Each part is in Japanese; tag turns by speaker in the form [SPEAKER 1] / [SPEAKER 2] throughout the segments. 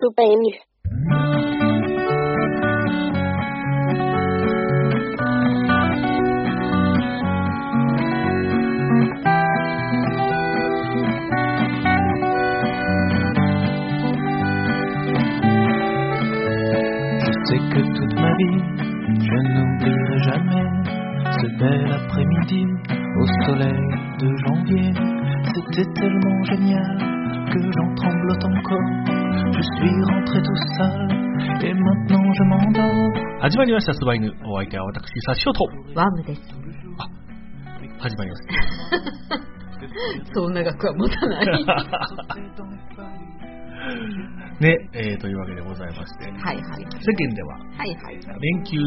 [SPEAKER 1] Super Emil.
[SPEAKER 2] Je sais que toute ma vie, je n'oublierai jamais ce bel après-midi au soleil de janvier. C'était tellement génial que j'en tremblote encore. Je suis rentré tout seul et maintenant je m'endors.
[SPEAKER 3] 始まりました、スバイヌ。お相手は私、サシオと。
[SPEAKER 4] ワームです。
[SPEAKER 3] 始まりまし
[SPEAKER 4] そう長くは持たない。は
[SPEAKER 3] た。ね、 えー、というわけでございまして、世
[SPEAKER 4] いはい。
[SPEAKER 3] 間では
[SPEAKER 4] はいはい。
[SPEAKER 3] 連休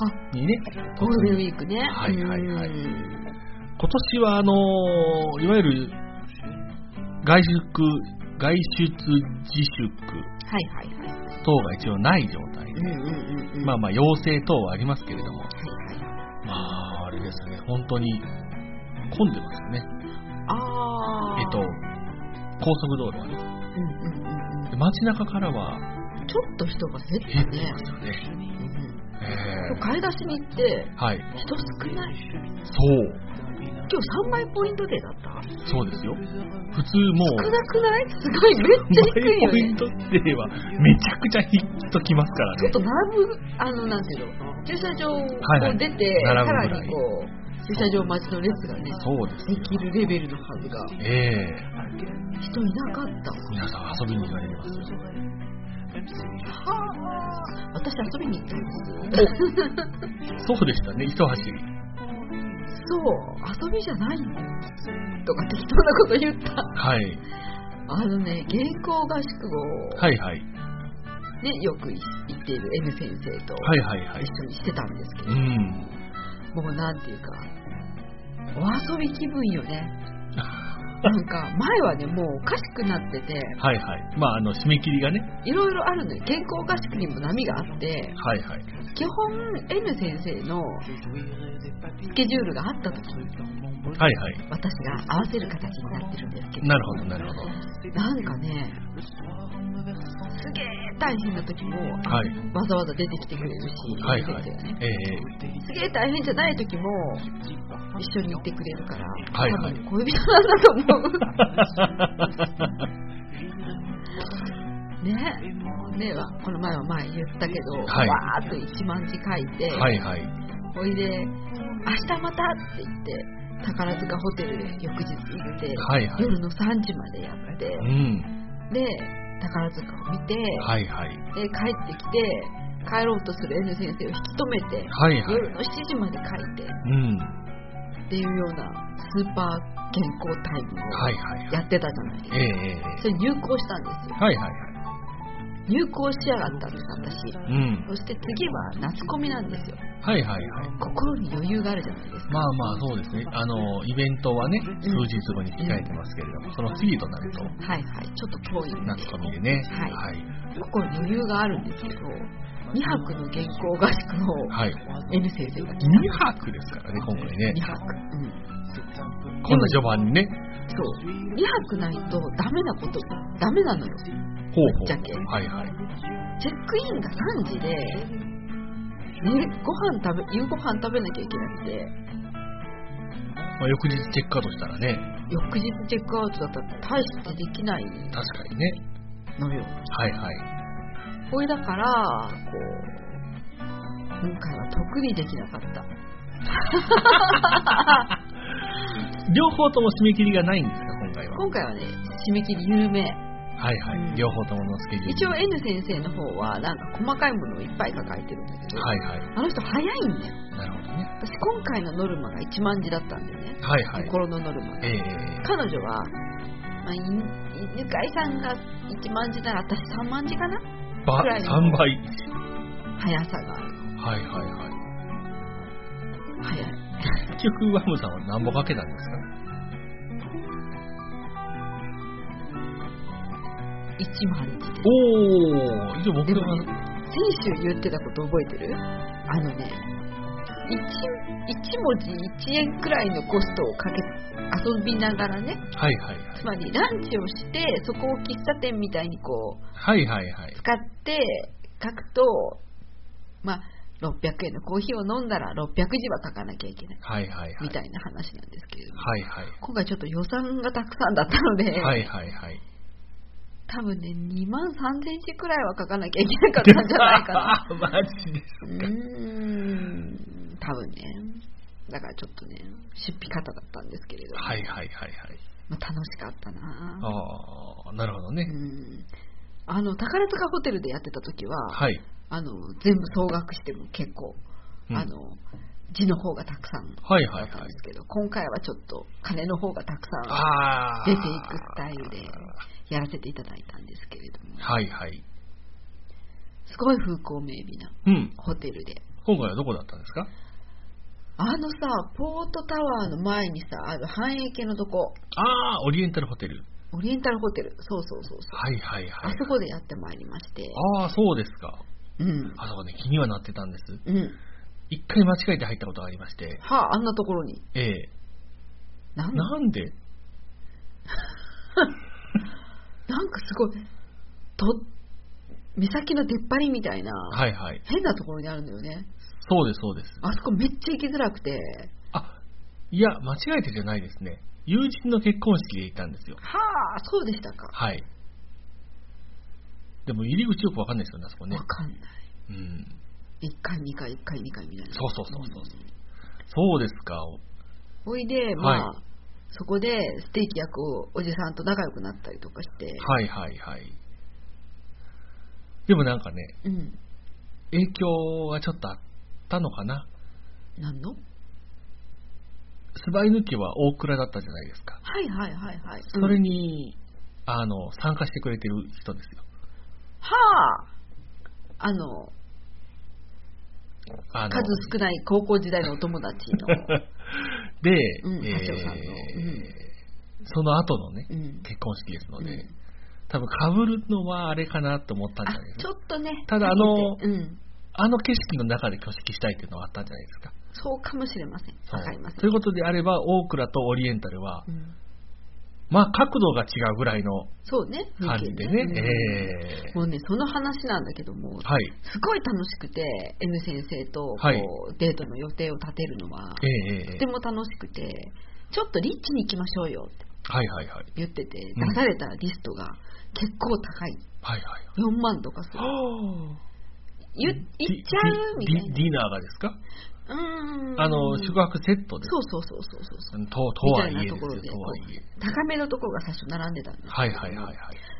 [SPEAKER 4] あ、
[SPEAKER 3] にね、
[SPEAKER 4] ゴールデンウィークね。
[SPEAKER 3] はいはいはいう
[SPEAKER 4] ーん
[SPEAKER 3] 今年はあのーいわゆる外出、外出自粛
[SPEAKER 4] はいはいはい。
[SPEAKER 3] 等が一応ない状態
[SPEAKER 4] う
[SPEAKER 3] で、
[SPEAKER 4] んうんうんうん。
[SPEAKER 3] まあ
[SPEAKER 4] は
[SPEAKER 3] まあ、要請等はありますけれども、
[SPEAKER 4] いはい。
[SPEAKER 3] まあ、あれですね、本当に混んでますよね。
[SPEAKER 4] ああ。
[SPEAKER 3] えっと、高速道路はね。
[SPEAKER 4] うんうんうんうん。
[SPEAKER 3] で街中からは
[SPEAKER 4] ちょっと人が減っ
[SPEAKER 3] 減っ
[SPEAKER 4] た
[SPEAKER 3] て
[SPEAKER 4] ね
[SPEAKER 3] ま。すよね。
[SPEAKER 4] うんうん
[SPEAKER 3] え
[SPEAKER 4] 今日買い出しに行って
[SPEAKER 3] ーはい。
[SPEAKER 4] 人少ない。
[SPEAKER 3] そう。
[SPEAKER 4] 今日3枚ポイントデーだった。
[SPEAKER 3] そうですよ。普通もう
[SPEAKER 4] 少、なくない？すごいめっちゃ低い
[SPEAKER 3] マイ
[SPEAKER 4] よ
[SPEAKER 3] ポイン
[SPEAKER 4] ね。
[SPEAKER 3] トってはめちゃくちゃヒットきますから
[SPEAKER 4] ちょ
[SPEAKER 3] ね
[SPEAKER 4] っと。並ぶあのなんていうの駐車場
[SPEAKER 3] はいは
[SPEAKER 4] を
[SPEAKER 3] い
[SPEAKER 4] 出て、さ
[SPEAKER 3] 並ぶぐらい
[SPEAKER 4] らにこう駐車場待ちの列がね
[SPEAKER 3] そうです
[SPEAKER 4] で
[SPEAKER 3] よ。
[SPEAKER 4] きるレベルのはずが
[SPEAKER 3] ええ
[SPEAKER 4] 人いなかったわ
[SPEAKER 3] 皆さん遊びに行かれてますよ。
[SPEAKER 4] 私遊びに行ったんです
[SPEAKER 3] そうでしたね、一走り。
[SPEAKER 4] そう遊びじゃないんだとか適当なこと言った
[SPEAKER 3] はい。
[SPEAKER 4] あのね原稿合宿を、
[SPEAKER 3] はいはい。
[SPEAKER 4] ね、よく行っている N 先生と
[SPEAKER 3] はいはいはい。
[SPEAKER 4] 一緒にしてたんですけど、
[SPEAKER 3] うん。
[SPEAKER 4] もうなんていうかお遊び気分よねなんか前はねもうおかしくなってて
[SPEAKER 3] はいはい。まあ、あの、締め切りがね。
[SPEAKER 4] いろいろあるのよ健康合宿にも波があって
[SPEAKER 3] はいはい。
[SPEAKER 4] 基本 N 先生のスケジュールがあった時に
[SPEAKER 3] はいはい。
[SPEAKER 4] 私が合わせる形になってるんですけど
[SPEAKER 3] なるほど、なるほど。
[SPEAKER 4] なんかねすげえ大変な時も、
[SPEAKER 3] はい
[SPEAKER 4] わざわざ出てきてくれるし、
[SPEAKER 3] はいは
[SPEAKER 4] N
[SPEAKER 3] い
[SPEAKER 4] 先生がね。
[SPEAKER 3] ええ
[SPEAKER 4] すげえ大変じゃない時も一緒にいてくれるから、
[SPEAKER 3] はいはい
[SPEAKER 4] 多分恋人なんだと思う ねねこの前は前言ったけど、
[SPEAKER 3] はい
[SPEAKER 4] わーっと1万字書いて、
[SPEAKER 3] はいはい。
[SPEAKER 4] ほいで明日またって言って宝塚ホテルで翌日行って、
[SPEAKER 3] はいはい。
[SPEAKER 4] 夜の3時までやって
[SPEAKER 3] うん。
[SPEAKER 4] で宝塚を見て、
[SPEAKER 3] はいはい。
[SPEAKER 4] で帰ってきて帰ろうとする N 先生を引き止めて、
[SPEAKER 3] はいはい。
[SPEAKER 4] 夜の7時まで書いて
[SPEAKER 3] うん。
[SPEAKER 4] っていうようなスーパー健康タイム
[SPEAKER 3] は
[SPEAKER 4] を
[SPEAKER 3] いはい。
[SPEAKER 4] やってたじゃないです
[SPEAKER 3] え
[SPEAKER 4] か、
[SPEAKER 3] えええ
[SPEAKER 4] それ入稿したんですよ
[SPEAKER 3] はいはいはい。
[SPEAKER 4] 入稿しやがったんです私
[SPEAKER 3] うん。
[SPEAKER 4] そして次は夏コミなんですよ
[SPEAKER 3] はいはいはい。
[SPEAKER 4] 心に余裕があるじゃないですか
[SPEAKER 3] まあまあそうですね。あの、イベントはね、数日後に控えてますけれども、その次となると、
[SPEAKER 4] はいはいちょっと遠いんで
[SPEAKER 3] 夏コミでね。
[SPEAKER 4] はい
[SPEAKER 3] はい。
[SPEAKER 4] 心に余裕があるんですけど2泊の原稿合宿を
[SPEAKER 3] はい。
[SPEAKER 4] N 先生が来
[SPEAKER 3] 2泊ですからね、今回ね
[SPEAKER 4] 2。泊うん
[SPEAKER 3] こんな序盤にね。
[SPEAKER 4] そう2泊ないとダメなことダメなのよチェ
[SPEAKER 3] ほう
[SPEAKER 4] ぶっちゃけ
[SPEAKER 3] はいはい。
[SPEAKER 4] ックインが3時で、ね、ご飯食べ夕ご飯食べなきゃいけなくて
[SPEAKER 3] まあ、翌日チェックアウトしたらね、
[SPEAKER 4] 翌日チェックアウトだったら大してできない
[SPEAKER 3] 確かにね。
[SPEAKER 4] のよ
[SPEAKER 3] はいはい。
[SPEAKER 4] これだからこう今回は特にできなかった
[SPEAKER 3] 両方とも締め切りがないんですか、今回は。
[SPEAKER 4] 今回はね締め切り有名
[SPEAKER 3] はいは
[SPEAKER 4] うん
[SPEAKER 3] い。両方とものスケジュール。
[SPEAKER 4] 一応 N 先生の方はなんか細かいものをいっぱい抱えてるんだけど、
[SPEAKER 3] はいはい。
[SPEAKER 4] あの人早いんだよ
[SPEAKER 3] なるほどね。
[SPEAKER 4] 私今回のノルマが1万字だったんでね
[SPEAKER 3] はいはい。
[SPEAKER 4] 心のノルマが
[SPEAKER 3] ええ
[SPEAKER 4] 彼女は、まあ、犬犬飼いさんが1万字なら私3万字かな
[SPEAKER 3] ば、
[SPEAKER 4] くらいの
[SPEAKER 3] 3倍。
[SPEAKER 4] 速さがある
[SPEAKER 3] はいはいはい。
[SPEAKER 4] 速い
[SPEAKER 3] 結局、ワムさんは何ぼかけたんですか
[SPEAKER 4] 1万字で
[SPEAKER 3] おー、一応僕
[SPEAKER 4] で
[SPEAKER 3] は
[SPEAKER 4] も、ね先週言ってたこと覚えてるあのね 1, 文字1円くらいのコストをかけ遊びながらね
[SPEAKER 3] はいはいはい。
[SPEAKER 4] つまりランチをしてそこを喫茶店みたいにこう
[SPEAKER 3] はいはいはい。
[SPEAKER 4] 使って書くとまあ600円のコーヒーを飲んだら600字は書かなきゃいけない
[SPEAKER 3] はいはいはい。
[SPEAKER 4] みたいな話なんですけれども、
[SPEAKER 3] はいはい。
[SPEAKER 4] 今回ちょっと予算がたくさんだったので、
[SPEAKER 3] はいはいはい。
[SPEAKER 4] 多分ね2万3000字くらいは書かなきゃいけなかったんじゃな いかな
[SPEAKER 3] マジです
[SPEAKER 4] うーん多分ねだからちょっとね出費方だったんですけれども、
[SPEAKER 3] はいはいはいはい。
[SPEAKER 4] まあ、楽しかったなあ
[SPEAKER 3] ああ、なるほどね
[SPEAKER 4] う。んあの宝塚ホテルでやってた時は、
[SPEAKER 3] はい。
[SPEAKER 4] あの全部総額しても結構、
[SPEAKER 3] うん
[SPEAKER 4] あの字の方がたくさん
[SPEAKER 3] はいはい
[SPEAKER 4] だったん
[SPEAKER 3] はい
[SPEAKER 4] で。すけど、今回はちょっと金の方がたくさん
[SPEAKER 3] ああ。
[SPEAKER 4] 出ていくスタイルでやらせていただいたんですけれども
[SPEAKER 3] はいはい。
[SPEAKER 4] すごい風光明媚な
[SPEAKER 3] うん。
[SPEAKER 4] ホテルで
[SPEAKER 3] 今回はどこだったんですか
[SPEAKER 4] あのさポートタワーの前にさある繁栄系のとこ
[SPEAKER 3] ああ、オリエンタルホテル。
[SPEAKER 4] オリエンタルホテルそうそうそうそう
[SPEAKER 3] はいはいは
[SPEAKER 4] あ
[SPEAKER 3] い
[SPEAKER 4] そ。こでやってまいりまして
[SPEAKER 3] ああ、そうですか。
[SPEAKER 4] うん
[SPEAKER 3] あそこね、気にはなってたんです。
[SPEAKER 4] うん
[SPEAKER 3] 一回間違えて入ったことがありまして、
[SPEAKER 4] はああんなところに
[SPEAKER 3] ええ
[SPEAKER 4] なん
[SPEAKER 3] なんで
[SPEAKER 4] なんかすごいと目先の出っ張りみたいな、
[SPEAKER 3] はいはい。
[SPEAKER 4] 変なところにあるんだよね
[SPEAKER 3] そうです、そうです。
[SPEAKER 4] あそこめっちゃ行きづらくて
[SPEAKER 3] あ、いや、間違えてじゃないですね。友人の結婚式で行ったんですよ。
[SPEAKER 4] はあそうでしたか
[SPEAKER 3] はい。でも入り口よくわかんないですよね、あそこね
[SPEAKER 4] わ。かんない
[SPEAKER 3] うん。
[SPEAKER 4] 1回2回1回2回みたいな
[SPEAKER 3] そうそうそうそうそうそうですか。
[SPEAKER 4] ほいでまあ、
[SPEAKER 3] は
[SPEAKER 4] そこでステーキ役をおじさんと仲良くなったりとかして、
[SPEAKER 3] はいはいはい。でもなんかね、
[SPEAKER 4] うん
[SPEAKER 3] 影響はちょっとあったのかな。
[SPEAKER 4] なんの
[SPEAKER 3] スバイ抜きは大倉だったじゃないですか。
[SPEAKER 4] はいはいはいはい
[SPEAKER 3] それに、あの、参加してくれてる人ですよ。
[SPEAKER 4] はああの
[SPEAKER 3] あの
[SPEAKER 4] 数少ない高校時代のお友達 の
[SPEAKER 3] で、
[SPEAKER 4] うん
[SPEAKER 3] えー
[SPEAKER 4] 八丁さんのうん
[SPEAKER 3] その後のね、
[SPEAKER 4] うん
[SPEAKER 3] 結婚式ですので、
[SPEAKER 4] うん
[SPEAKER 3] 多分かぶるのはあれかなと思ったんじゃ
[SPEAKER 4] あ
[SPEAKER 3] ないです
[SPEAKER 4] ち
[SPEAKER 3] か
[SPEAKER 4] ょっとね
[SPEAKER 3] ただあの
[SPEAKER 4] うん、
[SPEAKER 3] あの景色の中で挙式したいっていうのはあったんじゃないですか
[SPEAKER 4] そうかもしれません
[SPEAKER 3] そう
[SPEAKER 4] わかりません
[SPEAKER 3] ということであれば大倉とオリエンタルは、
[SPEAKER 4] うん
[SPEAKER 3] まあ角度が違うぐらいの
[SPEAKER 4] そうね
[SPEAKER 3] 感じでね
[SPEAKER 4] 風景
[SPEAKER 3] えー
[SPEAKER 4] もうねその話なんだけども
[SPEAKER 3] はい
[SPEAKER 4] すごい楽しくて M 先生とこう、
[SPEAKER 3] はい
[SPEAKER 4] デートの予定を立てるのは
[SPEAKER 3] ええええ
[SPEAKER 4] とても楽しくてちょっとリッチに行きましょうよって
[SPEAKER 3] はいはいはい
[SPEAKER 4] 言ってて
[SPEAKER 3] うん
[SPEAKER 4] 出されたリストが結構高い
[SPEAKER 3] はいはい
[SPEAKER 4] 4万とかする
[SPEAKER 3] は
[SPEAKER 4] 言っ行っちゃうみたい
[SPEAKER 3] ディディナーがですか、
[SPEAKER 4] なうーん
[SPEAKER 3] あの宿泊セットです
[SPEAKER 4] そうそうそうそうそうそう
[SPEAKER 3] とと
[SPEAKER 4] み
[SPEAKER 3] は
[SPEAKER 4] た
[SPEAKER 3] い
[SPEAKER 4] い
[SPEAKER 3] え
[SPEAKER 4] な
[SPEAKER 3] です
[SPEAKER 4] と
[SPEAKER 3] よ
[SPEAKER 4] ころで
[SPEAKER 3] とはいえ
[SPEAKER 4] 高めのところが最初並んでたんですけど
[SPEAKER 3] はいはいはいはい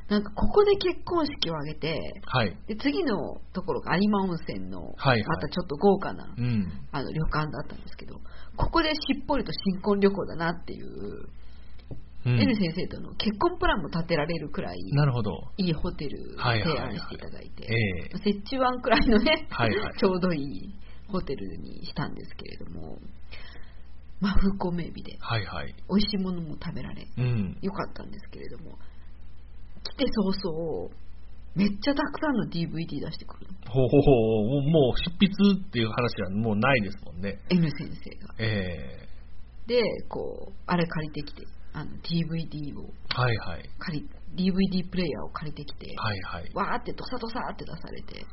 [SPEAKER 4] なんかここで結婚式を挙げて
[SPEAKER 3] はい
[SPEAKER 4] で次のところが有馬温泉のま
[SPEAKER 3] はいはい
[SPEAKER 4] たちょっと豪華な
[SPEAKER 3] うん
[SPEAKER 4] あの旅館だったんですけどここでしっぽりと新婚旅行だなっていう、
[SPEAKER 3] う
[SPEAKER 4] エ
[SPEAKER 3] ん
[SPEAKER 4] N 先生との結婚プランも立てられるくらい
[SPEAKER 3] なるほど。
[SPEAKER 4] いいホテルを
[SPEAKER 3] はいはい
[SPEAKER 4] 提
[SPEAKER 3] はい
[SPEAKER 4] 案していただいて
[SPEAKER 3] ええ
[SPEAKER 4] 折衷案くらいのね、
[SPEAKER 3] はいはい
[SPEAKER 4] ちょうどいいホテルにしたんですけれども、まあ、風光明媚で
[SPEAKER 3] はいはい。
[SPEAKER 4] 美味しいものも食べられ
[SPEAKER 3] うん。
[SPEAKER 4] 良かったんですけれども来て早々めっちゃたくさんの DVD 出してくる
[SPEAKER 3] ほうほうほう、もう執筆っていう話はもうないですもんね。
[SPEAKER 4] N 先生が
[SPEAKER 3] ええ
[SPEAKER 4] でこうあれ借りてきてあの DVD を
[SPEAKER 3] はいはい。
[SPEAKER 4] 借り DVD プレイヤーを借りてきて、
[SPEAKER 3] はいはい。
[SPEAKER 4] わーってドサドサって出されて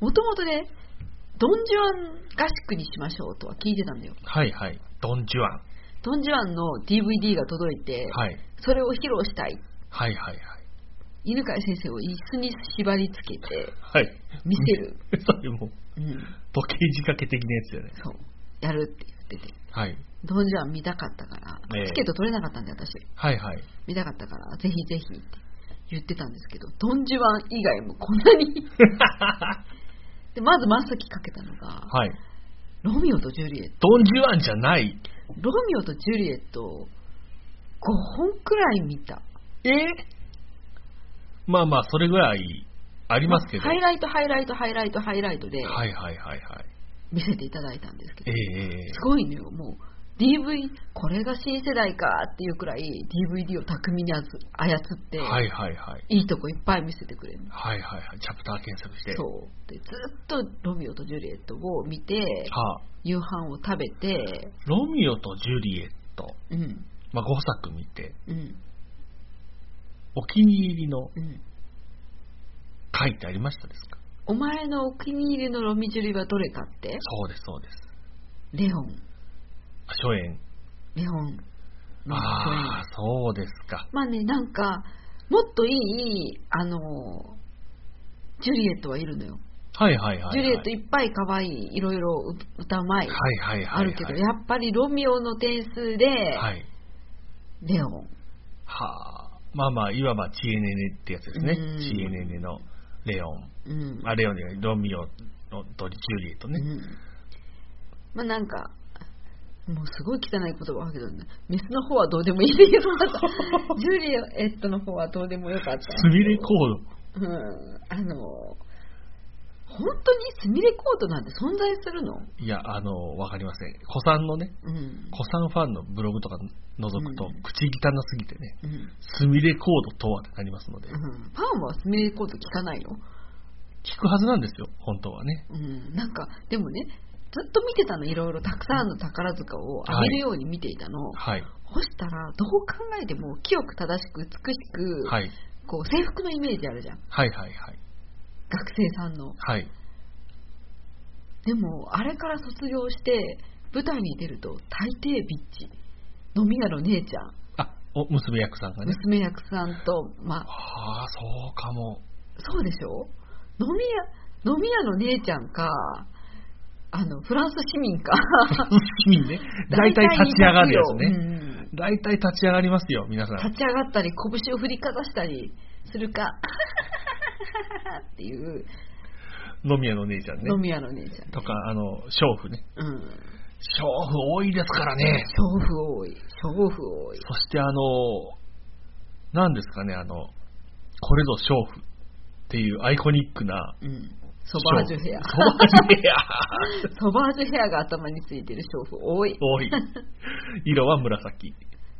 [SPEAKER 4] もともとねドン・ジュアン合宿にしましょうとは聞いてたんだよ
[SPEAKER 3] はいはい。ドン・ジュアン。
[SPEAKER 4] ドン・ジュアンの DVD が届いて、
[SPEAKER 3] はい。
[SPEAKER 4] それを披露したい
[SPEAKER 3] はいはい
[SPEAKER 4] 犬飼先生を椅子に縛り付けて
[SPEAKER 3] はい。はい。
[SPEAKER 4] 見せる、
[SPEAKER 3] それもう、
[SPEAKER 4] うん、
[SPEAKER 3] 時計仕掛け的なやつよね。
[SPEAKER 4] そうやるって言ってて
[SPEAKER 3] はい。
[SPEAKER 4] ドン・ジュアン見たかったから、
[SPEAKER 3] ええ
[SPEAKER 4] チケット取れなかったんで私
[SPEAKER 3] はい はい。
[SPEAKER 4] 見たかったからぜひぜひって言ってたんですけどドン・ジュアン以外もこんなにでまず真っ先かけたのが
[SPEAKER 3] はい。
[SPEAKER 4] ロミオとジュリエット
[SPEAKER 3] ドン・ジュアンじゃない。
[SPEAKER 4] ロミオとジュリエットを5本くらい見た
[SPEAKER 3] えまあまあ、それぐらいありますけど。
[SPEAKER 4] ハイライトハイライトハイライトハイライトで
[SPEAKER 3] はいはいはいはい。
[SPEAKER 4] 見せていただいたんです
[SPEAKER 3] え
[SPEAKER 4] けど、
[SPEAKER 3] えええええ
[SPEAKER 4] すごいのよもう DV、これが新世代かっていうくらい DVD を巧みに操操って、
[SPEAKER 3] はいはいはい。
[SPEAKER 4] いいとこいっぱい見せてくれるの。
[SPEAKER 3] はいはいはい。チャプター検索して。
[SPEAKER 4] そう。で、ずっとロミオとジュリエットを見て、
[SPEAKER 3] はあ、
[SPEAKER 4] 夕飯を食べて、
[SPEAKER 3] ロミオとジュリエット、
[SPEAKER 4] うん、
[SPEAKER 3] まあ、5作見て、
[SPEAKER 4] うん、
[SPEAKER 3] お気に入りの
[SPEAKER 4] うん。
[SPEAKER 3] 回ってありましたですか
[SPEAKER 4] お前のお気に入りのロミジュリはどれかって
[SPEAKER 3] そうですそうです。
[SPEAKER 4] レオン、
[SPEAKER 3] あ初演。
[SPEAKER 4] レオン。うん
[SPEAKER 3] ああ、そうですか。
[SPEAKER 4] まあね、なんか、もっといい、あのー、ジュリエットはいるのよ。
[SPEAKER 3] はいはいはい、はい。
[SPEAKER 4] ジュリエットいっぱい可愛い、いろいろ歌うまい、
[SPEAKER 3] はいはいはい、はい。
[SPEAKER 4] あるけど、やっぱりロミオの点数で、
[SPEAKER 3] はい。
[SPEAKER 4] レオン。
[SPEAKER 3] はあ。まあまあ、いわばチエネネってやつですね
[SPEAKER 4] うん。
[SPEAKER 3] チエネネのレオン。
[SPEAKER 4] うん。
[SPEAKER 3] あ、レオンじゃない、ロミオのとジュリエットね。
[SPEAKER 4] うん。まあなんか、もうすごい汚い言葉だけどね、メスの方はどうでもいいでよかった。 ジュリエットの方はどうでもよかった。
[SPEAKER 3] スミレコード。
[SPEAKER 4] うん。あのー、本当にスミレコードなんて存在するの
[SPEAKER 3] いや、あの、わかりません。子さんのね、
[SPEAKER 4] うん。
[SPEAKER 3] 子さんファンのブログとか覗くと、
[SPEAKER 4] うん
[SPEAKER 3] 口汚すぎてね、
[SPEAKER 4] うん
[SPEAKER 3] スミレコードとはってなりますので、
[SPEAKER 4] う
[SPEAKER 3] 聞
[SPEAKER 4] んファンはスミレコード聞かないの、
[SPEAKER 3] くはずなんですよ、本当はね。
[SPEAKER 4] うん、なんかでもねずっと見てたのいろいろたくさんの宝塚を浴びるように見ていたの、
[SPEAKER 3] はい。
[SPEAKER 4] そしたらどう考えても清く正しく美しく、
[SPEAKER 3] はい。
[SPEAKER 4] こう制服のイメージあるじゃん
[SPEAKER 3] はいはいはい。
[SPEAKER 4] 学生さんの
[SPEAKER 3] はい。
[SPEAKER 4] でもあれから卒業して舞台に出ると大抵ビッチ飲み屋の姉ちゃん
[SPEAKER 3] あ、お、娘役さんがね。
[SPEAKER 4] 娘役さんとまあ
[SPEAKER 3] ああ、そうかも。
[SPEAKER 4] そうでしょ飲み屋飲み屋の姉ちゃんかあのフランス市民か
[SPEAKER 3] 君ね、 大体立ち上がるやつね。
[SPEAKER 4] うん
[SPEAKER 3] 大体立ち上がりますよ、皆さん。
[SPEAKER 4] 立ち上がったり拳を振りかざしたりするか っていう
[SPEAKER 3] 飲み屋のお姉ちゃんね
[SPEAKER 4] 飲。み屋の姉ちゃん、
[SPEAKER 3] とか、あの、娼婦ね。
[SPEAKER 4] うん
[SPEAKER 3] 娼婦多いですからね。
[SPEAKER 4] 娼婦多い娼婦多い
[SPEAKER 3] そして、あの、何ですかね、あの、これぞ娼婦っていうアイコニックな。
[SPEAKER 4] うんソバージュヘア
[SPEAKER 3] 娼婦ソバージュヘア。
[SPEAKER 4] ソバージュヘアが頭についてる娼婦多い
[SPEAKER 3] 多い。色は紫。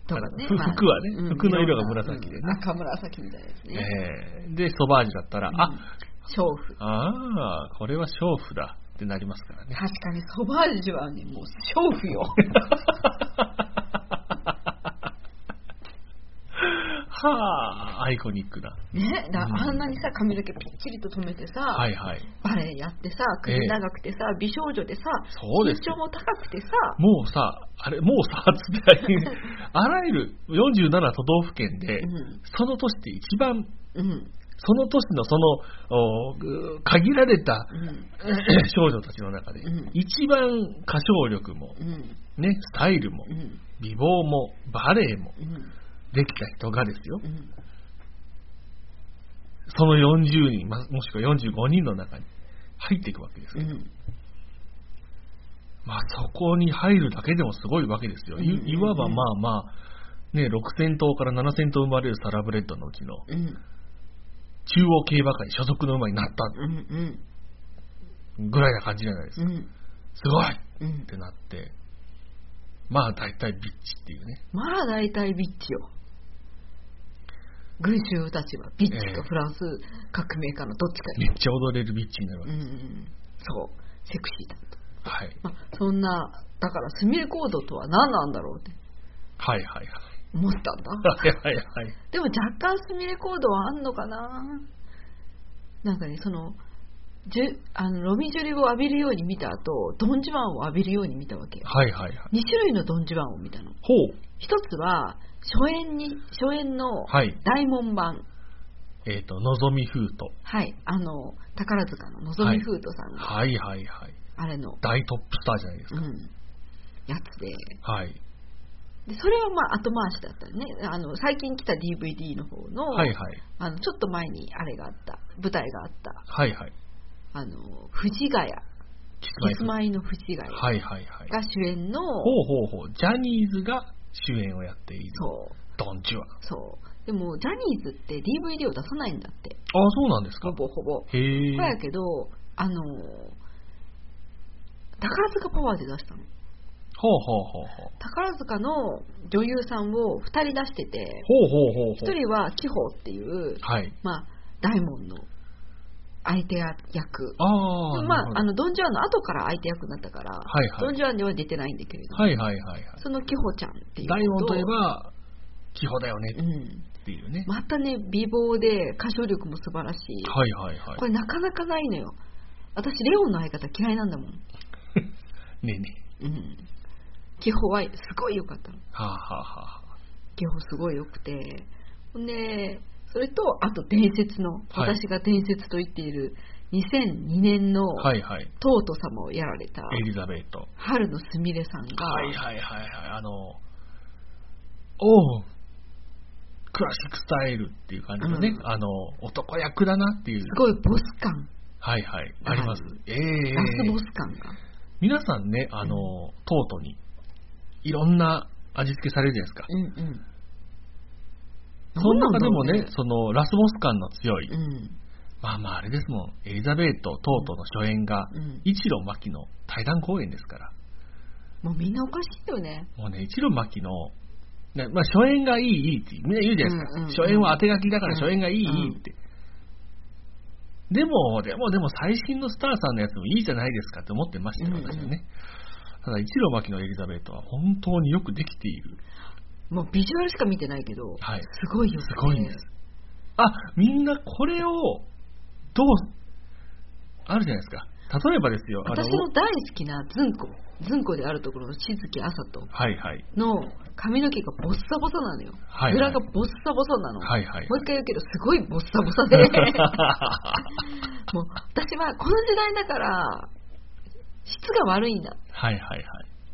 [SPEAKER 4] とかね
[SPEAKER 3] ふ
[SPEAKER 4] まあ
[SPEAKER 3] 服はね
[SPEAKER 4] うん
[SPEAKER 3] 服の色が紫でね
[SPEAKER 4] うん赤紫みたいですね、
[SPEAKER 3] ええで、ソバージュだったら、
[SPEAKER 4] うん
[SPEAKER 3] あ、
[SPEAKER 4] 娼婦
[SPEAKER 3] ああ、これは娼婦だってなりますから ね。
[SPEAKER 4] 確かにソバージュはねもう娼婦よ
[SPEAKER 3] はあ、アイコニックだ。
[SPEAKER 4] ねだ
[SPEAKER 3] うん
[SPEAKER 4] あんなにさ髪の毛ぴっちりと止めてさ、
[SPEAKER 3] はいはい。
[SPEAKER 4] バレエやってさ首長くてさ、美少女でさ
[SPEAKER 3] そうです
[SPEAKER 4] 身長も高くてさ
[SPEAKER 3] もうさ、あれ、もうさ、つ って、あらゆる47都道府県で、
[SPEAKER 4] うん
[SPEAKER 3] その年で一番、
[SPEAKER 4] うん
[SPEAKER 3] その年のその、おぐ限られ た
[SPEAKER 4] うん
[SPEAKER 3] 少女たちの中で
[SPEAKER 4] うん、
[SPEAKER 3] 一番歌唱力も、
[SPEAKER 4] うん
[SPEAKER 3] ね、スタイルも
[SPEAKER 4] う、ん
[SPEAKER 3] 美貌も、バレエも、
[SPEAKER 4] うん
[SPEAKER 3] できた人がですよ
[SPEAKER 4] う、ん
[SPEAKER 3] その40人、まもしくは45人の中に入っていくわけです
[SPEAKER 4] う
[SPEAKER 3] よ。
[SPEAKER 4] ん
[SPEAKER 3] まあ、そこに入るだけでもすごいわけですよ。い
[SPEAKER 4] うん
[SPEAKER 3] いわばまあまあ、ね、6000頭から7000頭生まれるサラブレッドのうちの
[SPEAKER 4] うん
[SPEAKER 3] 中央競馬会所属の馬になった
[SPEAKER 4] うんうん
[SPEAKER 3] ぐらいな感じじゃないです
[SPEAKER 4] う
[SPEAKER 3] か。
[SPEAKER 4] ん
[SPEAKER 3] すごいっ
[SPEAKER 4] うん
[SPEAKER 3] てなって、まあ大体ビッチっていうね。
[SPEAKER 4] まあ大体ビッチよ群衆たちはビッチ
[SPEAKER 3] ええ
[SPEAKER 4] かフランス革命家のどっちか
[SPEAKER 3] め
[SPEAKER 4] よ
[SPEAKER 3] っちゃ踊れるビッチになるわ
[SPEAKER 4] う
[SPEAKER 3] け。
[SPEAKER 4] んうんそうセクシーだと、
[SPEAKER 3] はい。
[SPEAKER 4] まあ、そんなだからスミレコードとは何なんだろうって
[SPEAKER 3] はいはい
[SPEAKER 4] 思 ったんだ
[SPEAKER 3] はい。はいはいはい。
[SPEAKER 4] でも若干スミレコードはあんのかななんかねそのじゅあのロミジュリを浴びるように見た後ドンジュワンを浴びるように見たわけよ
[SPEAKER 3] はいはいはい。
[SPEAKER 4] 2種類のドンジュワンを見たの
[SPEAKER 3] ほう。
[SPEAKER 4] 一つは初演に初演の
[SPEAKER 3] はい
[SPEAKER 4] 大門版
[SPEAKER 3] えっ、と、のぞみフート。
[SPEAKER 4] はい、あの宝塚ののぞみフートさんが、
[SPEAKER 3] はいはいはい。
[SPEAKER 4] あれの、
[SPEAKER 3] 大トップスターじゃないです
[SPEAKER 4] う
[SPEAKER 3] か。
[SPEAKER 4] ん、やつで
[SPEAKER 3] はい。
[SPEAKER 4] でそれはまあ後回しだったねあの最近来た DVD の方の,、
[SPEAKER 3] はいはい。
[SPEAKER 4] あのちょっと前にあれがあった舞台があった
[SPEAKER 3] はいはい。
[SPEAKER 4] あの藤ヶ谷
[SPEAKER 3] キ
[SPEAKER 4] キスマイの藤ヶ谷
[SPEAKER 3] はいはいはい。
[SPEAKER 4] が主演の、
[SPEAKER 3] ほうほうほう。ジャニーズが主演をやっている。
[SPEAKER 4] そう
[SPEAKER 3] ドンチュワ。あ、
[SPEAKER 4] そうでもジャニーズって DVD を出さないんだって
[SPEAKER 3] そうなんですか
[SPEAKER 4] ほぼほぼ
[SPEAKER 3] へえ。
[SPEAKER 4] そうやけどあの宝塚パワーで出したの
[SPEAKER 3] ほうほうほうほう。
[SPEAKER 4] 宝塚の女優さんを2人出してて
[SPEAKER 3] ほうほうほうほう。
[SPEAKER 4] 1人は紀宝っていう、
[SPEAKER 3] はい。
[SPEAKER 4] まあ、大門の相手役
[SPEAKER 3] ああ。
[SPEAKER 4] ま
[SPEAKER 3] なるほ
[SPEAKER 4] あ、
[SPEAKER 3] ど
[SPEAKER 4] あのドン・ジュアンの後から相手役になったから、
[SPEAKER 3] はいはい
[SPEAKER 4] ドン・ジュアンには出てないんだけれども、
[SPEAKER 3] はいはいはいはい。
[SPEAKER 4] その紀穂ちゃんっていう
[SPEAKER 3] 大
[SPEAKER 4] 子
[SPEAKER 3] 門といえば、基本だよね
[SPEAKER 4] うん、
[SPEAKER 3] っていうね。
[SPEAKER 4] またね美貌で歌唱力も素晴らしい、
[SPEAKER 3] はいはいは
[SPEAKER 4] これなかなかないのよ私レオンの相方嫌いなんだもん、
[SPEAKER 3] い。ねえねえ。
[SPEAKER 4] うん、紀穂はすごい良かったの
[SPEAKER 3] はあはあはあはあ。
[SPEAKER 4] 紀穂すごい良くてほんでそれとあと伝説の、
[SPEAKER 3] はい
[SPEAKER 4] 私が伝説と言っている2002年の
[SPEAKER 3] はいはい。
[SPEAKER 4] トート様をやられた
[SPEAKER 3] エリザベート。
[SPEAKER 4] 春のすみれさんが、
[SPEAKER 3] はいはいはいはい。あの、おう、クラシックスタイルっていう感じのね、
[SPEAKER 4] うん
[SPEAKER 3] あの、男役だなっていう。
[SPEAKER 4] すごいボス感、
[SPEAKER 3] はいはい。あります。ええ
[SPEAKER 4] ラスボス感が。
[SPEAKER 3] 皆さんね、あの、トートに、いろんな味付けされるじゃないですか。
[SPEAKER 4] うんうん。
[SPEAKER 3] その中でも
[SPEAKER 4] な
[SPEAKER 3] ね
[SPEAKER 4] ん、だろ
[SPEAKER 3] その、ラスボス感の強い、
[SPEAKER 4] うね
[SPEAKER 3] まあまああれですもん、エリザベート、トートの初演が、
[SPEAKER 4] うん。うん。
[SPEAKER 3] 一路巻の対談公演ですから、
[SPEAKER 4] もうみんなおかしいよね。
[SPEAKER 3] もうね、一路巻の、ねまあ、初演がいい、いいってみんな言うじゃないですか、
[SPEAKER 4] うんうんうん
[SPEAKER 3] 初演は当て書きだから
[SPEAKER 4] うん
[SPEAKER 3] 初演がいい、
[SPEAKER 4] うん
[SPEAKER 3] いいって。でも、でも、でも最新のスターさんのやつもいいじゃないですかって思ってましたよ、
[SPEAKER 4] うんうん
[SPEAKER 3] 私はね。ただ、一路巻のエリザベートは本当によくできている。
[SPEAKER 4] もうビジュアルしか見てないけど、
[SPEAKER 3] はい
[SPEAKER 4] すごいよ、ね。
[SPEAKER 3] すごいんです。あ、みんなこれを、どう、あるじゃないですか。例えばですよ、あ
[SPEAKER 4] 私の大好きなズンコ、ズンコであるところの静木あさと
[SPEAKER 3] はいはい。
[SPEAKER 4] の髪の毛がボッサボサなのよ。
[SPEAKER 3] はいはい
[SPEAKER 4] 裏がボッサボサなの。
[SPEAKER 3] はい はい
[SPEAKER 4] もう一回言うけど、すごいボッサボサで。 もう私はこの時代だから、質が悪いんだ。
[SPEAKER 3] はいはいはい。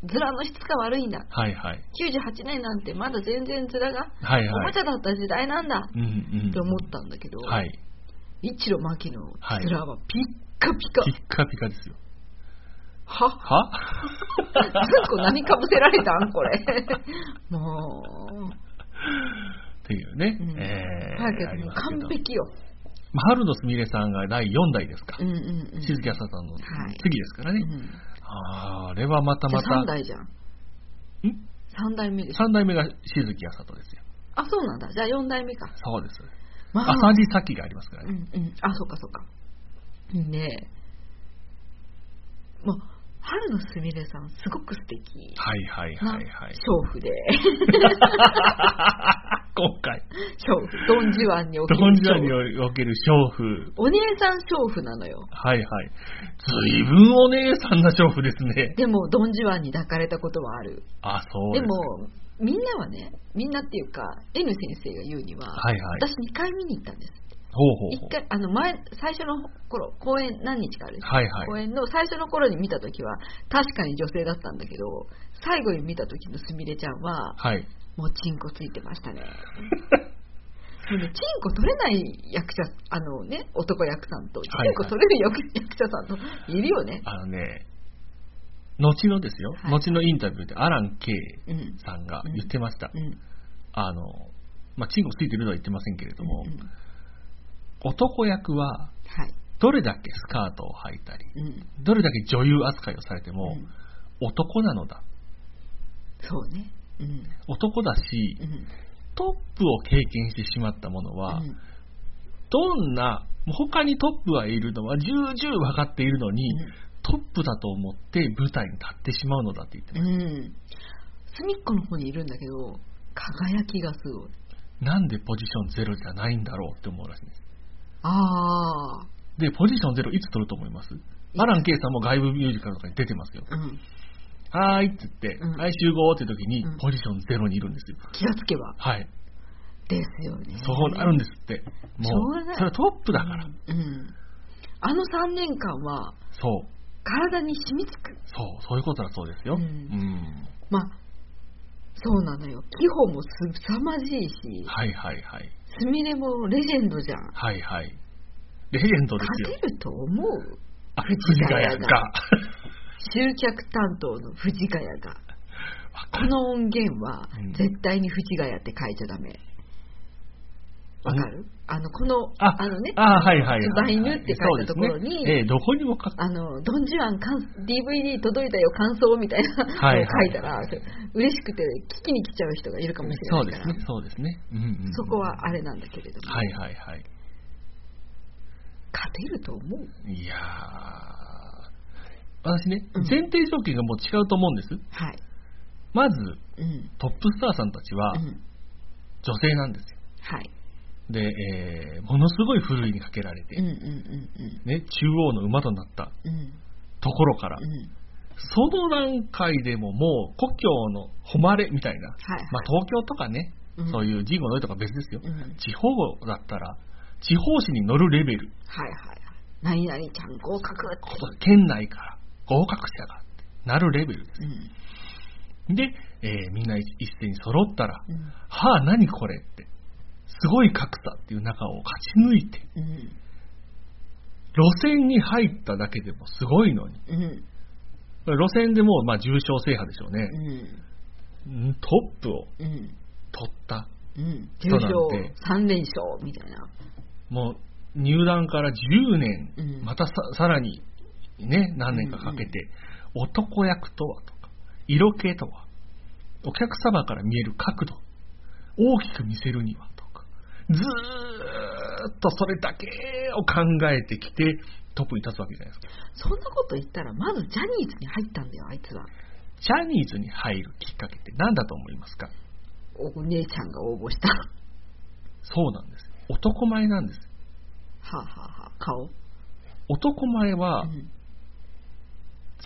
[SPEAKER 4] ズラの質が悪いんだ。
[SPEAKER 3] はいはい。
[SPEAKER 4] 98年なんてまだ全然ズラが
[SPEAKER 3] はい
[SPEAKER 4] お
[SPEAKER 3] は
[SPEAKER 4] も
[SPEAKER 3] い
[SPEAKER 4] ち。ゃだった時代なんだっ
[SPEAKER 3] うんうん。
[SPEAKER 4] て思ったんだけど、
[SPEAKER 3] はい。
[SPEAKER 4] 一路牧の
[SPEAKER 3] はい
[SPEAKER 4] ズラはピッカピカ、
[SPEAKER 3] ピッカピカですよ。
[SPEAKER 4] はっ
[SPEAKER 3] は
[SPEAKER 4] ずっこ何かぶせられたんこれ も
[SPEAKER 3] っていうね。
[SPEAKER 4] う、うん
[SPEAKER 3] えー、
[SPEAKER 4] 早く
[SPEAKER 3] ありますけど
[SPEAKER 4] 完璧よ、
[SPEAKER 3] まあ春のすみれさんが第4代ですか
[SPEAKER 4] う。んうんうん、
[SPEAKER 3] 静木あささんの
[SPEAKER 4] はい
[SPEAKER 3] 次ですからね。
[SPEAKER 4] うん、じ
[SPEAKER 3] あーあれはまた
[SPEAKER 4] ゃ
[SPEAKER 3] また、
[SPEAKER 4] あ3代じゃん
[SPEAKER 3] ん
[SPEAKER 4] 3代目でしょ
[SPEAKER 3] 3代目が静木あさとですよ。
[SPEAKER 4] あそうなんだじゃあ4代目か
[SPEAKER 3] そうです。
[SPEAKER 4] まあ
[SPEAKER 3] 浅地咲がありますから
[SPEAKER 4] う
[SPEAKER 3] ね。
[SPEAKER 4] んうんあそうかそうかねえもう春のすみれさんすごく素敵
[SPEAKER 3] はいはい
[SPEAKER 4] な
[SPEAKER 3] はいはい。
[SPEAKER 4] 娼婦で
[SPEAKER 3] 今回、
[SPEAKER 4] 娼婦ドン・ジュアンにおける
[SPEAKER 3] ドンジャー
[SPEAKER 4] 娼婦
[SPEAKER 3] における娼婦。
[SPEAKER 4] お姉さん娼婦なのよ
[SPEAKER 3] はいはい。ずいぶんお姉さんな娼婦ですね。
[SPEAKER 4] でもドン・ジュアンに抱かれたことはある
[SPEAKER 3] あ、そう
[SPEAKER 4] です
[SPEAKER 3] か
[SPEAKER 4] もみんなはねみんなっていうか N 先生が言うには、
[SPEAKER 3] はいはい。
[SPEAKER 4] 私2回見に行ったんです
[SPEAKER 3] ほうほうほ
[SPEAKER 4] 一
[SPEAKER 3] う。
[SPEAKER 4] 回あの前最初の頃公演何日かあるんですよ
[SPEAKER 3] はいはい。
[SPEAKER 4] 公演の最初の頃に見た時は確かに女性だったんだけど最後に見た時のすみれちゃんは
[SPEAKER 3] はい。
[SPEAKER 4] もうチンコついて ましたねもうねチンコ取れない役者あのね男役さんとチ
[SPEAKER 3] はいはい
[SPEAKER 4] ンコ取れる役,、役者さんといるよね
[SPEAKER 3] あのね、後のですよ、
[SPEAKER 4] はい
[SPEAKER 3] 後のインタビューでアラン・ケイ
[SPEAKER 4] うん
[SPEAKER 3] さんが言ってました。
[SPEAKER 4] うん
[SPEAKER 3] あの、まあ、チンコついてるのは言ってませんけれども、
[SPEAKER 4] うんうん
[SPEAKER 3] 男役は
[SPEAKER 4] はい
[SPEAKER 3] どれだけスカートを履いたり、
[SPEAKER 4] うん
[SPEAKER 3] どれだけ女優扱いをされても、
[SPEAKER 4] うん
[SPEAKER 3] 男なのだ。
[SPEAKER 4] そうねうん
[SPEAKER 3] 男だし
[SPEAKER 4] う、ん
[SPEAKER 3] トップを経験してしまったものは、
[SPEAKER 4] うん
[SPEAKER 3] どんな、もう他にトップはいるのは重々分かっているのに、トップだと思って舞台に立ってしまうのだって言って
[SPEAKER 4] う
[SPEAKER 3] まし
[SPEAKER 4] ん、隅っこの方にいるんだけど輝きがすごい
[SPEAKER 3] た、なんでポジションゼロじゃないんだろうって思うらしいんです
[SPEAKER 4] ああ
[SPEAKER 3] でポジションゼロいつ取ると思いますアラン・ケイさんも外部ミュージカルとかに出てますよ
[SPEAKER 4] うん
[SPEAKER 3] はーいって言って、
[SPEAKER 4] うん
[SPEAKER 3] はい集合って時に
[SPEAKER 4] うん
[SPEAKER 3] ポジションゼロにいるんですよ、
[SPEAKER 4] 気がつけば
[SPEAKER 3] はい
[SPEAKER 4] ですよね
[SPEAKER 3] そうなるんですっても
[SPEAKER 4] しょうが
[SPEAKER 3] う
[SPEAKER 4] ない
[SPEAKER 3] それはトップだから、
[SPEAKER 4] うんあの3年間は
[SPEAKER 3] そう
[SPEAKER 4] 体に染みつく
[SPEAKER 3] そうそういうことだそうですよ、
[SPEAKER 4] うん
[SPEAKER 3] うん
[SPEAKER 4] まあそうなのよ基本もすさまじいし
[SPEAKER 3] はいはいはい
[SPEAKER 4] すみれもレジェンドじゃん
[SPEAKER 3] はいはいレジェンドですよ
[SPEAKER 4] 勝てると思う
[SPEAKER 3] あ藤ヶ谷
[SPEAKER 4] 藤
[SPEAKER 3] が
[SPEAKER 4] 集客担当の藤ヶ谷が
[SPEAKER 3] わか
[SPEAKER 4] こ
[SPEAKER 3] る
[SPEAKER 4] の音源は
[SPEAKER 3] うん
[SPEAKER 4] 絶対に藤ヶ谷って書いちゃダメ、わかるあの、この、
[SPEAKER 3] あ
[SPEAKER 4] あのね、
[SPEAKER 3] あはいはいはい。
[SPEAKER 4] 柴犬って書いたところに
[SPEAKER 3] そうですねええどこにも書く。
[SPEAKER 4] あの、ドンジュアン感 DVD 届いたよ、感想みたいなのを
[SPEAKER 3] はいはい
[SPEAKER 4] 書いたら、嬉しくて聞きに来ちゃう人がいるかもしれ
[SPEAKER 3] そ
[SPEAKER 4] な
[SPEAKER 3] う
[SPEAKER 4] い
[SPEAKER 3] で
[SPEAKER 4] か
[SPEAKER 3] す
[SPEAKER 4] ら
[SPEAKER 3] ね、、そうですね。うんうんうん
[SPEAKER 4] そこはあれなんだけれども、
[SPEAKER 3] はいはいはい。
[SPEAKER 4] 勝てると思う。
[SPEAKER 3] いやー私ね
[SPEAKER 4] うん、
[SPEAKER 3] 前提条件がもう違うと思うんです。
[SPEAKER 4] はい。
[SPEAKER 3] まず、
[SPEAKER 4] うん。
[SPEAKER 3] トップスターさんたちは
[SPEAKER 4] うん。
[SPEAKER 3] 女性なんですよ。
[SPEAKER 4] はい。
[SPEAKER 3] で、えーものすごいふるいにかけられて、
[SPEAKER 4] うんうん
[SPEAKER 3] ね、中央の馬となった
[SPEAKER 4] うんうん。うん。
[SPEAKER 3] ところから、
[SPEAKER 4] うん。
[SPEAKER 3] その段階でももう故郷の誉れみたいな、
[SPEAKER 4] はいはい
[SPEAKER 3] まあ、東京とかね、
[SPEAKER 4] うん
[SPEAKER 3] そういう神護の上とか別ですよ、
[SPEAKER 4] うん
[SPEAKER 3] 地方だったら地方紙に乗るレベル
[SPEAKER 4] はいはい。何々ちゃん合格って。
[SPEAKER 3] 県内から合格者がってなるレベルです
[SPEAKER 4] うん。
[SPEAKER 3] で、えーみんな一一斉に揃ったら、
[SPEAKER 4] うん
[SPEAKER 3] はあ何これってすごい格差っていう中を勝ち抜いて
[SPEAKER 4] うん。
[SPEAKER 3] 路線に入っただけでもすごいのに
[SPEAKER 4] うん。
[SPEAKER 3] これ路線でもうまあ重症制覇でしょうね、
[SPEAKER 4] うん。
[SPEAKER 3] うんトップを
[SPEAKER 4] うん。
[SPEAKER 3] 取った
[SPEAKER 4] うん。
[SPEAKER 3] そう
[SPEAKER 4] 重
[SPEAKER 3] なん
[SPEAKER 4] 賞
[SPEAKER 3] で
[SPEAKER 4] 3連勝みたいな。
[SPEAKER 3] もう入団から10年、
[SPEAKER 4] うん
[SPEAKER 3] またささらに、ね、何年かかけて、男役とはとか、色気とは、お客様から見える角度、大きく見せるにはとか、ずーっとそれだけを考えてきて、トップに立つわけじゃないですか。
[SPEAKER 4] そんなこと言ったら、まずジャニーズに入ったんだよ、あいつは。
[SPEAKER 3] ジャニーズに入るきっかけって何だと思いますか
[SPEAKER 4] お姉ちゃんが応募した。は
[SPEAKER 3] そうなんです。男前なんです。
[SPEAKER 4] あ、はあはあ、顔。
[SPEAKER 3] 男前は
[SPEAKER 4] うん。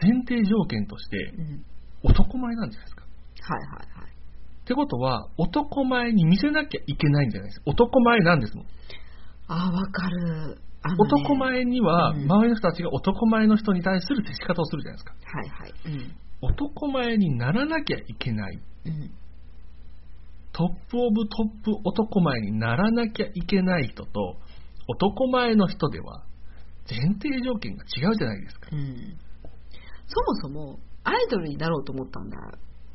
[SPEAKER 3] 前提条件として
[SPEAKER 4] うん。
[SPEAKER 3] 男前なんじゃないですか。
[SPEAKER 4] はいはいはい。
[SPEAKER 3] ってことは、男前に見せなきゃいけないんじゃないですか。男前なんですもん。
[SPEAKER 4] ああ、わかる。あのね
[SPEAKER 3] 男
[SPEAKER 4] はい
[SPEAKER 3] 前には、
[SPEAKER 4] うん
[SPEAKER 3] 周りの人たちが男前の人に対する接し方をするじゃないですか。
[SPEAKER 4] はい。うん。
[SPEAKER 3] 男前にならなきゃいけない。
[SPEAKER 4] うん。
[SPEAKER 3] トップオブトップ男前にならなきゃいけない人と、男前の人では、前提条件が違うじゃないですか。
[SPEAKER 4] うん。そもそも、アイドルになろうと思ったんだ、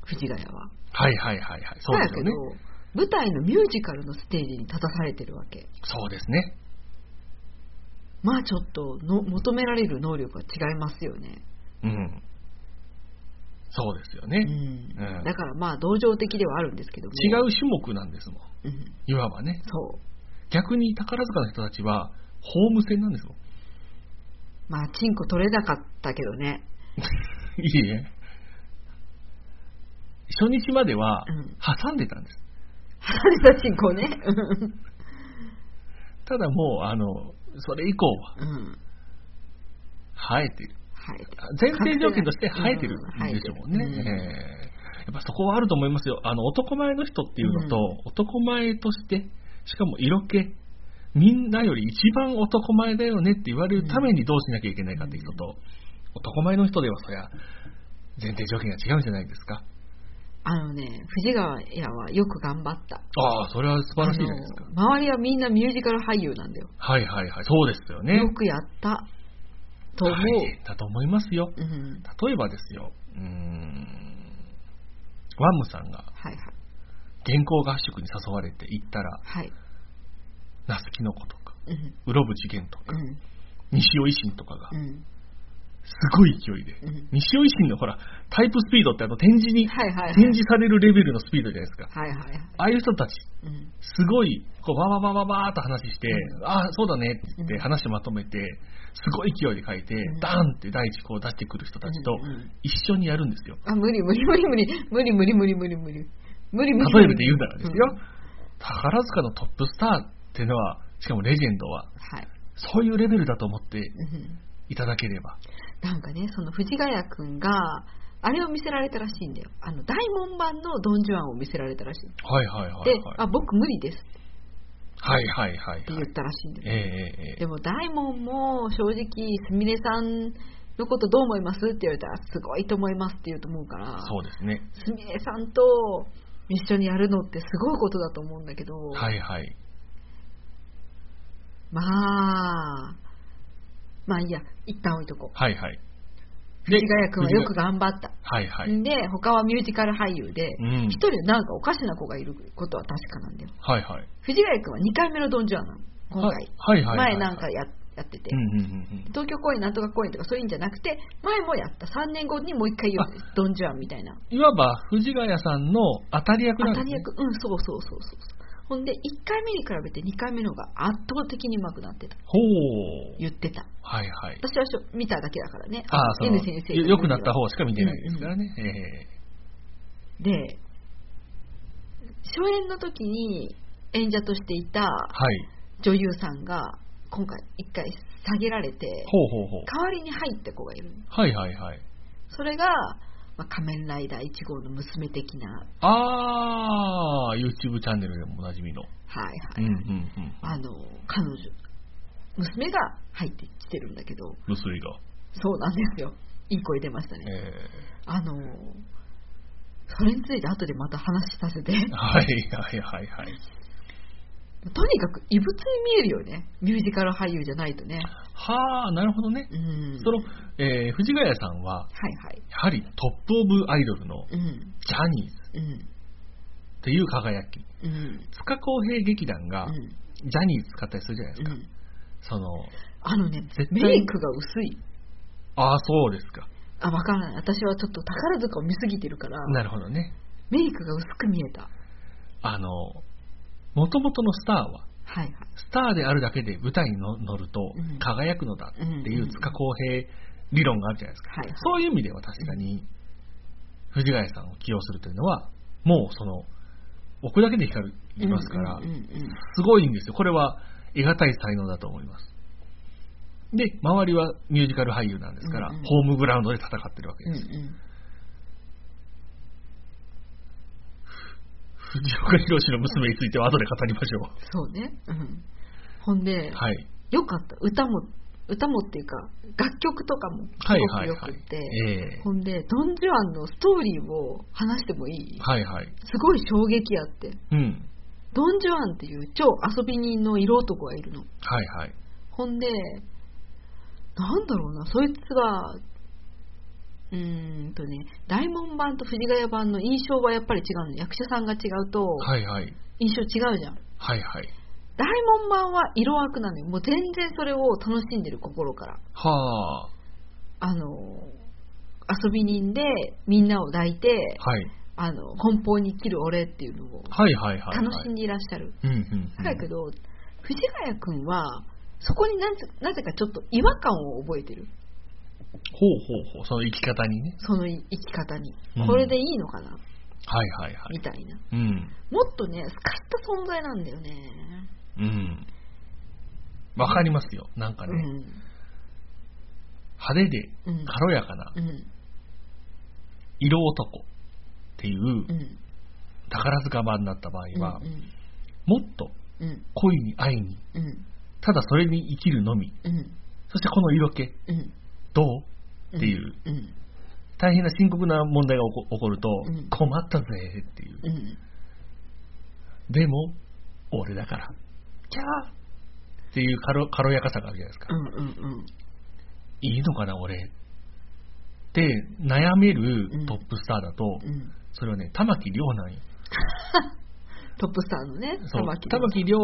[SPEAKER 4] 藤ヶ谷は。
[SPEAKER 3] はいはいはいはい。そうですよね
[SPEAKER 4] だ。けど、舞台のミュージカルのステージに立たされてるわけ。
[SPEAKER 3] そうですね。
[SPEAKER 4] まあちょっとの求められる能力は違いますよね。
[SPEAKER 3] うん。そうですよ
[SPEAKER 4] う
[SPEAKER 3] ね。
[SPEAKER 4] ん
[SPEAKER 3] うん
[SPEAKER 4] だからまあ同情的ではあるんですけども。
[SPEAKER 3] 違う種目なんですもん。
[SPEAKER 4] うん。
[SPEAKER 3] いわばね。
[SPEAKER 4] そう。
[SPEAKER 3] 逆に宝塚の人たちはホーム戦なんですよ。
[SPEAKER 4] まあチンコ取れなかったけどね。
[SPEAKER 3] いいえ。初日までは
[SPEAKER 4] うん
[SPEAKER 3] 挟んでたんです。
[SPEAKER 4] 離れたチンコね。
[SPEAKER 3] ただもう、あの、それ以降は
[SPEAKER 4] うん。うん
[SPEAKER 3] 生えてる。
[SPEAKER 4] はい。
[SPEAKER 3] 前提条件として生えてる
[SPEAKER 4] うん生
[SPEAKER 3] ん
[SPEAKER 4] え
[SPEAKER 3] で
[SPEAKER 4] て
[SPEAKER 3] し
[SPEAKER 4] る
[SPEAKER 3] ょうね。
[SPEAKER 4] うん
[SPEAKER 3] えーやっぱそこはあると思いますよ。あの、男前の人っていうのと、
[SPEAKER 4] う
[SPEAKER 3] 男前として、しかも色気、みんなより一番男前だよねって言われるためにどうしなきゃいけないかっていう人と、男前の人ではそりゃ、前提条件が違うんじゃないですか。
[SPEAKER 4] あのね、藤川谷はよく頑張った。
[SPEAKER 3] ああ、それは素晴らしいじゃないですか
[SPEAKER 4] あ。の周りはみんなミュージカル俳優なんだよ。
[SPEAKER 3] はいはいはい、そうですよね。
[SPEAKER 4] よくやった。と思う。
[SPEAKER 3] 大変だと思いますよ。
[SPEAKER 4] うん。
[SPEAKER 3] 例えばですよ、うーん、ワムさんが
[SPEAKER 4] はいはい。
[SPEAKER 3] 原稿合宿に誘われて行ったら、
[SPEAKER 4] はい。
[SPEAKER 3] ナスキノコとか、
[SPEAKER 4] うん。
[SPEAKER 3] ウロブチゲンとか、
[SPEAKER 4] うん。
[SPEAKER 3] 西尾維新とかが
[SPEAKER 4] う、ん。
[SPEAKER 3] すごい勢いで、
[SPEAKER 4] うん
[SPEAKER 3] 西尾維新のほら、タイプスピードってあの展示に、
[SPEAKER 4] はいはいはい。
[SPEAKER 3] 展示されるレベルのスピードじゃないですか。
[SPEAKER 4] はいはいはい。
[SPEAKER 3] ああいう人たち、
[SPEAKER 4] うん。
[SPEAKER 3] すごい、こう、わわわわわーっと話して、
[SPEAKER 4] う
[SPEAKER 3] ああ、そうだねって言っ
[SPEAKER 4] う
[SPEAKER 3] て、
[SPEAKER 4] ん
[SPEAKER 3] 話まとめて、すごい勢いで書いて、
[SPEAKER 4] ん
[SPEAKER 3] ダーンって第一項を出してくる人たちと
[SPEAKER 4] うんうん
[SPEAKER 3] 一緒にやるんですよ。
[SPEAKER 4] あ、無理無理無理無理無理無理無理無理無理無理無理無
[SPEAKER 3] 例え
[SPEAKER 4] 理
[SPEAKER 3] ばで言うならですよ、宝塚のトップスターっていうのは、しかもレジェンドは、
[SPEAKER 4] はい。
[SPEAKER 3] そういうレベルだと思って
[SPEAKER 4] うん
[SPEAKER 3] いただければ。
[SPEAKER 4] なんかね、その藤ヶ谷くんが、あれを見せられたらしいんだよ。あの、大門版のドン・ジュアンを見せられたらしい。
[SPEAKER 3] はいはいは
[SPEAKER 4] で
[SPEAKER 3] い、は
[SPEAKER 4] あ、
[SPEAKER 3] い。
[SPEAKER 4] 僕無理ですって
[SPEAKER 3] はいはいはい
[SPEAKER 4] 言
[SPEAKER 3] は
[SPEAKER 4] っ
[SPEAKER 3] い。
[SPEAKER 4] たらしいんだ
[SPEAKER 3] え
[SPEAKER 4] よ。
[SPEAKER 3] ええええ
[SPEAKER 4] でも大門も正直、すみれさんのことどう思いますって言われたら、すごいと思いますって言うと思うから
[SPEAKER 3] え、そうですね。
[SPEAKER 4] すみれさんと一緒にやるのってすごいことだと思うんだけど、
[SPEAKER 3] はいはい。
[SPEAKER 4] まあ、まあいいや、一旦置いとこう。
[SPEAKER 3] はいはい。で
[SPEAKER 4] 藤ヶ谷君はよく頑張った。
[SPEAKER 3] はいはい。
[SPEAKER 4] で、他はミュージカル俳優で、一、
[SPEAKER 3] うん
[SPEAKER 4] 人なんかおかしな子がいることは確かなんだよ。
[SPEAKER 3] はいはい。
[SPEAKER 4] 藤ヶ谷君は2回目のドンジュアンなの、今回。
[SPEAKER 3] はいはいはいはい。
[SPEAKER 4] 前なんかややってて。
[SPEAKER 3] うんうんうんうん。
[SPEAKER 4] 東京公演、なんとか公演とかそういうんじゃなくて、前もやった、3年後にもう一回読んで、ドン・ジュアンみたいな。
[SPEAKER 3] いわば、藤ヶ谷さんの当たり役なん
[SPEAKER 4] 当
[SPEAKER 3] です
[SPEAKER 4] たり
[SPEAKER 3] ね。
[SPEAKER 4] 役、うん、そうそうそうそう。ほんで、1回目に比べて2回目の方が圧倒的に上手くなってた。
[SPEAKER 3] ほう。
[SPEAKER 4] 言ってた。
[SPEAKER 3] はいはい。
[SPEAKER 4] 私はしょ見ただけだからね。
[SPEAKER 3] ああ、その、
[SPEAKER 4] N 先生
[SPEAKER 3] よ良くなった方しか見てないですからね。え
[SPEAKER 4] で、初演の時に演者としていた
[SPEAKER 3] えはい。
[SPEAKER 4] 女優さんが、今回1回下げられて、
[SPEAKER 3] ほうほうほう。
[SPEAKER 4] 代わりに入った子がいるの。
[SPEAKER 3] はいはいはい。
[SPEAKER 4] それが、まあ、仮面ライダー1号の娘的な、はい
[SPEAKER 3] あー、YouTube チャンネルでもおなじみの。
[SPEAKER 4] は
[SPEAKER 3] う
[SPEAKER 4] い、
[SPEAKER 3] んうんうん。
[SPEAKER 4] あの、彼女、娘が入ってきてるんだけど、
[SPEAKER 3] 無水が。
[SPEAKER 4] そうなんですよ。いい声出ましたね。
[SPEAKER 3] え
[SPEAKER 4] あの、それについて後でまた話させて。
[SPEAKER 3] えはいはいはいはい。
[SPEAKER 4] とにかく異物に見えるよね。ミュージカル俳優じゃないとね。
[SPEAKER 3] はあ、なるほどね。
[SPEAKER 4] うん。
[SPEAKER 3] その、えー、藤ヶ谷さんは、
[SPEAKER 4] はいはい。
[SPEAKER 3] やはりトップオブアイドルの
[SPEAKER 4] うん。
[SPEAKER 3] ジャニーズ
[SPEAKER 4] うん。
[SPEAKER 3] という輝き。
[SPEAKER 4] うん。
[SPEAKER 3] 塚公平劇団が
[SPEAKER 4] うん
[SPEAKER 3] ジャニーズ使ったりするじゃないです
[SPEAKER 4] う
[SPEAKER 3] か。
[SPEAKER 4] ん。
[SPEAKER 3] その、
[SPEAKER 4] あのね
[SPEAKER 3] 絶、対
[SPEAKER 4] メイクが薄い。
[SPEAKER 3] ああ、そうですか。
[SPEAKER 4] あ、わからない。私はちょっと宝塚を見すぎてるから、
[SPEAKER 3] なるほどね。
[SPEAKER 4] メイクが薄く見えた。
[SPEAKER 3] あの、もともとのスターは、
[SPEAKER 4] はいはい。
[SPEAKER 3] スターであるだけで舞台にの乗ると
[SPEAKER 4] うん
[SPEAKER 3] 輝くのだっていううん塚公平理論があるじゃないですか。
[SPEAKER 4] はいはい
[SPEAKER 3] そういう意味では確かに、藤ヶ谷さんを起用するというのは、もうその、置くだけで光りますから
[SPEAKER 4] うん、うんうん
[SPEAKER 3] すごいんですよ。これは、得難い才能だと思います。で、周りはミュージカル俳優なんですから、
[SPEAKER 4] うんうん
[SPEAKER 3] ホームグラウンドで戦ってるわけ
[SPEAKER 4] うん。う
[SPEAKER 3] で
[SPEAKER 4] ん
[SPEAKER 3] す。
[SPEAKER 4] うん。
[SPEAKER 3] 藤岡弘の娘については後で語りましょ
[SPEAKER 4] そうね。うん。ほんで、
[SPEAKER 3] う。はい。
[SPEAKER 4] よかった。歌も、歌もっていうか、楽曲とかもす
[SPEAKER 3] はい
[SPEAKER 4] ご
[SPEAKER 3] は
[SPEAKER 4] く
[SPEAKER 3] い
[SPEAKER 4] よ
[SPEAKER 3] は
[SPEAKER 4] く
[SPEAKER 3] い。
[SPEAKER 4] って、
[SPEAKER 3] ええ
[SPEAKER 4] ほんで、ドン・ジュアンのストーリーを話してもいい
[SPEAKER 3] はいはい。
[SPEAKER 4] すごい衝撃やって。
[SPEAKER 3] うん。
[SPEAKER 4] ドン・ジュアンっていう超遊び人の色男がいるの。
[SPEAKER 3] はいはい。
[SPEAKER 4] ほんで、なんだろうな、そいつが、うーんとね、大門版と藤ヶ谷版の印象はやっぱり違うの。役者さんが違うと、
[SPEAKER 3] はいはい。
[SPEAKER 4] 印象違うじゃん。
[SPEAKER 3] はいはい。
[SPEAKER 4] 大門版は色悪なのよ。もう全然それを楽しんでる心から。
[SPEAKER 3] はあ。
[SPEAKER 4] あの、遊び人でみんなを抱いて、
[SPEAKER 3] はい。
[SPEAKER 4] あの、奔放に生きる俺っていうのを
[SPEAKER 3] はいはいはい、はい。
[SPEAKER 4] 楽しんでいらっしゃる。
[SPEAKER 3] うんうん、うん。
[SPEAKER 4] だけど、藤ヶ谷君は、そこになぜなぜかちょっと違和感を覚えてる。
[SPEAKER 3] ほうほうほう。その生き方にね。
[SPEAKER 4] その生き方に
[SPEAKER 3] う。ん
[SPEAKER 4] これでいいのかな、
[SPEAKER 3] はいはいはい。
[SPEAKER 4] みたいな。
[SPEAKER 3] うん。
[SPEAKER 4] もっとね、透かした存在なんだよね。
[SPEAKER 3] うん。わかりますよ。なんか
[SPEAKER 4] う
[SPEAKER 3] ね、
[SPEAKER 4] ん。
[SPEAKER 3] 派手で
[SPEAKER 4] うん。
[SPEAKER 3] 軽やかな
[SPEAKER 4] うん。
[SPEAKER 3] 色男っていう
[SPEAKER 4] うん。
[SPEAKER 3] 宝塚版になった場合は、
[SPEAKER 4] うん。
[SPEAKER 3] もっと
[SPEAKER 4] うん。
[SPEAKER 3] 恋に愛に、
[SPEAKER 4] うん。
[SPEAKER 3] ただそれに生きるのみ、
[SPEAKER 4] うん。
[SPEAKER 3] そしてこの色気、
[SPEAKER 4] うん。
[SPEAKER 3] どうっていう、
[SPEAKER 4] うん。
[SPEAKER 3] 大変な深刻な問題が起こ起こると、
[SPEAKER 4] うん
[SPEAKER 3] 困ったぜっていう。
[SPEAKER 4] うん。
[SPEAKER 3] でも、俺だから。キャーっていう軽軽やかさがあるじゃないですか。
[SPEAKER 4] うん。うん。うん。
[SPEAKER 3] いいのかな、俺。って悩めるトップスターだと、
[SPEAKER 4] うん。
[SPEAKER 3] それはね、玉木亮なんよ。
[SPEAKER 4] トップスターのね、
[SPEAKER 3] そう
[SPEAKER 4] 玉木
[SPEAKER 3] 玉木亮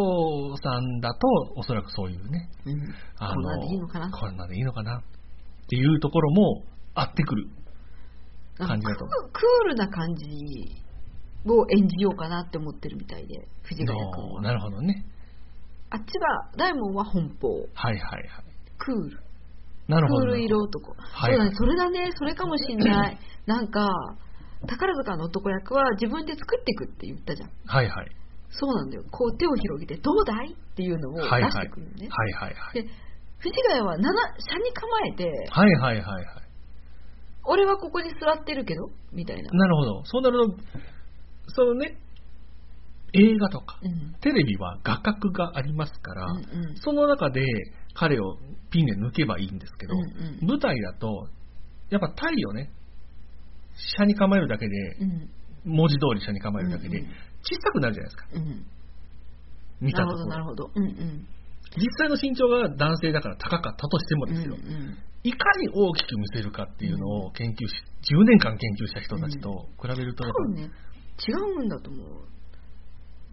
[SPEAKER 3] さんだと、おそらくそういうね、
[SPEAKER 4] うん。こんなんでいいのかな
[SPEAKER 3] こんなんでいいのかなっていうところも合ってくる。
[SPEAKER 4] なん
[SPEAKER 3] 感
[SPEAKER 4] か
[SPEAKER 3] じだと思
[SPEAKER 4] クークールな感じを演じようかなって思ってるみたいで、藤ヶ谷君
[SPEAKER 3] の
[SPEAKER 4] は。
[SPEAKER 3] なるほどね。
[SPEAKER 4] あっちは、大門は奔放、
[SPEAKER 3] はいはいはい。
[SPEAKER 4] クール、
[SPEAKER 3] なる
[SPEAKER 4] ク
[SPEAKER 3] ほ
[SPEAKER 4] ー
[SPEAKER 3] ど。
[SPEAKER 4] ル色男。
[SPEAKER 3] はい
[SPEAKER 4] そうだね、それだね、それかもし んない。なんか、宝塚の男役は自分で作っていくって言ったじゃん。
[SPEAKER 3] はいはい。
[SPEAKER 4] そうなんだよ。こう手を広げて、どうだいっていうのを出
[SPEAKER 3] はいはい
[SPEAKER 4] してくるのね。
[SPEAKER 3] はいはいはい。
[SPEAKER 4] で、藤ヶ谷は斜車に構えて、
[SPEAKER 3] はいはいはいはい。
[SPEAKER 4] 俺はここに座ってるけど、みたいな。
[SPEAKER 3] なるほど。そうなると、そのね、映画とか、
[SPEAKER 4] うん。
[SPEAKER 3] テレビは画角がありますから、
[SPEAKER 4] うんうん
[SPEAKER 3] その中で彼をピンで抜けばいいんですけど、
[SPEAKER 4] うんうん
[SPEAKER 3] 舞台だと、やっぱ太陽ね、車に構えるだけで、
[SPEAKER 4] うん。
[SPEAKER 3] 文字通り車に構えるだけで、
[SPEAKER 4] うん
[SPEAKER 3] 小さくなるじゃないですか、
[SPEAKER 4] うん。
[SPEAKER 3] 見た
[SPEAKER 4] なる
[SPEAKER 3] とこ
[SPEAKER 4] ほど、なる
[SPEAKER 3] ろ。
[SPEAKER 4] ほど。うんうん。
[SPEAKER 3] 実際の身長が男性だから高かったとしても
[SPEAKER 4] う
[SPEAKER 3] で
[SPEAKER 4] んう
[SPEAKER 3] すよ、
[SPEAKER 4] ん
[SPEAKER 3] いかに大きく見せるかっていうのを研究し、10年間研究した人たちと比べると、
[SPEAKER 4] 多分ね違うんだと思う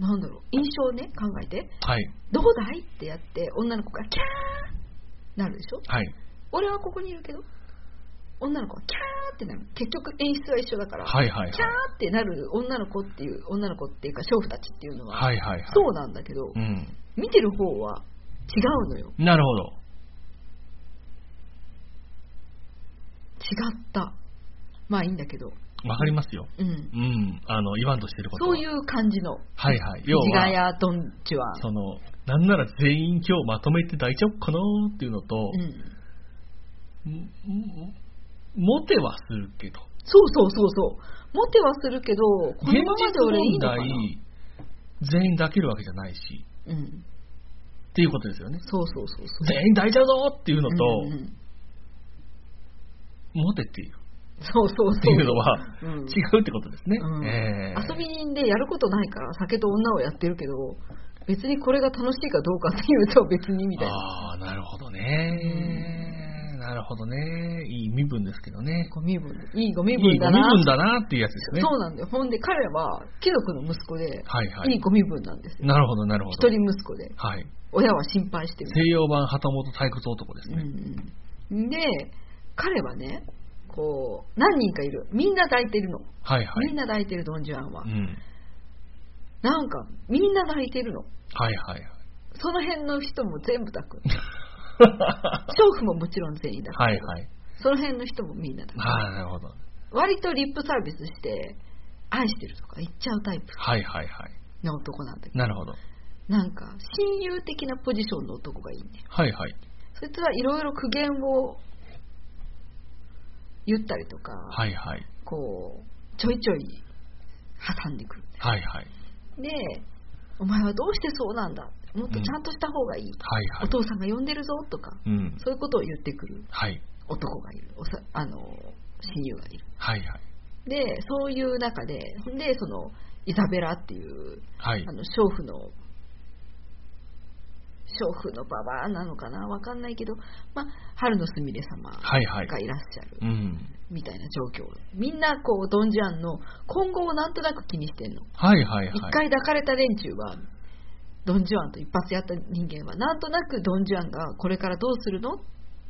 [SPEAKER 4] なんだろう印象をね考えて
[SPEAKER 3] はい、
[SPEAKER 4] 「どうだい?」ってやって女の子が「キャー!」なるでしょ
[SPEAKER 3] はい、
[SPEAKER 4] 俺はここにいるけど女の子は「キャー!」ってなる結局演出は一緒だから「
[SPEAKER 3] はい、はい、はい
[SPEAKER 4] キャー!」ってなる女の子っていう女の子っていうか娼婦たちっていうのは、
[SPEAKER 3] はい、はい、はい、
[SPEAKER 4] そうなんだけど、
[SPEAKER 3] うん、
[SPEAKER 4] 見てる方は違うのよ
[SPEAKER 3] なるほど、
[SPEAKER 4] 違ったまあいいんだけど
[SPEAKER 3] わかりますよ、
[SPEAKER 4] うん
[SPEAKER 3] うん、あの言わんとしてることは
[SPEAKER 4] そういう感じの
[SPEAKER 3] はいはい、
[SPEAKER 4] 藤
[SPEAKER 3] 要
[SPEAKER 4] ヶ
[SPEAKER 3] は、
[SPEAKER 4] 谷どんちは
[SPEAKER 3] その、なんなら全員今日まとめて大丈夫かなっていうのと
[SPEAKER 4] う、ん
[SPEAKER 3] んんモテはするけど、
[SPEAKER 4] そうそうそうそう。モテはするけど、こ
[SPEAKER 3] 現
[SPEAKER 4] のままで
[SPEAKER 3] 実
[SPEAKER 4] 俺いい
[SPEAKER 3] 問
[SPEAKER 4] のか
[SPEAKER 3] 題
[SPEAKER 4] な、
[SPEAKER 3] 全員抱けるわけじゃないし、
[SPEAKER 4] うん。
[SPEAKER 3] っていうことですよね。
[SPEAKER 4] そうそうそうそう。
[SPEAKER 3] 全員抱いちゃうぞっていうのと、
[SPEAKER 4] うんうん
[SPEAKER 3] モテている
[SPEAKER 4] そうそうそう。
[SPEAKER 3] っていうのは
[SPEAKER 4] うん
[SPEAKER 3] 違うってことですね。
[SPEAKER 4] うん
[SPEAKER 3] えー
[SPEAKER 4] 遊びでやることないから酒と女をやってるけど、別にこれが楽しいかどうかっていうと別にみたいな。
[SPEAKER 3] ああ、なるほどね。なるほどね。いい身分ですけどね。
[SPEAKER 4] ご身分で。いいご身
[SPEAKER 3] いい
[SPEAKER 4] 分
[SPEAKER 3] ご
[SPEAKER 4] だ
[SPEAKER 3] 身
[SPEAKER 4] な。
[SPEAKER 3] 分だなっていうやつですね。
[SPEAKER 4] そうなんだよ。ほんで彼は貴族の息子で、、
[SPEAKER 3] はいはい
[SPEAKER 4] い
[SPEAKER 3] い。
[SPEAKER 4] ご身分なんですよ。
[SPEAKER 3] なるほど、なるほど。
[SPEAKER 4] 一人息子で。
[SPEAKER 3] はい。
[SPEAKER 4] 親は心配してる。
[SPEAKER 3] 西洋版旗本退屈男ですね。
[SPEAKER 4] うん、で彼はねこう何人かいるみんな抱いてるの、
[SPEAKER 3] はいは
[SPEAKER 4] み
[SPEAKER 3] い
[SPEAKER 4] ん。な抱いてるドン・ジュアンは、
[SPEAKER 3] うん。
[SPEAKER 4] なんかみんな抱いてるの
[SPEAKER 3] はい はいはい。
[SPEAKER 4] その辺の人も全部抱く娼婦ももちろん全員抱く、
[SPEAKER 3] はいはい。
[SPEAKER 4] その辺の人もみんな抱く、
[SPEAKER 3] ああ、なるほど。
[SPEAKER 4] 割とリップサービスして愛してるとか言っちゃうタイプ
[SPEAKER 3] はいはいはい。
[SPEAKER 4] な男なんだけど
[SPEAKER 3] なるほど。
[SPEAKER 4] なんか親友的なポジションの男がいいね
[SPEAKER 3] はいはい。
[SPEAKER 4] そいつはいろいろ苦言を言ったりとか、
[SPEAKER 3] はいはい。
[SPEAKER 4] こうちょいちょい挟んでくる
[SPEAKER 3] はいはい。
[SPEAKER 4] でお前はどうしてそうなんだもっとちゃんとした方がいい、
[SPEAKER 3] はいは
[SPEAKER 4] お
[SPEAKER 3] い。
[SPEAKER 4] 父さんが呼んでるぞとか
[SPEAKER 3] うん。
[SPEAKER 4] そういうことを言ってくる
[SPEAKER 3] はい。
[SPEAKER 4] 男がいるおさあの親友がいる
[SPEAKER 3] はいはい。
[SPEAKER 4] でそういう中でほんでそのイザベラっていう
[SPEAKER 3] はい
[SPEAKER 4] あ。の娼婦の娼婦のババアなのかなわかんないけど、まあ、春のすみれ様
[SPEAKER 3] はいはい。
[SPEAKER 4] がいらっしゃる
[SPEAKER 3] うん。
[SPEAKER 4] みたいな状況みんなこうドンジャンの今後をなんとなく気にしてんの
[SPEAKER 3] はいはいはい。
[SPEAKER 4] 一回抱かれた連中はドン・ジュアンと一発やった人間はなんとなくドン・ジュアンがこれからどうするのっ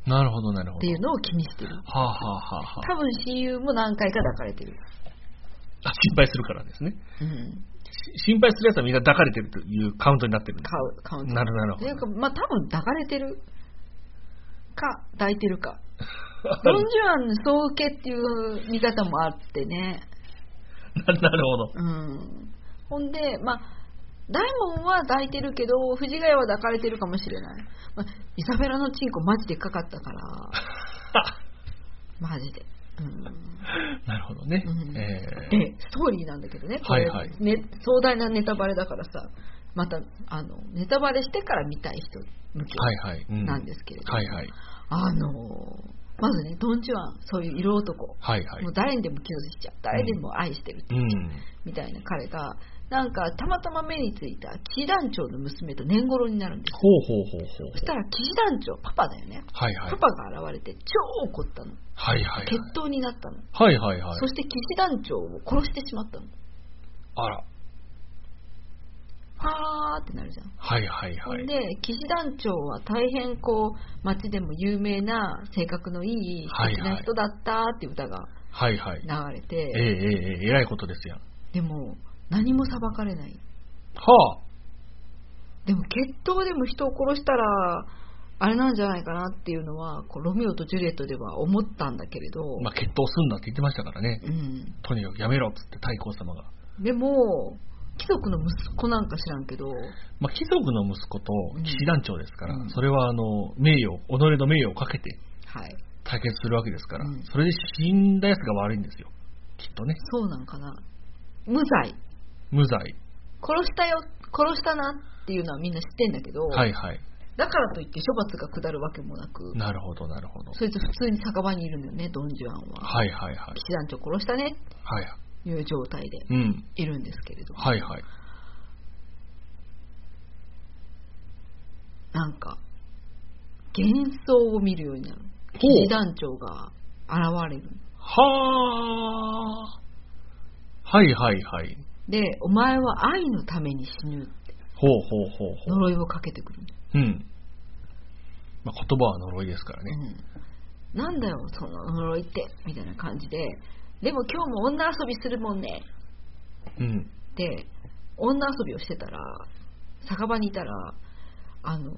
[SPEAKER 3] なるほどなるほ
[SPEAKER 4] て
[SPEAKER 3] ど。
[SPEAKER 4] いうのを気にしてる
[SPEAKER 3] はあはあはあは
[SPEAKER 4] 多分親友も何回か抱かれてる、
[SPEAKER 3] あ。心配するからですね。
[SPEAKER 4] うん、
[SPEAKER 3] し心配するやつはみんな抱かれてるというカウントになってるんで
[SPEAKER 4] カウカウント
[SPEAKER 3] なるなるほ
[SPEAKER 4] と いう
[SPEAKER 3] ど。
[SPEAKER 4] かまあ多分抱かれてるか抱いてるかドン・ジュアンの総受けっていう見方もあってね
[SPEAKER 3] ななるほど。
[SPEAKER 4] うんほんでまあダイモンは抱いてるけど藤ヶ谷は抱かれてるかもしれない、まあ、イザベラのチンコマジでっかかっ たからマジで、うん、
[SPEAKER 3] なるほどね。
[SPEAKER 4] うん
[SPEAKER 3] えー
[SPEAKER 4] でストーリーなんだけどねこ
[SPEAKER 3] はい
[SPEAKER 4] れ、
[SPEAKER 3] はい
[SPEAKER 4] ね、壮大なネタバレだからさまたあのネタバレしてから見たい人向け
[SPEAKER 3] はいはい。う
[SPEAKER 4] なんですけれども
[SPEAKER 3] はいはい。
[SPEAKER 4] あのーまずねドン・ジュアンそういう色男、
[SPEAKER 3] はいはい
[SPEAKER 4] もう。誰にでもキスしちゃう誰でも愛してるって
[SPEAKER 3] う
[SPEAKER 4] いう、
[SPEAKER 3] ん。
[SPEAKER 4] みたいな彼がなんかたまたま目についた騎士団長の娘と年頃になるんです
[SPEAKER 3] ほうほうほうほう
[SPEAKER 4] そし。たら騎士団長パパだよね、
[SPEAKER 3] はいはい
[SPEAKER 4] パ。パが現れて超怒ったの
[SPEAKER 3] はいはいはい。
[SPEAKER 4] 決闘になったの、
[SPEAKER 3] はいはいはい
[SPEAKER 4] そ。して騎士団長を殺してしまったの
[SPEAKER 3] あら。
[SPEAKER 4] はーってなるじゃん
[SPEAKER 3] はいはい
[SPEAKER 4] ほ
[SPEAKER 3] は
[SPEAKER 4] ん
[SPEAKER 3] い。
[SPEAKER 4] で騎士団長は大変こう町でも有名な性格のいい素
[SPEAKER 3] はいはい
[SPEAKER 4] 敵な人だったっていう歌が
[SPEAKER 3] はいはい。
[SPEAKER 4] 流れて、
[SPEAKER 3] えええええええらいことですやん。
[SPEAKER 4] でも何も裁かれない
[SPEAKER 3] はあ。
[SPEAKER 4] でも決闘でも人を殺したらあれなんじゃないかなっていうのはこうロミオとジュリエットでは思ったんだけれど、
[SPEAKER 3] まあ、決闘すんなって言ってましたからね。
[SPEAKER 4] うん、
[SPEAKER 3] とにかくやめろっつって太閤様が。
[SPEAKER 4] でも貴族の息子なんか知らんけど
[SPEAKER 3] まあ、貴族の息子と騎士団長ですから、
[SPEAKER 4] うん
[SPEAKER 3] それはあの名誉、己の名誉をかけて
[SPEAKER 4] はい
[SPEAKER 3] 対決するわけですから、
[SPEAKER 4] うん
[SPEAKER 3] それで死んだやつが悪いんですよ。きっとね。
[SPEAKER 4] そうなんかな無罪
[SPEAKER 3] 無罪。
[SPEAKER 4] 殺したよ殺したなっていうのはみんな知ってんだけど、
[SPEAKER 3] はいはい。
[SPEAKER 4] だからといって処罰が下るわけもなく、
[SPEAKER 3] なるほど、なるほど。
[SPEAKER 4] そいつ普通に酒場にいるのよね、ドン・ジュアンは。
[SPEAKER 3] はいはいはい
[SPEAKER 4] 騎。士団長殺したね
[SPEAKER 3] はい。
[SPEAKER 4] という状態で
[SPEAKER 3] うん。
[SPEAKER 4] いるんですけれど、
[SPEAKER 3] はいはい。
[SPEAKER 4] なんか、幻想を見るようになる。
[SPEAKER 3] ほう
[SPEAKER 4] 騎士団長が現れる。
[SPEAKER 3] はあ。はいはいはい。
[SPEAKER 4] で、お前は愛のために死ぬ。
[SPEAKER 3] ほうほうほうほう。
[SPEAKER 4] 呪いをかけてくる。
[SPEAKER 3] うん。まあ、言葉は呪いですからね。
[SPEAKER 4] うん、なんだよ、その呪いって。みたいな感じで。でも今日も女遊びするもんね。
[SPEAKER 3] うん。
[SPEAKER 4] で女遊びをしてたら酒場にいたらあの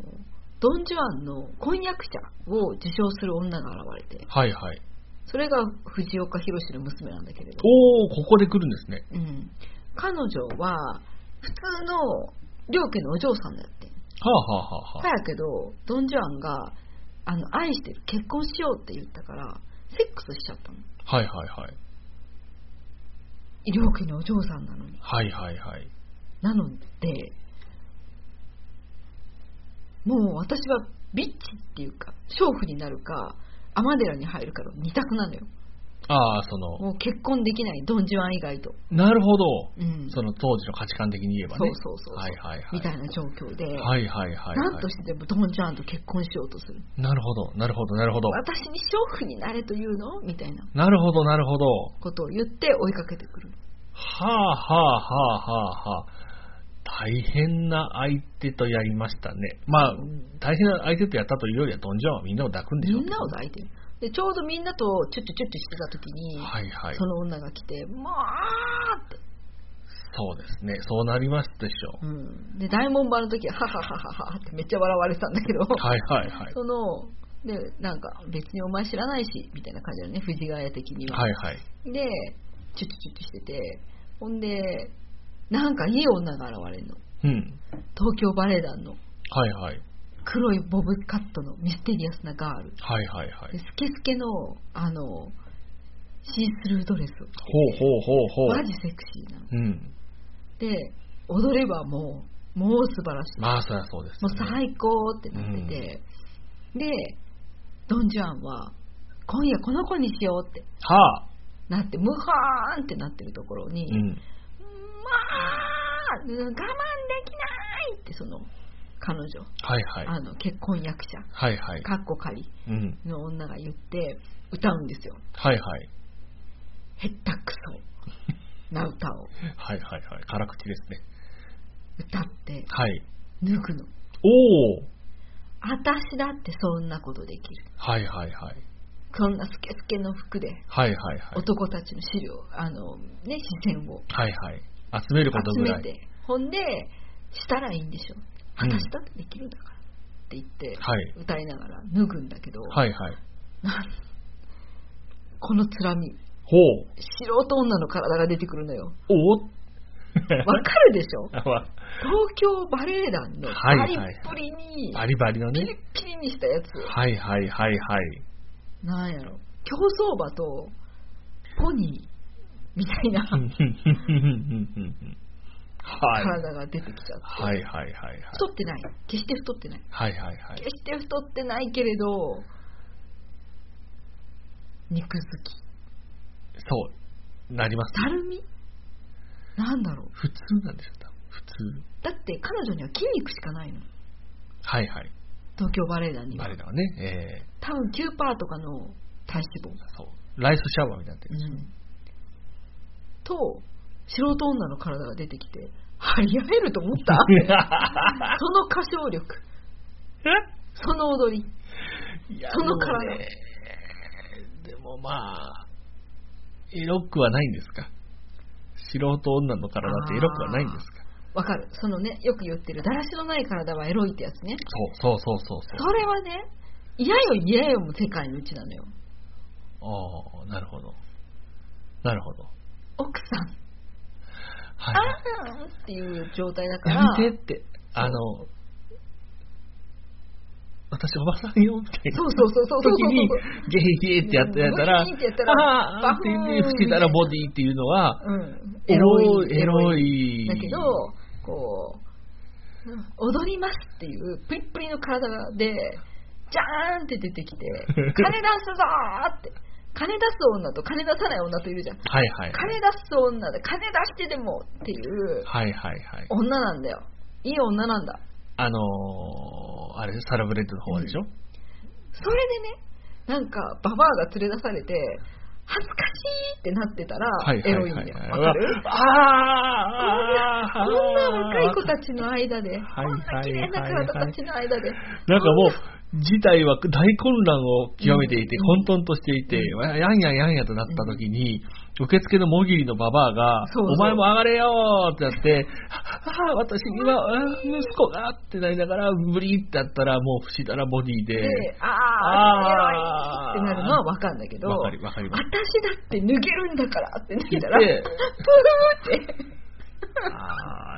[SPEAKER 4] ドン・ジュアンの婚約者を受賞する女が現れて
[SPEAKER 3] はいはい。
[SPEAKER 4] それが藤岡弘の娘なんだけれど、
[SPEAKER 3] おおここで来るんですね。
[SPEAKER 4] うん、彼女は普通の両家のお嬢さんだって
[SPEAKER 3] はあはあはあは
[SPEAKER 4] だ
[SPEAKER 3] あ。
[SPEAKER 4] やけどドン・ジュアンがあの愛してる結婚しようって言ったからセックスしちゃったの
[SPEAKER 3] はいはいはい。
[SPEAKER 4] 両家のお嬢さんなのに
[SPEAKER 3] はいはいはい。
[SPEAKER 4] なので、もう私はビッチっていうか、娼婦になるか、アマデラに入るかの二択なのよ。
[SPEAKER 3] ああ、その、
[SPEAKER 4] もう結婚できない、ドンジュアン以外と。
[SPEAKER 3] なるほど。
[SPEAKER 4] うん。
[SPEAKER 3] その当時の価値観的に言えばね。
[SPEAKER 4] そうそうそうそう
[SPEAKER 3] はいはいはい。
[SPEAKER 4] みたいな状況で、
[SPEAKER 3] はいはいはい、はい。
[SPEAKER 4] なんとしてもドンジュアンと結婚しようとする。
[SPEAKER 3] なるほど、なるほど、なるほど。
[SPEAKER 4] 私に娼婦になれというのみたいな
[SPEAKER 3] なるほど、なるほど。
[SPEAKER 4] ことを言って追いかけてくる。
[SPEAKER 3] はあはあはあはあはあ。大変な相手とやりましたね。まあ、大変な相手とやったというよりは、ドンジョンはみんなを抱くんでしょう
[SPEAKER 4] み
[SPEAKER 3] け
[SPEAKER 4] ん
[SPEAKER 3] ど
[SPEAKER 4] なを抱いてる。で、ちょうどみんなとチュッチュチュッチュしてた時に、
[SPEAKER 3] はいはい。
[SPEAKER 4] そ
[SPEAKER 3] そ
[SPEAKER 4] の女が来て、もう、あーって。
[SPEAKER 3] うですね。そうなりますでしょ
[SPEAKER 4] うん、で大門番の時ははははははってめっちゃ笑われてたんだけど、
[SPEAKER 3] う。はいはいはい。
[SPEAKER 4] そのでなんか別にお前知らないしみたいな感じだよね藤ヶ谷的には、
[SPEAKER 3] はいはい。
[SPEAKER 4] でチュッチュチュッチュしててほんでなんかいい女が現れるの
[SPEAKER 3] うん。
[SPEAKER 4] 東京バレエ団の
[SPEAKER 3] はいはい。
[SPEAKER 4] 黒いボブカットのミステリアスなガール
[SPEAKER 3] はいはいは
[SPEAKER 4] で
[SPEAKER 3] い。
[SPEAKER 4] スケスケのあのシースルードレスを着て
[SPEAKER 3] ほうほうほうほう
[SPEAKER 4] マ。ジセクシーなの
[SPEAKER 3] うん。
[SPEAKER 4] で踊ればもうもう素晴らしい
[SPEAKER 3] まあ、そりゃそうです
[SPEAKER 4] も
[SPEAKER 3] よ
[SPEAKER 4] う
[SPEAKER 3] ね、
[SPEAKER 4] 最高ってなってて、で、ドン・ジュアンは、今夜この子にしようって
[SPEAKER 3] はあ。
[SPEAKER 4] なって、ムハーンってなってるところに、
[SPEAKER 3] う
[SPEAKER 4] ま
[SPEAKER 3] ん。
[SPEAKER 4] あ、我慢できないって、その、彼女、
[SPEAKER 3] はいはい。
[SPEAKER 4] あの、結婚役者、
[SPEAKER 3] はいはい。
[SPEAKER 4] かっこ仮
[SPEAKER 3] うん。
[SPEAKER 4] の女が言って、歌うんですよ。
[SPEAKER 3] はいはい。
[SPEAKER 4] へったくそな歌を
[SPEAKER 3] はいはいはい。辛口ですね。
[SPEAKER 4] 歌って、
[SPEAKER 3] はい。
[SPEAKER 4] 脱ぐの。
[SPEAKER 3] おお
[SPEAKER 4] 私だってそんなことできる。
[SPEAKER 3] はいはいはい。
[SPEAKER 4] こんなスケスケの服で、
[SPEAKER 3] はいはいはい。
[SPEAKER 4] 男たちの資料、あの、ね、視線を
[SPEAKER 3] はいはい。集めること
[SPEAKER 4] 集
[SPEAKER 3] ぐら
[SPEAKER 4] め
[SPEAKER 3] い。
[SPEAKER 4] て、ほんで、したらいいんでしょ。
[SPEAKER 3] うん
[SPEAKER 4] 私だってできるんだから。って言って、
[SPEAKER 3] はい
[SPEAKER 4] 歌いながら脱ぐんだけど、
[SPEAKER 3] はいはい。
[SPEAKER 4] なんこのつらみ、
[SPEAKER 3] ほう。
[SPEAKER 4] 素人女の体が出てくるのよ。
[SPEAKER 3] おお
[SPEAKER 4] わかるでしょ東京バレエ団の
[SPEAKER 3] はい
[SPEAKER 4] パ
[SPEAKER 3] はい
[SPEAKER 4] リ
[SPEAKER 3] はい
[SPEAKER 4] ッポリに、
[SPEAKER 3] バリバリの
[SPEAKER 4] ピリ
[SPEAKER 3] ね。
[SPEAKER 4] ッピリにしたやつ、
[SPEAKER 3] はいはいはいはい。
[SPEAKER 4] なんやろ、競走馬とポニーみたいな
[SPEAKER 3] うんうんうんうんうんうんはい。
[SPEAKER 4] 体が出てきちゃって、
[SPEAKER 3] はいはいはいはい。
[SPEAKER 4] 太ってない、決して太ってない。
[SPEAKER 3] はいはいはい
[SPEAKER 4] 決。して太ってないけれど肉好き
[SPEAKER 3] そう。なります。
[SPEAKER 4] たるみなんだろう
[SPEAKER 3] 普通なんでしょう多分普通。
[SPEAKER 4] だって彼女には筋肉しかないの
[SPEAKER 3] はいはい。
[SPEAKER 4] 東京バレエ団には
[SPEAKER 3] バレだわね。え
[SPEAKER 4] 多分9%とかの体脂肪、
[SPEAKER 3] ー、そう。ライスシャワーみたいになってる。
[SPEAKER 4] うん、と素人女の体が出てきて張り合えると思った その歌唱力その踊り
[SPEAKER 3] いや
[SPEAKER 4] その体
[SPEAKER 3] でもねでもまあ、エロくはないんですか素人女の体ってエロくはないんですか
[SPEAKER 4] わかるそのねよく言ってるだらしのない体はエロいってやつね
[SPEAKER 3] そうそうそうそうそう。
[SPEAKER 4] それはね、嫌よ嫌よも世界のうちなのよ。
[SPEAKER 3] ああ、なるほど。なるほど。
[SPEAKER 4] 奥さん、
[SPEAKER 3] は
[SPEAKER 4] あーんっていう状態だ
[SPEAKER 3] い。
[SPEAKER 4] か
[SPEAKER 3] や
[SPEAKER 4] ら、
[SPEAKER 3] めてって、あの、私おばさんよみたいな
[SPEAKER 4] そうそうそうそうそう
[SPEAKER 3] 時に
[SPEAKER 4] そう、
[SPEAKER 3] ゲヘゲヘってやってやったら、
[SPEAKER 4] うんゲヘゲヘってやったら
[SPEAKER 3] あーあーって言って、
[SPEAKER 4] バフーン
[SPEAKER 3] つけたらボディっていうのは、
[SPEAKER 4] うん、
[SPEAKER 3] エロい、
[SPEAKER 4] エ
[SPEAKER 3] エ
[SPEAKER 4] ロ
[SPEAKER 3] ロ
[SPEAKER 4] い。
[SPEAKER 3] い。
[SPEAKER 4] だけど、こう、うん踊りますっていうプリップリの体で、ジャーンって出て きて、金出すぞーって。金出す女と金出さない女といるじゃん。
[SPEAKER 3] はいはい。
[SPEAKER 4] 金出す女で金出してでもっていう
[SPEAKER 3] はいはいはい。
[SPEAKER 4] 女なんだよ。いい女なんだ。
[SPEAKER 3] あのの、あれ、サラブレッドの方でしょ、
[SPEAKER 4] それでねなんかババアが連れ出されて恥ずかしいってなってたら
[SPEAKER 3] はい
[SPEAKER 4] エ
[SPEAKER 3] はいは
[SPEAKER 4] ロ
[SPEAKER 3] いい
[SPEAKER 4] ん
[SPEAKER 3] はい。
[SPEAKER 4] だよわかる
[SPEAKER 3] あ
[SPEAKER 4] こ
[SPEAKER 3] ー
[SPEAKER 4] んな若い子たちの間で、
[SPEAKER 3] はい
[SPEAKER 4] こんな綺麗な体たちの間で、
[SPEAKER 3] なんかもう、事態は大混乱を極めていて、
[SPEAKER 4] うん
[SPEAKER 3] 混沌としていて、やんやんやんやとなった時に、受付のもぎりのババアが、
[SPEAKER 4] そうそう
[SPEAKER 3] お前も上がれよーってやって、ああ、私にはあー息子がってなりながら、ブリーってやったら、もう不死だらボディで、
[SPEAKER 4] であ
[SPEAKER 3] あ
[SPEAKER 4] あ、エロいってなるのはわかんだけど、
[SPEAKER 3] わかるわかり
[SPEAKER 4] 私
[SPEAKER 3] ます。
[SPEAKER 4] だって脱げるんだからって脱いだら、
[SPEAKER 3] 言って
[SPEAKER 4] プーって。
[SPEAKER 3] ああ、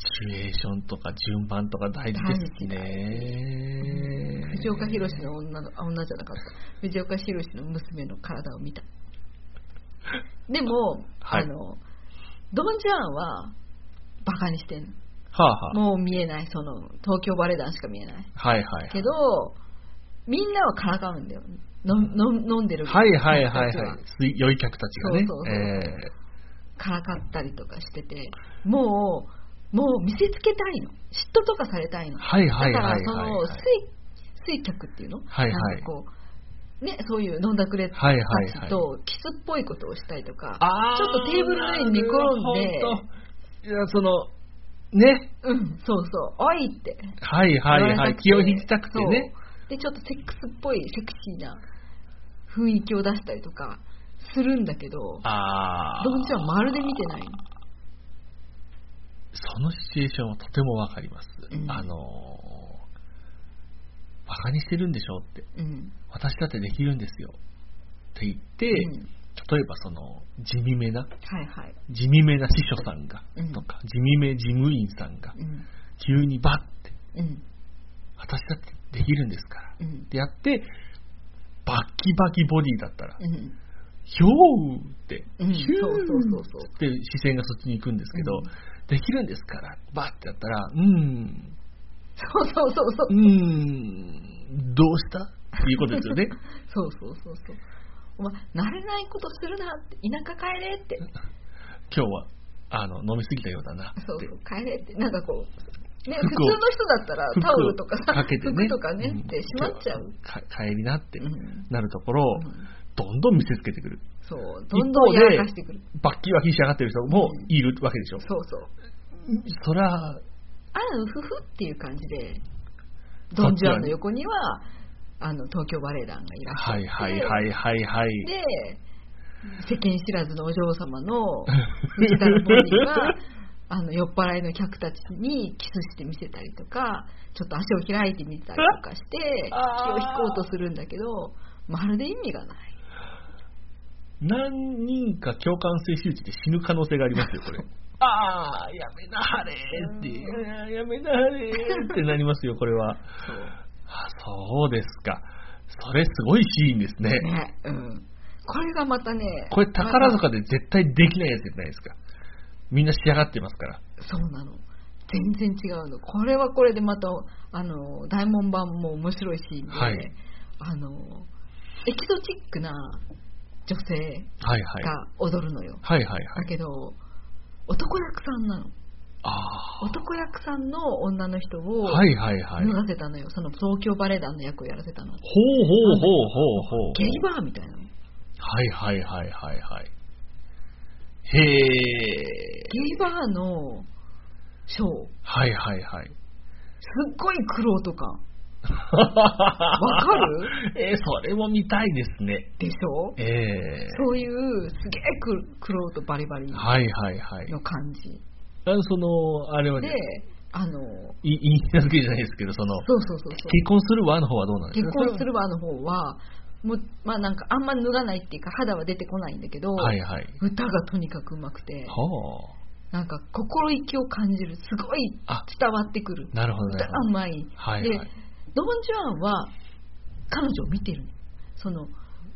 [SPEAKER 3] シチュエーションとか順番とか大事ですね。
[SPEAKER 4] 藤岡弘の女の、あ女じゃなかった。藤岡弘の娘の体を見た。でも、
[SPEAKER 3] はい
[SPEAKER 4] あの、ドン・ジャンは、バカにしてんの。
[SPEAKER 3] はあはあ。
[SPEAKER 4] もう見えない、その、東京バレエ団しか見えない。
[SPEAKER 3] はいはい。
[SPEAKER 4] けど、みんなはからかうんだよ。のの飲んでる。
[SPEAKER 3] はいはいはい
[SPEAKER 4] 人たち
[SPEAKER 3] はい。すい良い客たちがね。
[SPEAKER 4] そうそうそう
[SPEAKER 3] え
[SPEAKER 4] からかったりとかしてて、もう、もう見せつけたいの。嫉妬とかされたいの。
[SPEAKER 3] はいはいはいはい
[SPEAKER 4] だから、その、水、水客っていうの
[SPEAKER 3] はいはい
[SPEAKER 4] なんかこう、ね、そういう飲んだくれた
[SPEAKER 3] はいはいはい
[SPEAKER 4] ちと、キスっぽいことをしたりとか、
[SPEAKER 3] あー
[SPEAKER 4] ちょっとテーブルの上に寝
[SPEAKER 3] なる
[SPEAKER 4] 転ん
[SPEAKER 3] ほ
[SPEAKER 4] で、
[SPEAKER 3] どいや、その、ね。
[SPEAKER 4] うん、そうそう、おいって。
[SPEAKER 3] はいはいはい。気を引きたくてね。
[SPEAKER 4] そう。で、ちょっとセックスっぽい、セクシーな雰囲気を出したりとか、するんだけど、
[SPEAKER 3] ああ。
[SPEAKER 4] ドンちゃんまるで見てないの。
[SPEAKER 3] そのシチュエーションはとてもわかります。
[SPEAKER 4] うん
[SPEAKER 3] あのー、バカにしてるんでしょって。
[SPEAKER 4] うん。
[SPEAKER 3] 私だってできるんですよ。って言って、
[SPEAKER 4] うん
[SPEAKER 3] 例えばその、地味めな、
[SPEAKER 4] はいはい。
[SPEAKER 3] 地味めな司書さんが、
[SPEAKER 4] うん
[SPEAKER 3] とか、地味め事務員さんが、
[SPEAKER 4] うん。
[SPEAKER 3] 急にバッて、
[SPEAKER 4] うん。
[SPEAKER 3] 私だってできるんですから。
[SPEAKER 4] うん
[SPEAKER 3] ってやって、バッキバキボディだったら、
[SPEAKER 4] うん。うん
[SPEAKER 3] ひょーって、
[SPEAKER 4] う
[SPEAKER 3] ひ
[SPEAKER 4] ん
[SPEAKER 3] ゅ
[SPEAKER 4] そうそうそうそう
[SPEAKER 3] ーって視線がそっちに行くんですけど、
[SPEAKER 4] うん
[SPEAKER 3] できるんですから、バッてやったら、うーん、
[SPEAKER 4] そうそうそう
[SPEAKER 3] う。ー
[SPEAKER 4] そう
[SPEAKER 3] ん、どうしたっていうことですよね。
[SPEAKER 4] そうそうそうそう。お前、慣れないことするなって、田舎帰れって、
[SPEAKER 3] 今日は、あの、飲みすぎたようだなって。
[SPEAKER 4] そうそう、帰れって、なんかこう、ね、普
[SPEAKER 3] 服を
[SPEAKER 4] 通の人だったら
[SPEAKER 3] 服
[SPEAKER 4] タオルとかさ、
[SPEAKER 3] かけてね
[SPEAKER 4] 服とかね
[SPEAKER 3] うん
[SPEAKER 4] ってしまっちゃう。
[SPEAKER 3] か帰りなって
[SPEAKER 4] うん
[SPEAKER 3] なるところを、
[SPEAKER 4] うん
[SPEAKER 3] どんどん見せつけてくる。
[SPEAKER 4] そう、どんどんやらかしてくる。
[SPEAKER 3] バッキバキに仕上がってる人もいるわけでしょ。
[SPEAKER 4] そうそう。
[SPEAKER 3] そりゃ、
[SPEAKER 4] あうふふっていう感じで、ドン・ジョアンの横には、あの東京バレエ団がいらっしゃっ
[SPEAKER 3] は
[SPEAKER 4] て、
[SPEAKER 3] いはいはいはいはい。
[SPEAKER 4] で、世間知らずのお嬢 様の藤田のボニーが、あの酔っ払いの客たちにキスして見せたりとか、ちょっと足を開いてみたりとかして、気
[SPEAKER 3] あー
[SPEAKER 4] を引こうとするんだけど、まるで意味がない。
[SPEAKER 3] 何人か共感性周知で死ぬ可能性がありますよ、これ。 ああ、やめなはれーって、いややめなはれーってなりますよ、これは。あそうですか。それすごいシーンですね。
[SPEAKER 4] ね、うん。これがまたね、
[SPEAKER 3] これ宝塚で絶対できないやつじゃないですか。みんな仕上がってますから。
[SPEAKER 4] そうなの。全然違うの。これはこれでまた、あの、大門版も面白いシーンで、
[SPEAKER 3] はい
[SPEAKER 4] あの、エキゾチックな女性
[SPEAKER 3] はいはい。
[SPEAKER 4] が踊るのよ。
[SPEAKER 3] はいはいは
[SPEAKER 4] だ
[SPEAKER 3] い。
[SPEAKER 4] けど、男役さんなの。
[SPEAKER 3] あ
[SPEAKER 4] 男役さんの女の人を
[SPEAKER 3] あ。はいはいはい。
[SPEAKER 4] 脱
[SPEAKER 3] ほう
[SPEAKER 4] がせたのよ。その東京バレエ団の役をやらせたの。
[SPEAKER 3] ほうほうほうほう。
[SPEAKER 4] ゲイバーみたいなの。ゲ
[SPEAKER 3] はいはいはいはいはい。へえ。
[SPEAKER 4] イバーのショー。
[SPEAKER 3] はいはいはい。
[SPEAKER 4] すっごい苦労 と感
[SPEAKER 3] わ
[SPEAKER 4] かる
[SPEAKER 3] えーそれも見たいですね。
[SPEAKER 4] でしょ
[SPEAKER 3] ええ
[SPEAKER 4] そういうすげえ苦苦労とバリバリの
[SPEAKER 3] はいはいはい。
[SPEAKER 4] 感じ。
[SPEAKER 3] あのその、あれは
[SPEAKER 4] で
[SPEAKER 3] ね、、
[SPEAKER 4] あの、
[SPEAKER 3] いいい名付けじゃないですけど、その、
[SPEAKER 4] そうそうそうそう。
[SPEAKER 3] 結婚するわの方はどうなんです
[SPEAKER 4] 結
[SPEAKER 3] か
[SPEAKER 4] 婚するわの方は、もうまあなんかあんま脱がないっていうか肌は出てこないんだけど、
[SPEAKER 3] はいはい。
[SPEAKER 4] 歌がとにかくうまくて、
[SPEAKER 3] は
[SPEAKER 4] なんか心意気を感じる、すごい
[SPEAKER 3] あ
[SPEAKER 4] 伝わってくる
[SPEAKER 3] あ。。なるほどな
[SPEAKER 4] 歌
[SPEAKER 3] る
[SPEAKER 4] がうまい。
[SPEAKER 3] はい
[SPEAKER 4] で
[SPEAKER 3] はい、
[SPEAKER 4] ドン・ジュアンは彼女を見てるのその、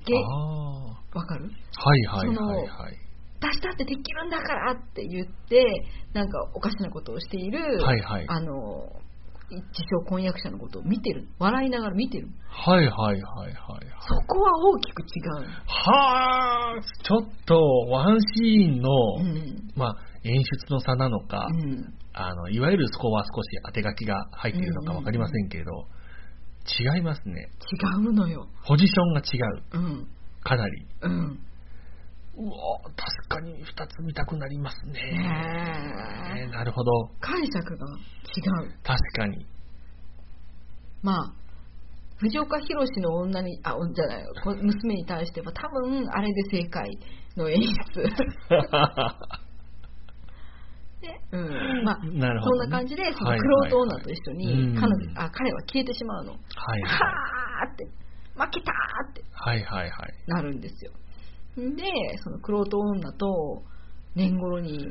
[SPEAKER 4] ゲイ
[SPEAKER 3] ほど。あ
[SPEAKER 4] わかる
[SPEAKER 3] あ。はいはいはいはい。
[SPEAKER 4] 私だってできるんだからって言って、なんかおかしなことをしている、
[SPEAKER 3] はいはい
[SPEAKER 4] あの、自称婚約者のことを見てる。笑いながら見てる。
[SPEAKER 3] はいはいはいはい。
[SPEAKER 4] そこは大きく違う。
[SPEAKER 3] はあ、ちょっと、ワンシーンの、
[SPEAKER 4] うん
[SPEAKER 3] まあ、演出の差なのか、
[SPEAKER 4] うん
[SPEAKER 3] あのいわゆるそこは少し当て書きが入っているのか
[SPEAKER 4] うんうんう
[SPEAKER 3] 分
[SPEAKER 4] ん
[SPEAKER 3] かりませんけれど、違いますね
[SPEAKER 4] 違うのよ
[SPEAKER 3] ポジションが違う
[SPEAKER 4] うん
[SPEAKER 3] かなり
[SPEAKER 4] うん
[SPEAKER 3] うおー確かに2つ見たくなりますね
[SPEAKER 4] ね
[SPEAKER 3] ね
[SPEAKER 4] え
[SPEAKER 3] なるほど
[SPEAKER 4] 解釈が違う
[SPEAKER 3] 確か に
[SPEAKER 4] まあ藤岡弘の女にあおじゃないこ娘に対しては多分あれで正解の演 出で、うんまあ、
[SPEAKER 3] なるほ
[SPEAKER 4] そ
[SPEAKER 3] どね
[SPEAKER 4] んな感じでそ
[SPEAKER 3] は
[SPEAKER 4] の
[SPEAKER 3] い
[SPEAKER 4] クロート女と一緒
[SPEAKER 3] はいはい
[SPEAKER 4] に
[SPEAKER 3] うん
[SPEAKER 4] 彼女あ彼は消えてしまうのは
[SPEAKER 3] はい
[SPEAKER 4] あって負けたーって
[SPEAKER 3] はいはいはい
[SPEAKER 4] なるんですよんでそのクロート女と年頃にな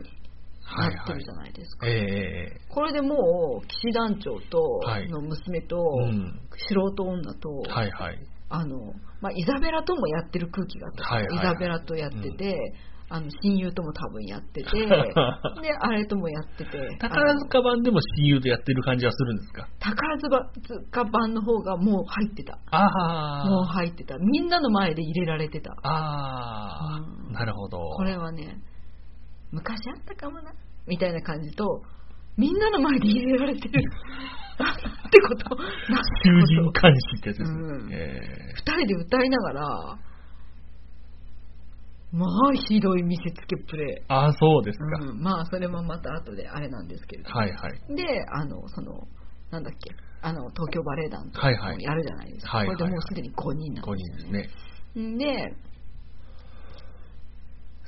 [SPEAKER 3] はい
[SPEAKER 4] って
[SPEAKER 3] は
[SPEAKER 4] る
[SPEAKER 3] い
[SPEAKER 4] じゃないですか、
[SPEAKER 3] ええええ
[SPEAKER 4] これでもう騎士団長と
[SPEAKER 3] はい
[SPEAKER 4] の娘と、
[SPEAKER 3] うん
[SPEAKER 4] 素人女と、
[SPEAKER 3] はいはい
[SPEAKER 4] あのまあ、イザベラともやってる空気があった、
[SPEAKER 3] はいはいはい
[SPEAKER 4] イザベラとやってて、あの親友とも多分や っててであれともやっててあ
[SPEAKER 3] 宝
[SPEAKER 4] の
[SPEAKER 3] 塚版でも親友でやってる感じはするんですか
[SPEAKER 4] 宝塚版の方がもう入ってた
[SPEAKER 3] あ
[SPEAKER 4] もう
[SPEAKER 3] あ
[SPEAKER 4] 入ってたみんなの前で入れられてた
[SPEAKER 3] あ
[SPEAKER 4] う
[SPEAKER 3] あ
[SPEAKER 4] ん
[SPEAKER 3] なるほど
[SPEAKER 4] これはね昔あったかもなみたいな感じとみんなの前で入れ られてるなんてこと
[SPEAKER 3] 囚
[SPEAKER 4] なんてこ
[SPEAKER 3] 人
[SPEAKER 4] と
[SPEAKER 3] 監視ってやつですね、
[SPEAKER 4] うん
[SPEAKER 3] え
[SPEAKER 4] 二人で歌いながらまあひどい見せつけプレイ
[SPEAKER 3] ーああそうですか、
[SPEAKER 4] うん、まあそれもまた後であれなんですけれど、
[SPEAKER 3] はいはい
[SPEAKER 4] であのそのなんだっけあの東京バレエ団とか
[SPEAKER 3] はいはい
[SPEAKER 4] もやるじゃないですか、
[SPEAKER 3] はいはい
[SPEAKER 4] これでもうすでに5人なん
[SPEAKER 3] 5人ですね
[SPEAKER 4] でで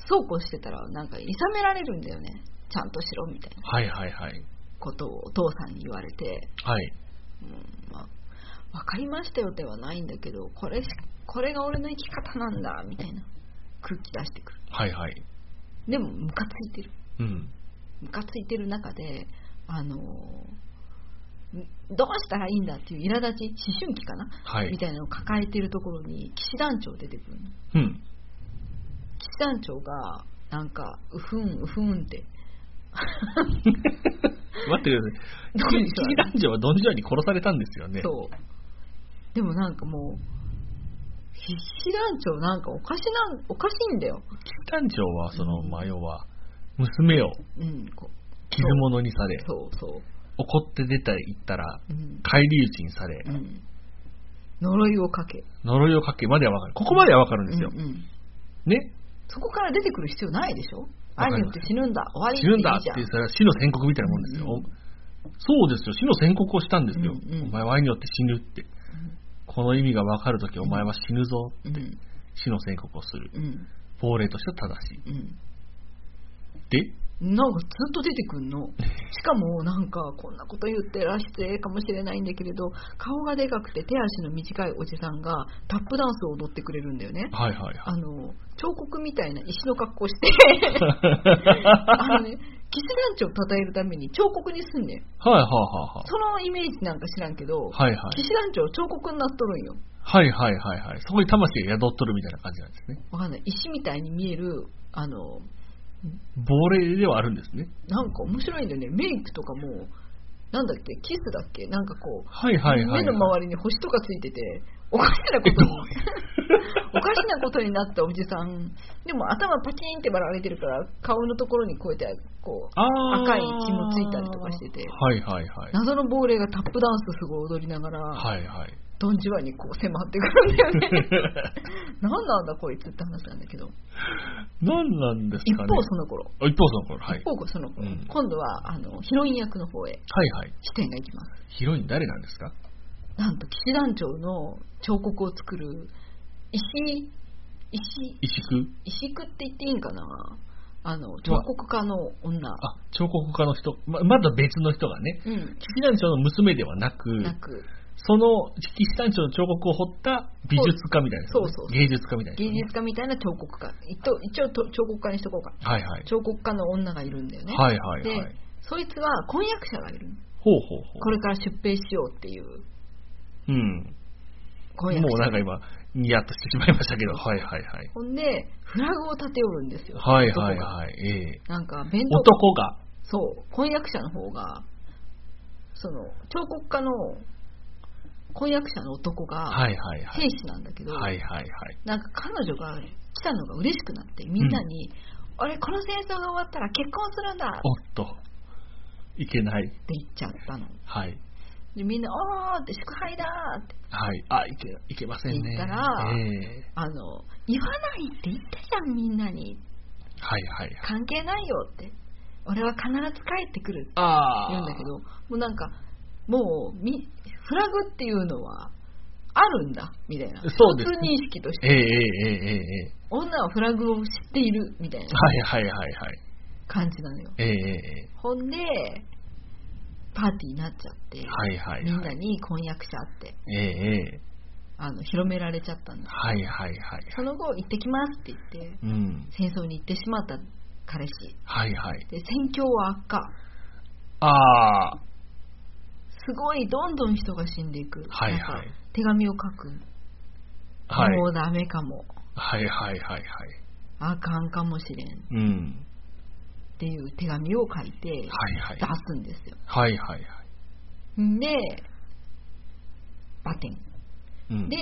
[SPEAKER 4] そうこうしてたらなんかいさめられるんだよねちゃんとしろみたいな
[SPEAKER 3] はいはいはい
[SPEAKER 4] ことをお父さんに言われて、
[SPEAKER 3] はい
[SPEAKER 4] うんまあ、分かりましたよではないんだけどこれしこれが俺の生き方なんだみたいな空気出してくる
[SPEAKER 3] はいはい
[SPEAKER 4] でもムカついてる
[SPEAKER 3] うん
[SPEAKER 4] ムカついてる中で、あのんどうしたらいいんだっていう苛立ち思春期かな、
[SPEAKER 3] はい
[SPEAKER 4] みたいなのを抱えてるところに騎士団長出てくるの
[SPEAKER 3] うん
[SPEAKER 4] 騎士団長がなんかうふんうふん って
[SPEAKER 3] 待ってください。
[SPEAKER 4] どう
[SPEAKER 3] 七
[SPEAKER 4] した
[SPEAKER 3] 男女はドンジュアンに殺されたんですよね。
[SPEAKER 4] そうでもなんかもう騎士団長なんかおかしなんおかしいんだよ、
[SPEAKER 3] 七男女は、その、
[SPEAKER 4] うん
[SPEAKER 3] まあ、要は、娘を
[SPEAKER 4] うん、こ
[SPEAKER 3] 傷物にされ、
[SPEAKER 4] そうそ
[SPEAKER 3] 怒って出て行ったら、
[SPEAKER 4] う、うん
[SPEAKER 3] 返り討ちにされ
[SPEAKER 4] う、ん、呪いをかけ
[SPEAKER 3] 呪いをかけまではわかる。ここまではわかるんですよ
[SPEAKER 4] う。んうん
[SPEAKER 3] ね
[SPEAKER 4] そこから出てくる必要ないでしょ
[SPEAKER 3] わかります
[SPEAKER 4] 愛によって死ぬんだ終わりっ
[SPEAKER 3] 死
[SPEAKER 4] てい
[SPEAKER 3] ぬ
[SPEAKER 4] い
[SPEAKER 3] ん
[SPEAKER 4] じゃ
[SPEAKER 3] だ
[SPEAKER 4] ん
[SPEAKER 3] って、それは死の宣告みたいなもんですよ。
[SPEAKER 4] うんうん
[SPEAKER 3] そうですよ。死の宣告をしたんですよ。
[SPEAKER 4] うんうん
[SPEAKER 3] お前は愛によって死ぬって。この意味がわかるとき、お前は死ぬぞ。
[SPEAKER 4] うん
[SPEAKER 3] 死の宣告をする。
[SPEAKER 4] うん
[SPEAKER 3] 亡霊としては正しい。
[SPEAKER 4] うん
[SPEAKER 3] で、
[SPEAKER 4] なんかずっと出てくんのしかもなんかこんなこと言ってらしてかもしれないんだけれど顔がでかくて手足の短いおじさんがタップダンスを踊ってくれるんだよね
[SPEAKER 3] はいはいは
[SPEAKER 4] あ
[SPEAKER 3] い。
[SPEAKER 4] の彫刻みたいな石の格好して あのね騎士団長を称えるために彫刻にすんねん
[SPEAKER 3] はいはいはいはい。
[SPEAKER 4] そのイメージなんか知らんけど、
[SPEAKER 3] はいはい
[SPEAKER 4] 騎士団長彫刻になっとるんよ
[SPEAKER 3] はいはいはいはい。そこに魂が宿っとるみたいな感じなんですね。
[SPEAKER 4] わかんない石みたいに見えるあの
[SPEAKER 3] 亡霊ではあるんですね。
[SPEAKER 4] なんか面白いんだよねメイクとかもなんだっけキスだっけなんかこう
[SPEAKER 3] はいはいはい。
[SPEAKER 4] 目の周りに星とかついてて、おかしなこと に、おかしなことになったおじさん、でも頭パキンってばられてるから、顔のところにこうやって、こう、
[SPEAKER 3] あー
[SPEAKER 4] 赤い血もついたりとかしてて
[SPEAKER 3] はいはいはい。
[SPEAKER 4] 謎の亡霊がタップダンスすごい踊りながら、
[SPEAKER 3] はいはい。
[SPEAKER 4] ドンジュワにこう迫ってくるんだよね。何なんだこいつって話なんだけど、
[SPEAKER 3] 何なんです
[SPEAKER 4] 一
[SPEAKER 3] かね。
[SPEAKER 4] 方その頃、
[SPEAKER 3] あ一方その頃。はい
[SPEAKER 4] 一。方その頃、
[SPEAKER 3] うん
[SPEAKER 4] 今度はあのヒロイン役の方へ
[SPEAKER 3] はいはい。
[SPEAKER 4] 視点がいきます。
[SPEAKER 3] ヒロイン誰なんですか
[SPEAKER 4] なんと騎士団長の彫刻を作る石、石、
[SPEAKER 3] 石工
[SPEAKER 4] 石工って言っていいんかなあの彫刻家の女、
[SPEAKER 3] あ、彫刻家の人。ままだ別の人がね。
[SPEAKER 4] うん、
[SPEAKER 3] 騎士団長の娘ではなく、
[SPEAKER 4] なく
[SPEAKER 3] その騎士団長の彫刻を彫った美術家みたいな人ね、
[SPEAKER 4] そうそうそう
[SPEAKER 3] 芸術家みたいな人
[SPEAKER 4] 芸
[SPEAKER 3] ね、
[SPEAKER 4] 術家みたいな彫刻家一応一応と彫刻家にしとこうか
[SPEAKER 3] はいはい。
[SPEAKER 4] 彫刻家の女がいるんだよね、
[SPEAKER 3] はいはいは
[SPEAKER 4] で
[SPEAKER 3] い。
[SPEAKER 4] そいつは婚約者がいる
[SPEAKER 3] ほうほうほ
[SPEAKER 4] これから出兵しようっていう
[SPEAKER 3] う。うん。
[SPEAKER 4] 婚約者
[SPEAKER 3] もうなんか今、ニヤッとしてしまいましたけど、はいはいはい。
[SPEAKER 4] ほんでフラグを立ておるんですよ
[SPEAKER 3] はいはい
[SPEAKER 4] 男が
[SPEAKER 3] はい。ええ
[SPEAKER 4] なんか弁当
[SPEAKER 3] 男が、
[SPEAKER 4] そう婚約者の方がその彫刻家の婚約者の男が
[SPEAKER 3] はいはいは
[SPEAKER 4] 兵
[SPEAKER 3] い。
[SPEAKER 4] 士なんだけど、
[SPEAKER 3] はいはいはい。
[SPEAKER 4] なんか彼女が来たのが嬉しくなってみんなに、俺この戦争が終わったら結婚するんだ
[SPEAKER 3] おっと、いけない。
[SPEAKER 4] って言っちゃったの
[SPEAKER 3] はい。
[SPEAKER 4] でみんな「おー!」って祝杯だーって
[SPEAKER 3] はい。あ、いけ、いけません
[SPEAKER 4] 言
[SPEAKER 3] ね。
[SPEAKER 4] ったら
[SPEAKER 3] ええ
[SPEAKER 4] あの言わないって言ったじゃんみんなに
[SPEAKER 3] はいはいはい。
[SPEAKER 4] 関係ないよって俺は必ず帰ってくるって
[SPEAKER 3] ああ。
[SPEAKER 4] 言うんだけどもうなんかもうみフラグっていうのはあるんだみたいな
[SPEAKER 3] そうですね
[SPEAKER 4] 共通認識とし
[SPEAKER 3] え
[SPEAKER 4] て
[SPEAKER 3] えええええええ
[SPEAKER 4] 女はフラグを知っているみたいな
[SPEAKER 3] はいはいはいはい。
[SPEAKER 4] 感じなのよ
[SPEAKER 3] ええええ
[SPEAKER 4] ほんでパーティーになっちゃって、
[SPEAKER 3] はいはい
[SPEAKER 4] みん
[SPEAKER 3] は。
[SPEAKER 4] ないに婚約者って
[SPEAKER 3] ええええ
[SPEAKER 4] あの広められちゃったんだ
[SPEAKER 3] はいはいはい。
[SPEAKER 4] その後行ってきますって言って
[SPEAKER 3] うん。
[SPEAKER 4] 戦争に行ってしまった彼氏
[SPEAKER 3] はいはい。
[SPEAKER 4] で戦況は悪化
[SPEAKER 3] ああ。
[SPEAKER 4] すごいどんどん人が死んでいく、
[SPEAKER 3] はいはい
[SPEAKER 4] なんか手紙を書く、
[SPEAKER 3] はい。
[SPEAKER 4] もうダメかも
[SPEAKER 3] はいはいはいはい。
[SPEAKER 4] あかんかもしれんっ
[SPEAKER 3] うん。
[SPEAKER 4] ていう手紙を書いて
[SPEAKER 3] はいはい
[SPEAKER 4] 出。すんですよ
[SPEAKER 3] はいはいはい。
[SPEAKER 4] でバテン
[SPEAKER 3] うん
[SPEAKER 4] で、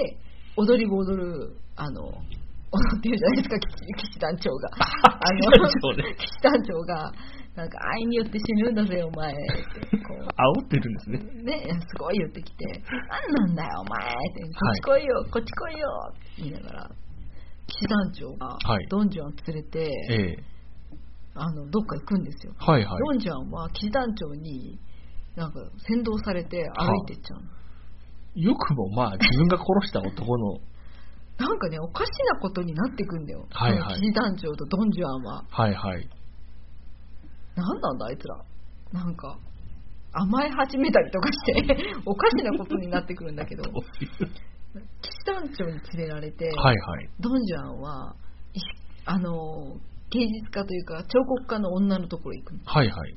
[SPEAKER 4] 踊りを踊るあの踊ってるじゃないですか岸岸団長があ の
[SPEAKER 3] そうね。
[SPEAKER 4] 岸団長がなんか愛によって死ぬんだぜお前ってこう
[SPEAKER 3] 煽ってるんですね。
[SPEAKER 4] ね、すごい言ってきて、なんなんだよ、お前って、こっち来いよ、こっち来いよって言いながら、騎士団長が
[SPEAKER 3] はい
[SPEAKER 4] ドンジュアン連れて、
[SPEAKER 3] ええ
[SPEAKER 4] あのどっか行くんですよ。
[SPEAKER 3] はいはい。
[SPEAKER 4] ドンジュアンは騎士団長になんか先導されて歩いてっちゃうの。
[SPEAKER 3] よくもまあ自分が殺した男の、
[SPEAKER 4] なんかね、おかしなことになってくんだよ。
[SPEAKER 3] はいはい
[SPEAKER 4] その騎士団長とドンジュアンは。
[SPEAKER 3] はいはい。
[SPEAKER 4] なんなんだ、あいつら。なんか、甘え始めたりとかして、 おかしなことになってくるん だけど、騎士団長に連れられて、
[SPEAKER 3] はいはい。
[SPEAKER 4] ドンジュアンは、いあの、芸術家というか、彫刻家の女のところ行くの。
[SPEAKER 3] はいはい。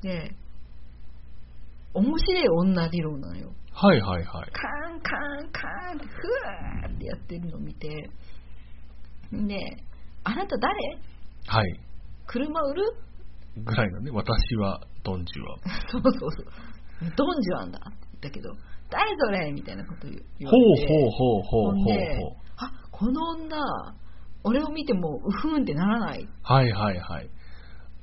[SPEAKER 4] で、面白い女理論なのよ。
[SPEAKER 3] はいはいはい。
[SPEAKER 4] カーンカーンカーンって、ふわーってやってるのを見て、で、あなた誰
[SPEAKER 3] はい。
[SPEAKER 4] 車売る
[SPEAKER 3] ぐらいのね、私は、ドンジュは。
[SPEAKER 4] そうそうそう。ドンジュアンだ。だけど、誰それみたいなこと言う言
[SPEAKER 3] ほ
[SPEAKER 4] われて。
[SPEAKER 3] うほうほうほうほう
[SPEAKER 4] ほんで
[SPEAKER 3] ほう。
[SPEAKER 4] あ、この女、俺を見てもうふーんってならない。
[SPEAKER 3] はいはいはい。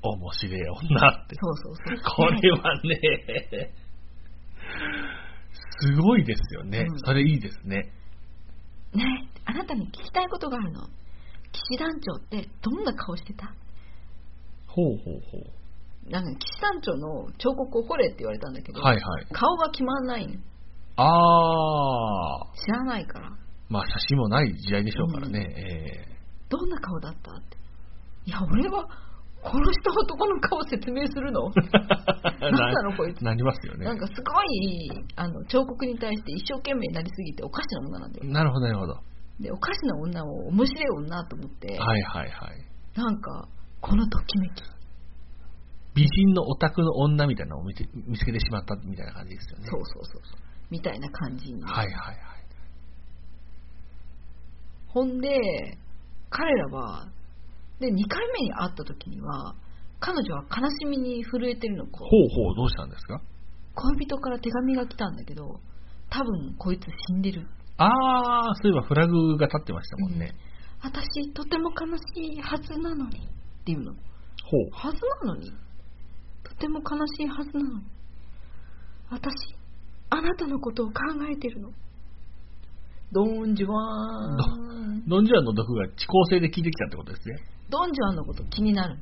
[SPEAKER 3] 面白い女って。
[SPEAKER 4] そうそうそう。
[SPEAKER 3] これはね、すごいですよね
[SPEAKER 4] う。ん
[SPEAKER 3] それいいですね。
[SPEAKER 4] ねえあなたに聞きたいことがあるの騎士団長ってどんな顔してた
[SPEAKER 3] ほうほうほう。
[SPEAKER 4] なんか騎士団長の彫刻を掘れって言われたんだけど、
[SPEAKER 3] はいはい。
[SPEAKER 4] 顔が決まんないの知
[SPEAKER 3] あー、
[SPEAKER 4] らないから
[SPEAKER 3] まあ写真もない時代でしょうからね。
[SPEAKER 4] どんな顔だったっていや俺は殺した男の顔を説明す るの
[SPEAKER 3] ええ
[SPEAKER 4] 何なのこいつ
[SPEAKER 3] なりますよね
[SPEAKER 4] な。んかすごいあの彫刻に対して一生懸命になりすぎておかしな女なんだよ
[SPEAKER 3] なるほどなるほど。は
[SPEAKER 4] でおかしな女を面白い女と思って、
[SPEAKER 3] いはいはい。
[SPEAKER 4] なんかこのときめき
[SPEAKER 3] 美人のオタクの女みたいなのを見て見つけてしまったみたいな感じですよね。
[SPEAKER 4] そうそうそうそうみたいな感じに
[SPEAKER 3] はいはいはい。
[SPEAKER 4] ほんで、彼らは、で、2回目に会った時には、彼女は悲しみに震えてるの、
[SPEAKER 3] ほ
[SPEAKER 4] こ
[SPEAKER 3] う
[SPEAKER 4] う
[SPEAKER 3] ほう、どうしたんですか
[SPEAKER 4] 恋人から手紙が来たんだけど、多分こいつ死んでる。
[SPEAKER 3] あー、そういえばフラグが立ってましたもんね。
[SPEAKER 4] 私、とても悲しいはずなのに。っていうの。
[SPEAKER 3] ほう。
[SPEAKER 4] はずなのにとても悲しいはずなのに。私、あなたのことを考えてるの。ドンジュワーン。
[SPEAKER 3] ドンジュアンの毒が遅効性で効いてきたってことですね。
[SPEAKER 4] ドンジュワンのこと気になる。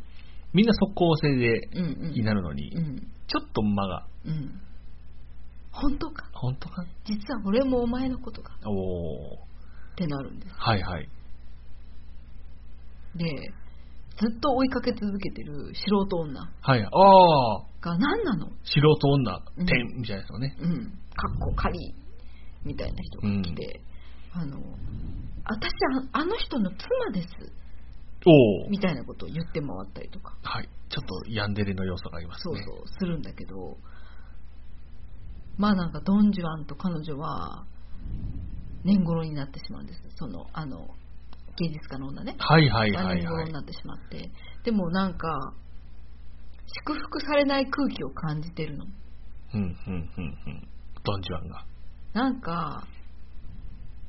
[SPEAKER 3] みんな即効性で
[SPEAKER 4] うんうん。
[SPEAKER 3] になるのに、
[SPEAKER 4] う
[SPEAKER 3] ち
[SPEAKER 4] ん。
[SPEAKER 3] ょっと間が、
[SPEAKER 4] うん。本当か
[SPEAKER 3] 本当か
[SPEAKER 4] 実は俺もお前のことか
[SPEAKER 3] おおー
[SPEAKER 4] ってなるんです。
[SPEAKER 3] はいはい。
[SPEAKER 4] で、ずっと追いかけ続けてる素人女
[SPEAKER 3] はい。ああ、
[SPEAKER 4] が何なの
[SPEAKER 3] 素人女、
[SPEAKER 4] うん
[SPEAKER 3] 点、みたいな人ね。
[SPEAKER 4] うん。かっこ仮みたいな人が来て、あの、私はあの人の妻です
[SPEAKER 3] おお
[SPEAKER 4] みたいなことを言って回ったりとか、
[SPEAKER 3] はい。ちょっとヤンデレの要素があります
[SPEAKER 4] そう
[SPEAKER 3] ね。
[SPEAKER 4] そう、するんだけど、まあなんかドンジュアンと彼女は年頃になってしまうんです。その、あの、芸術家の女ね。
[SPEAKER 3] はいはい
[SPEAKER 4] 3
[SPEAKER 3] はい
[SPEAKER 4] 年頃
[SPEAKER 3] はい
[SPEAKER 4] に。なってしまって、でもなんか祝福されない空気を感じてるの
[SPEAKER 3] うんうんうんうん。ドンジュアンが。
[SPEAKER 4] なんか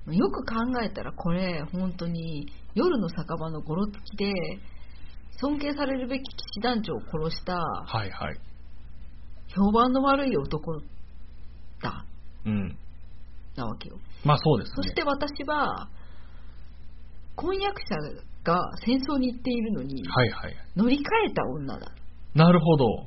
[SPEAKER 4] よく考えたらこれ本当に夜の酒場のごろつきで尊敬されるべき騎士団長を殺した
[SPEAKER 3] はいはい。
[SPEAKER 4] 評判の悪い男だ
[SPEAKER 3] うん。
[SPEAKER 4] なわけよ
[SPEAKER 3] まあそうです
[SPEAKER 4] そ
[SPEAKER 3] ね。
[SPEAKER 4] して私は婚約者が戦争に行っているのに
[SPEAKER 3] はいはい。
[SPEAKER 4] 乗り換えた女だ
[SPEAKER 3] なるほど。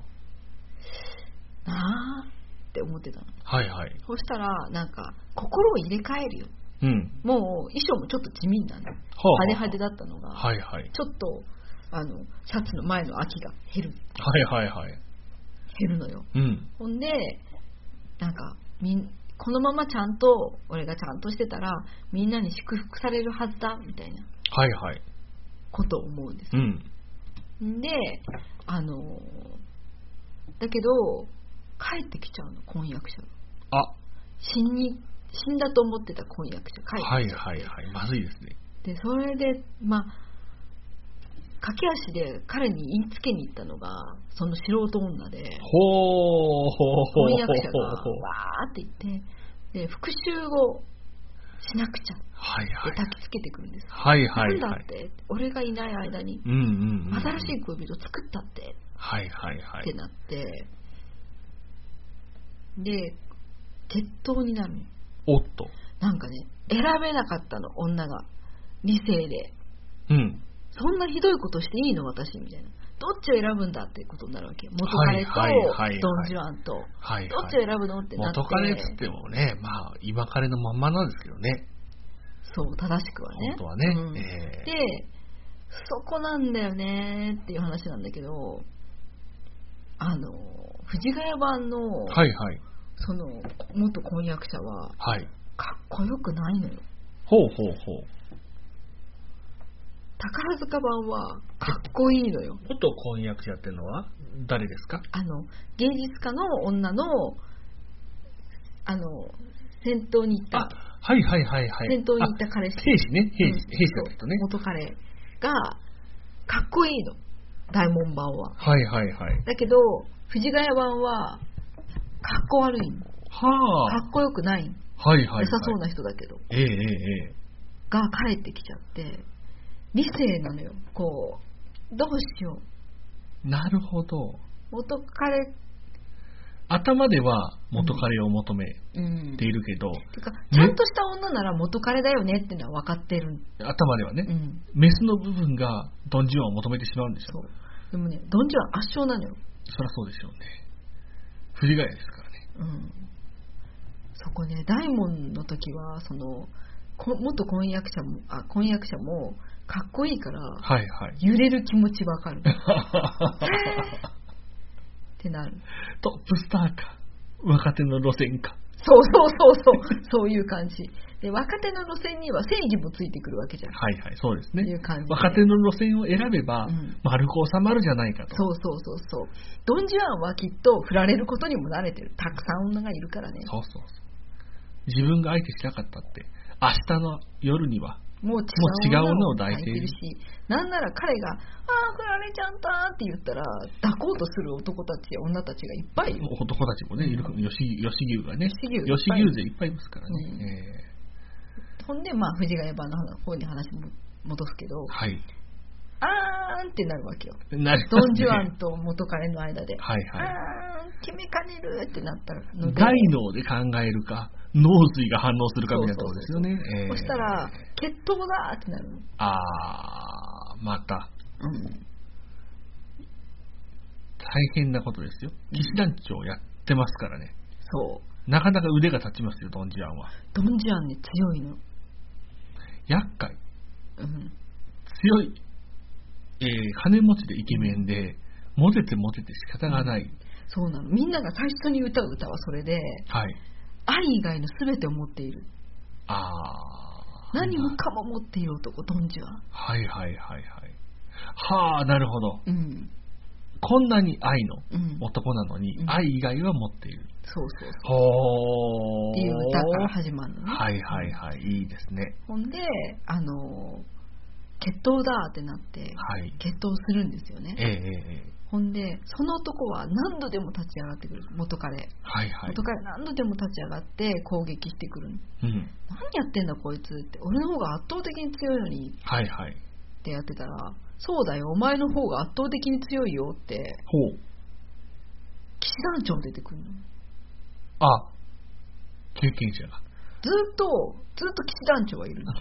[SPEAKER 4] なあって思ってたの
[SPEAKER 3] はいはい。
[SPEAKER 4] そしたらなんか心を入れ替えるよ
[SPEAKER 3] うん。
[SPEAKER 4] もう衣装もちょっと地味なの派
[SPEAKER 3] は
[SPEAKER 4] 手派手だったのが、
[SPEAKER 3] はいはい。
[SPEAKER 4] ちょっとあのシャツの前の空きが減る
[SPEAKER 3] はいはいはい。
[SPEAKER 4] 減るのよ
[SPEAKER 3] うん。
[SPEAKER 4] ほんでなんかみんこのままちゃんと俺がちゃんとしてたらみんなに祝福されるはずだみたいな
[SPEAKER 3] はいはい。
[SPEAKER 4] ことを思うんです
[SPEAKER 3] う、ん。
[SPEAKER 4] ん、であのだけど帰ってきちゃうの婚約者が
[SPEAKER 3] あ、
[SPEAKER 4] 死に死んだと思ってた婚約者帰ってきちゃう
[SPEAKER 3] はいはいはい。まずいですね。
[SPEAKER 4] でそれでまあ駆け足で彼に言いつけに行ったのがその素人女で
[SPEAKER 3] ほーほーほ
[SPEAKER 4] 翻
[SPEAKER 3] ーほ
[SPEAKER 4] 訳者がわ
[SPEAKER 3] ーほー。
[SPEAKER 4] ーって言ってで復讐をしなくちゃっ
[SPEAKER 3] はいは
[SPEAKER 4] て
[SPEAKER 3] い。
[SPEAKER 4] 焚きつけてくるんです、
[SPEAKER 3] はいはい
[SPEAKER 4] な
[SPEAKER 3] は
[SPEAKER 4] んだ
[SPEAKER 3] い
[SPEAKER 4] っ。て俺がいない間に
[SPEAKER 3] うんうんうん。
[SPEAKER 4] 新しい恋人作ったってっ
[SPEAKER 3] はいはいは
[SPEAKER 4] て
[SPEAKER 3] い。
[SPEAKER 4] なって、で決闘になるの
[SPEAKER 3] おっと。
[SPEAKER 4] なんかね選べなかったの女が理性で
[SPEAKER 3] うん。
[SPEAKER 4] そんなひどいことしていいの私みたいな。どっちを選ぶんだっていうことになるわけよ。元彼と
[SPEAKER 3] はいはいはいはい
[SPEAKER 4] ドン・ジュアンと。ど
[SPEAKER 3] はいは
[SPEAKER 4] っ
[SPEAKER 3] い
[SPEAKER 4] ちを。選ぶのってなって。
[SPEAKER 3] 元彼っつってもね、まあ、今彼のまんまなんですけどね。
[SPEAKER 4] そう、正しくはね。
[SPEAKER 3] 本当はね
[SPEAKER 4] うん
[SPEAKER 3] ええ
[SPEAKER 4] で、そこなんだよねっていう話なんだけど、あの、藤ヶ谷版の、
[SPEAKER 3] はいはい。
[SPEAKER 4] その、元婚約者は、
[SPEAKER 3] はい。
[SPEAKER 4] かっこよくないのよ。
[SPEAKER 3] ほうほうほう。
[SPEAKER 4] 宝塚版は、かっこいいのよ。
[SPEAKER 3] 元婚約者ってのは誰ですか
[SPEAKER 4] あの芸術家の女のあの戦闘に行った、
[SPEAKER 3] はいはいはいはい。
[SPEAKER 4] 戦闘に行った
[SPEAKER 3] あ
[SPEAKER 4] 彼氏、
[SPEAKER 3] 兵士ね、兵士、
[SPEAKER 4] うん
[SPEAKER 3] 兵士だった人ね。
[SPEAKER 4] 元彼がかっこいいの大門版は
[SPEAKER 3] はいはいはい。
[SPEAKER 4] だけど藤ヶ谷版はかっこ悪いのか
[SPEAKER 3] は
[SPEAKER 4] っこよくないの
[SPEAKER 3] あ。はいはい、はい。
[SPEAKER 4] 良さそうな人だけど、
[SPEAKER 3] ええええええ。
[SPEAKER 4] が帰ってきちゃって理性なのよこうどうしよう
[SPEAKER 3] なるほど。
[SPEAKER 4] 元彼
[SPEAKER 3] 頭では元彼を求め
[SPEAKER 4] うん
[SPEAKER 3] ているけど、
[SPEAKER 4] てかちゃんとした女なら元彼だよねってのは分かってる、
[SPEAKER 3] 頭ではね、
[SPEAKER 4] うん、
[SPEAKER 3] メスの部分がドン・ジュアンを求めてしまうんでし
[SPEAKER 4] そ
[SPEAKER 3] ょ
[SPEAKER 4] う。でもね、ドンジュアン圧勝なのよ。
[SPEAKER 3] そりゃそうでしょうね。藤ヶ谷ですからね。
[SPEAKER 4] うん。そこね、大門の時は、その、こ元婚約者も、あ、婚約者も、かっこいいから、
[SPEAKER 3] はいはい。
[SPEAKER 4] 揺れる気持ちわかる。ってなる。
[SPEAKER 3] トップスターか、若手の路線か。
[SPEAKER 4] そうそうそうそう、そういう感じ。で、若手の路線には正義もついてくるわけじゃん。
[SPEAKER 3] はいはい、そうです
[SPEAKER 4] いう
[SPEAKER 3] ね。
[SPEAKER 4] 感じ。
[SPEAKER 3] 若手の路線を選べば
[SPEAKER 4] うん、
[SPEAKER 3] 丸く収まるじゃないかと。
[SPEAKER 4] そうそうそうそう。ドンジュアンはきっと振られることにも慣れてる。たくさん女がいるからね。
[SPEAKER 3] そうそうそう自分が相手しなかったって、明日の夜には、
[SPEAKER 4] もう違う
[SPEAKER 3] もう違う女
[SPEAKER 4] 女
[SPEAKER 3] を
[SPEAKER 4] を
[SPEAKER 3] 抱
[SPEAKER 4] 抱
[SPEAKER 3] い
[SPEAKER 4] い
[SPEAKER 3] て
[SPEAKER 4] て
[SPEAKER 3] いる
[SPEAKER 4] るし、なんなら彼が、ああ、振られちゃったって言ったら、抱こうとする男たちや女たちがいっぱいいる。
[SPEAKER 3] 男たちもね、いるから吉吉牛がね、
[SPEAKER 4] 吉牛
[SPEAKER 3] 吉牛勢いっぱいいますからね。
[SPEAKER 4] うん
[SPEAKER 3] え
[SPEAKER 4] ほんで、まあ、藤ヶ谷版の方に話も戻すけど
[SPEAKER 3] ー、はい。
[SPEAKER 4] あーんってなるわけよ。
[SPEAKER 3] なります
[SPEAKER 4] ド
[SPEAKER 3] ね
[SPEAKER 4] ン・ジュアンと元彼の 間で、
[SPEAKER 3] はい
[SPEAKER 4] あ
[SPEAKER 3] はい。
[SPEAKER 4] ーん、決めかねるってなったので、
[SPEAKER 3] 大脳で考えるか、脳髄が反応するかみたいなところですよね。えー
[SPEAKER 4] そしたら、決闘だーってなるの。
[SPEAKER 3] あー、また。
[SPEAKER 4] うん
[SPEAKER 3] 大変なことですよ。騎士団長やってますからね。
[SPEAKER 4] そう。
[SPEAKER 3] なかなか腕が立ちますよ、ドン・ジアンは。
[SPEAKER 4] ドン・ジュアンね、強いの。
[SPEAKER 3] 厄介、
[SPEAKER 4] うん。
[SPEAKER 3] 強い、えー金持ちでイケメンで、モテてモテて仕方がない。
[SPEAKER 4] そうなの。みんなが最初に歌う歌はそれで、
[SPEAKER 3] はい。
[SPEAKER 4] 愛以外の全てを持っている。
[SPEAKER 3] あー。
[SPEAKER 4] 何もかも持っている男、ドンジは。
[SPEAKER 3] はいはいはいはい。はあ、なるほど。
[SPEAKER 4] うん。
[SPEAKER 3] こんなに愛の
[SPEAKER 4] うん。
[SPEAKER 3] 男なのに、
[SPEAKER 4] うん
[SPEAKER 3] 愛以外は持っている。
[SPEAKER 4] そうそうそう。
[SPEAKER 3] ほー。
[SPEAKER 4] っていう歌から始まるのね。
[SPEAKER 3] はいはいはい、いいですね。
[SPEAKER 4] ほんで、あのー、決闘だってなって、
[SPEAKER 3] はい。
[SPEAKER 4] 決闘するんですよ
[SPEAKER 3] え
[SPEAKER 4] ね。
[SPEAKER 3] えええええ
[SPEAKER 4] ほんで、その男は何度でも立ち上がってくる。元彼。
[SPEAKER 3] はいはい
[SPEAKER 4] 元。彼何度でも立ち上がって攻撃してくる。
[SPEAKER 3] うん。
[SPEAKER 4] 何やってんだこいつって。俺の方が圧倒的に強いのに、
[SPEAKER 3] はいはい。
[SPEAKER 4] ってやってたら、そうだよ、お前の方が圧倒的に強いよって、
[SPEAKER 3] ほう。
[SPEAKER 4] 騎士団長出てくるの。ず
[SPEAKER 3] あ、経験者が。
[SPEAKER 4] っと、ずっと騎士団長はいる の。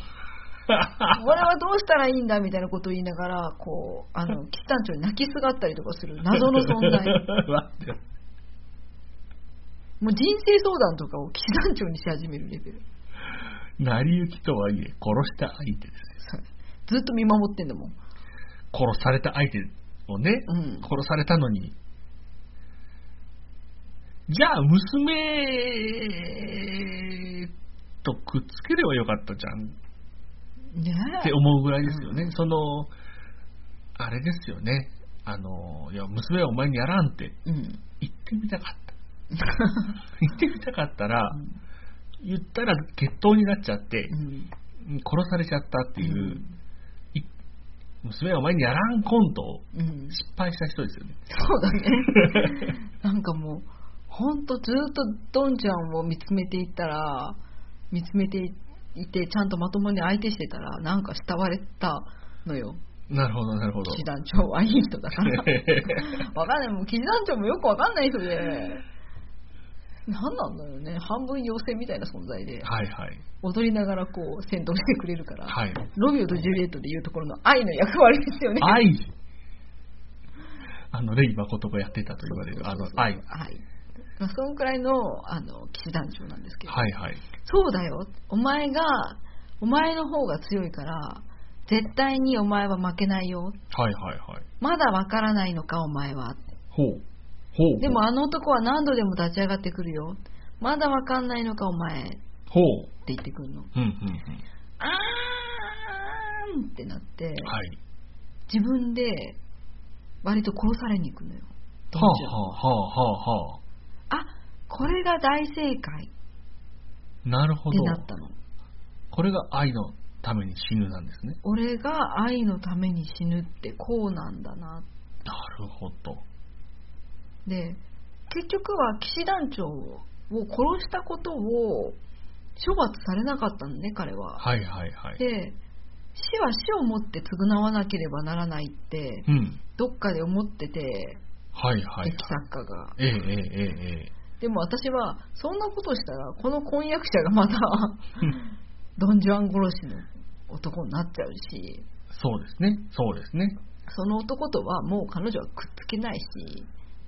[SPEAKER 4] 俺はどうしたらいいんだみたいなことを言いながら、こう、あの、騎士団長に泣きすがったりとかする謎の存在。
[SPEAKER 3] 待って
[SPEAKER 4] もう人生相談とかを騎士団長にし始めるレベル。
[SPEAKER 3] 成り行きとはいえ、殺した相手ですよ。
[SPEAKER 4] そうずっと見守ってんだもん。
[SPEAKER 3] 殺された相手をね、
[SPEAKER 4] うん
[SPEAKER 3] 殺されたのに。じゃあ、娘とくっつければよかったじゃんっ
[SPEAKER 4] ねえ
[SPEAKER 3] て思うぐらいですよね。その、あれですよね。あの、いや、娘はお前にやらんって
[SPEAKER 4] うん。
[SPEAKER 3] 言ってみたか った。言ってみたかったら、言ったら決闘になっちゃって、
[SPEAKER 4] うん。
[SPEAKER 3] うん殺されちゃったっていう、
[SPEAKER 4] うん
[SPEAKER 3] い娘はお前にやらんコントを
[SPEAKER 4] うん。
[SPEAKER 3] 失敗した人ですよね。
[SPEAKER 4] そうだね。 なんかもう、ほんとずっとドンちゃんを見つめていったら、見つめていて、ちゃんとまともに相手してたら、なんか慕われたのよ。
[SPEAKER 3] なるほど、なるほど
[SPEAKER 4] 騎。士団長はいい人だから。 わかんない。もう騎士団長もよくわかんない人で。なんなんだろうね。半分妖精みたいな存在で、
[SPEAKER 3] はいはい。
[SPEAKER 4] 踊りながらこう、戦闘してくれるから、
[SPEAKER 3] はい。
[SPEAKER 4] ロミオとジュリエットでいうところの愛の役割ですよね。
[SPEAKER 3] 愛あの、レイ誠がやってたと言われる、あの、愛。
[SPEAKER 4] はい。まあ、そのくらいのあの騎士団長なんですけど、
[SPEAKER 3] はいはい。
[SPEAKER 4] そうだよ、お前が、お前の方が強いから、絶対にお前は負けないよ、
[SPEAKER 3] はいはいはい。
[SPEAKER 4] まだわからないのか、お前は。
[SPEAKER 3] ほう。ほう。
[SPEAKER 4] でも、あの男は何度でも立ち上がってくるよ、まだわかんないのか、お前って
[SPEAKER 3] ほう。
[SPEAKER 4] 言ってくるの。
[SPEAKER 3] うんうんうん。
[SPEAKER 4] あーんってなって、
[SPEAKER 3] はい。
[SPEAKER 4] 自分で割と殺されに行くのよ。
[SPEAKER 3] はあはあはあはあは
[SPEAKER 4] あこれが大正解っ
[SPEAKER 3] あ。なるほ
[SPEAKER 4] て
[SPEAKER 3] ど。
[SPEAKER 4] なったの。
[SPEAKER 3] これが愛のために死ぬなんですね。
[SPEAKER 4] 俺が愛のために死ぬってこうなんだな
[SPEAKER 3] なるほど。
[SPEAKER 4] で結局は騎士団長を殺したことを処罰されなかったのね彼は、
[SPEAKER 3] はいはいはい。
[SPEAKER 4] で死は死をもって償わなければならないって
[SPEAKER 3] うん。
[SPEAKER 4] どっかで思ってて
[SPEAKER 3] はいはい
[SPEAKER 4] 劇。作家が
[SPEAKER 3] ええええええええ。
[SPEAKER 4] でも私はそんなことしたらこの婚約者がまた
[SPEAKER 3] うん
[SPEAKER 4] ドン・ジュアン殺しの男になっちゃうし
[SPEAKER 3] そうですね。そうですね。
[SPEAKER 4] その男とはもう彼女はくっつけないし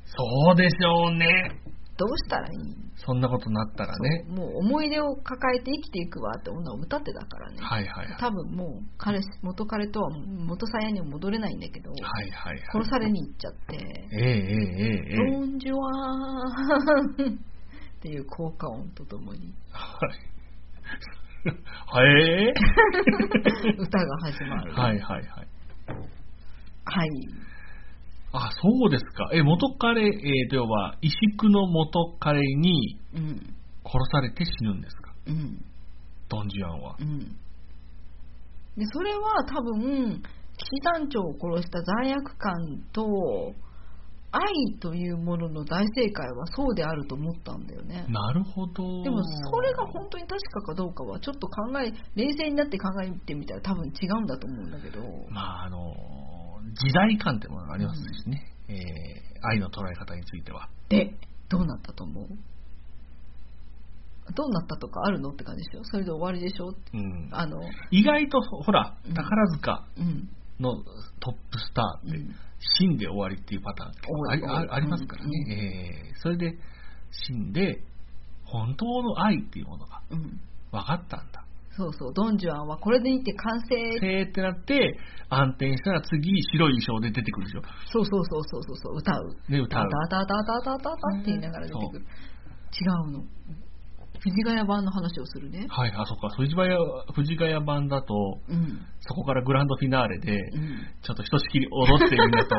[SPEAKER 3] そうでしょうね。
[SPEAKER 4] どうしたらいい
[SPEAKER 3] そんなことになったらね。
[SPEAKER 4] もう思い出を抱えて生きていくわって女を歌ってたからね、
[SPEAKER 3] はいはいはい。
[SPEAKER 4] 多分もう彼氏元彼とは元さやには戻れないんだけど、
[SPEAKER 3] はいはいはい。
[SPEAKER 4] 殺されに行っちゃって
[SPEAKER 3] ええええええ
[SPEAKER 4] 「
[SPEAKER 3] え
[SPEAKER 4] ド
[SPEAKER 3] え。
[SPEAKER 4] ンジュワーン」っていう効果音とと もに
[SPEAKER 3] はい。 はい。
[SPEAKER 4] 歌が始まる
[SPEAKER 3] はいはいはい。
[SPEAKER 4] はい
[SPEAKER 3] あ、そうですか。え、元彼、えー、と要は、萎縮の元彼に
[SPEAKER 4] うん
[SPEAKER 3] 殺されて死ぬんですか。
[SPEAKER 4] うん
[SPEAKER 3] ドンジュアンは。
[SPEAKER 4] うんでそれは多分騎士団長を殺した罪悪感と愛というものの大正解はそうであると思ったんだよね
[SPEAKER 3] なるほど。
[SPEAKER 4] でもそれが本当に確かかどうかはちょっと考え冷静になって考えてみたら多分違うんだと思うんだけど、
[SPEAKER 3] まあ、あの、時代感ってものがありますしね。えー愛の捉え方については。
[SPEAKER 4] でどうなったと思うどうなったとかあるのって感じでしょそれで終わりでしょ
[SPEAKER 3] うん。
[SPEAKER 4] あの
[SPEAKER 3] 意外と、ほら
[SPEAKER 4] う、ん
[SPEAKER 3] 宝塚
[SPEAKER 4] うん
[SPEAKER 3] のトップスター
[SPEAKER 4] う
[SPEAKER 3] って、
[SPEAKER 4] ん
[SPEAKER 3] 死んで終わりっていうパターン
[SPEAKER 4] 多
[SPEAKER 3] あ
[SPEAKER 4] い
[SPEAKER 3] りあありますからね、
[SPEAKER 4] うん
[SPEAKER 3] えーそれで死んで本当の愛っていうものが
[SPEAKER 4] うん
[SPEAKER 3] 分かったんだ
[SPEAKER 4] そうそうドン・ジュアンはこれでいって完成
[SPEAKER 3] せーってなって暗転したら次白い衣装で出てくるでしょ
[SPEAKER 4] そうそうそうそうそうそう歌う
[SPEAKER 3] で歌う
[SPEAKER 4] ダダダダダダダって言いながら出てくる違うの藤ヶ谷版の話をするね
[SPEAKER 3] はいあそっか藤ヶ谷藤ヶ谷版だと
[SPEAKER 4] うん
[SPEAKER 3] そこからグランドフィナーレで
[SPEAKER 4] うん
[SPEAKER 3] ちょっとひとしきり踊ってみる と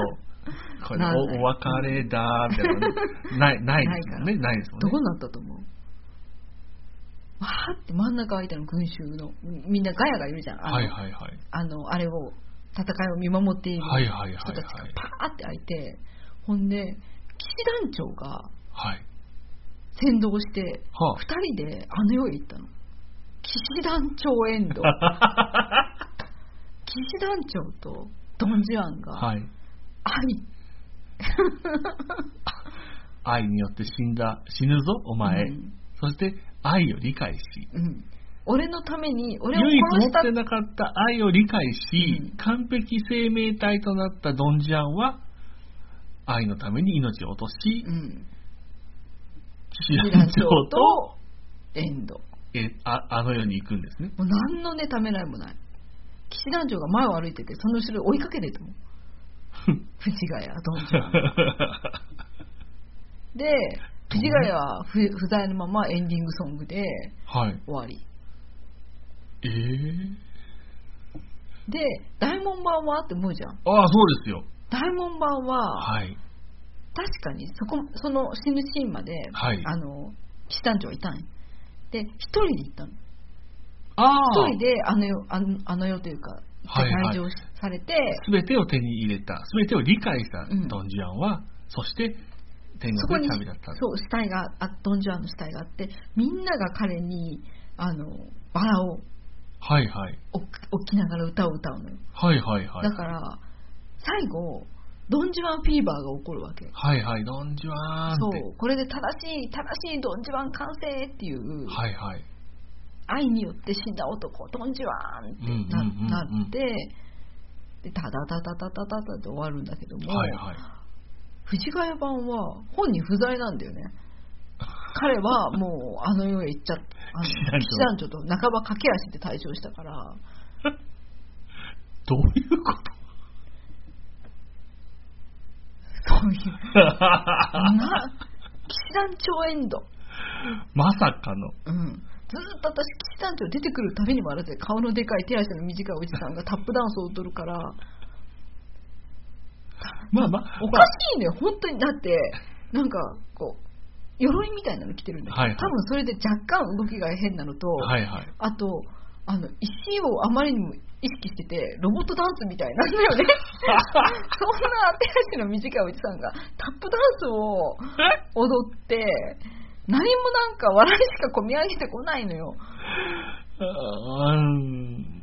[SPEAKER 3] これ
[SPEAKER 4] なん
[SPEAKER 3] お
[SPEAKER 4] ない
[SPEAKER 3] お別れだみたいなのないないですもんねないですもん
[SPEAKER 4] ど
[SPEAKER 3] ね
[SPEAKER 4] うなったと思うわーって真ん中空いたの群衆のみみんなガヤがいるじゃんあの,、
[SPEAKER 3] はいはいはい
[SPEAKER 4] あのあれを戦いを見守っている
[SPEAKER 3] はいはいはい
[SPEAKER 4] 人たちが
[SPEAKER 3] はい
[SPEAKER 4] パーって開いて、ほんで騎士団長が
[SPEAKER 3] はい
[SPEAKER 4] 先導して
[SPEAKER 3] はあ
[SPEAKER 4] 二 人であの世へ行ったの騎士団長エンド騎騎士団長とドン・ジュアンが
[SPEAKER 3] はい。
[SPEAKER 4] 愛、
[SPEAKER 3] 愛によって死んだ、死ぬぞ、お前。
[SPEAKER 4] うん
[SPEAKER 3] そして、愛を理解し、
[SPEAKER 4] うん、俺のために俺を
[SPEAKER 3] 唯一
[SPEAKER 4] 殺
[SPEAKER 3] 持
[SPEAKER 4] した
[SPEAKER 3] ってなかった愛を理解し、
[SPEAKER 4] うん
[SPEAKER 3] 完璧生命体となったドンジャンは、愛のために命を落とし、
[SPEAKER 4] うん、
[SPEAKER 3] 騎士団長と、
[SPEAKER 4] エンド
[SPEAKER 3] えああの世に行くんです ね。
[SPEAKER 4] もう何のねためらいもない騎士団長が前を歩いててその後ろ追いかけてたもん藤ヶ谷ドン・ジュアン で藤ヶ谷は不不在のままエンディングソングで
[SPEAKER 3] はい。
[SPEAKER 4] 終わり
[SPEAKER 3] えー、
[SPEAKER 4] で大門版はって思うじゃん
[SPEAKER 3] ああ、そうですよ。
[SPEAKER 4] 大門版は
[SPEAKER 3] はい。
[SPEAKER 4] 確かにそこその死ぬシーンまで、
[SPEAKER 3] はい
[SPEAKER 4] あの騎士団長はいたんよで一人で行ったの
[SPEAKER 3] あ
[SPEAKER 4] 一人であの世あのあの世というか
[SPEAKER 3] はいはい
[SPEAKER 4] 退場されて、
[SPEAKER 3] すべてを手に入れた、すべてを理解した
[SPEAKER 4] うん
[SPEAKER 3] ドン・ジュアンは、そして天
[SPEAKER 4] そこ
[SPEAKER 3] 国
[SPEAKER 4] に
[SPEAKER 3] で旅立った。
[SPEAKER 4] そう死体があドン・ジュアンの死体があってみんなが彼にあのバラを
[SPEAKER 3] はいはい。
[SPEAKER 4] 置く置きながら歌を歌うのよ、
[SPEAKER 3] はいはいはい。
[SPEAKER 4] だから最後ドン・ジュアンフィーバーが起こるわけ
[SPEAKER 3] はいはい、ドン・ジュアーン
[SPEAKER 4] そ
[SPEAKER 3] って。
[SPEAKER 4] うこれで正しい正しいドン・ジュアン完成っていう、
[SPEAKER 3] はいはい。
[SPEAKER 4] 愛によって死んだ男ドン・ジュアンってな,、
[SPEAKER 3] うんうんうんうん
[SPEAKER 4] ってでタタタタタタタタって終わるんだけども、
[SPEAKER 3] はいはい。
[SPEAKER 4] 藤ヶ谷版は本人不在なんだよね彼はもうあの世へ行っちゃったあの
[SPEAKER 3] 騎士団長
[SPEAKER 4] 騎士団長と半ば駆け足で退場したから
[SPEAKER 3] どういうこと
[SPEAKER 4] そういうな騎士団長エンド、
[SPEAKER 3] まさかの。
[SPEAKER 4] うん、ずーっと私騎士団長出てくるたびにもあれで顔のでかい手足の短いおじさんがタップダンスを踊るから
[SPEAKER 3] まあまあ、
[SPEAKER 4] おかしいのよ本当にだってなんかこう鎧みたいなの着てるんだけど、
[SPEAKER 3] はいはい
[SPEAKER 4] 多分それで若干動きが変なのと、
[SPEAKER 3] はいはい。
[SPEAKER 4] あと、あの石をあまりにも意識してて、ロボットダンスみたいなんだよ ね。そんな手足の短いおじさんがタップダンスを踊って、何もなんか笑いしかこみ上げてこないのよ。
[SPEAKER 3] うーん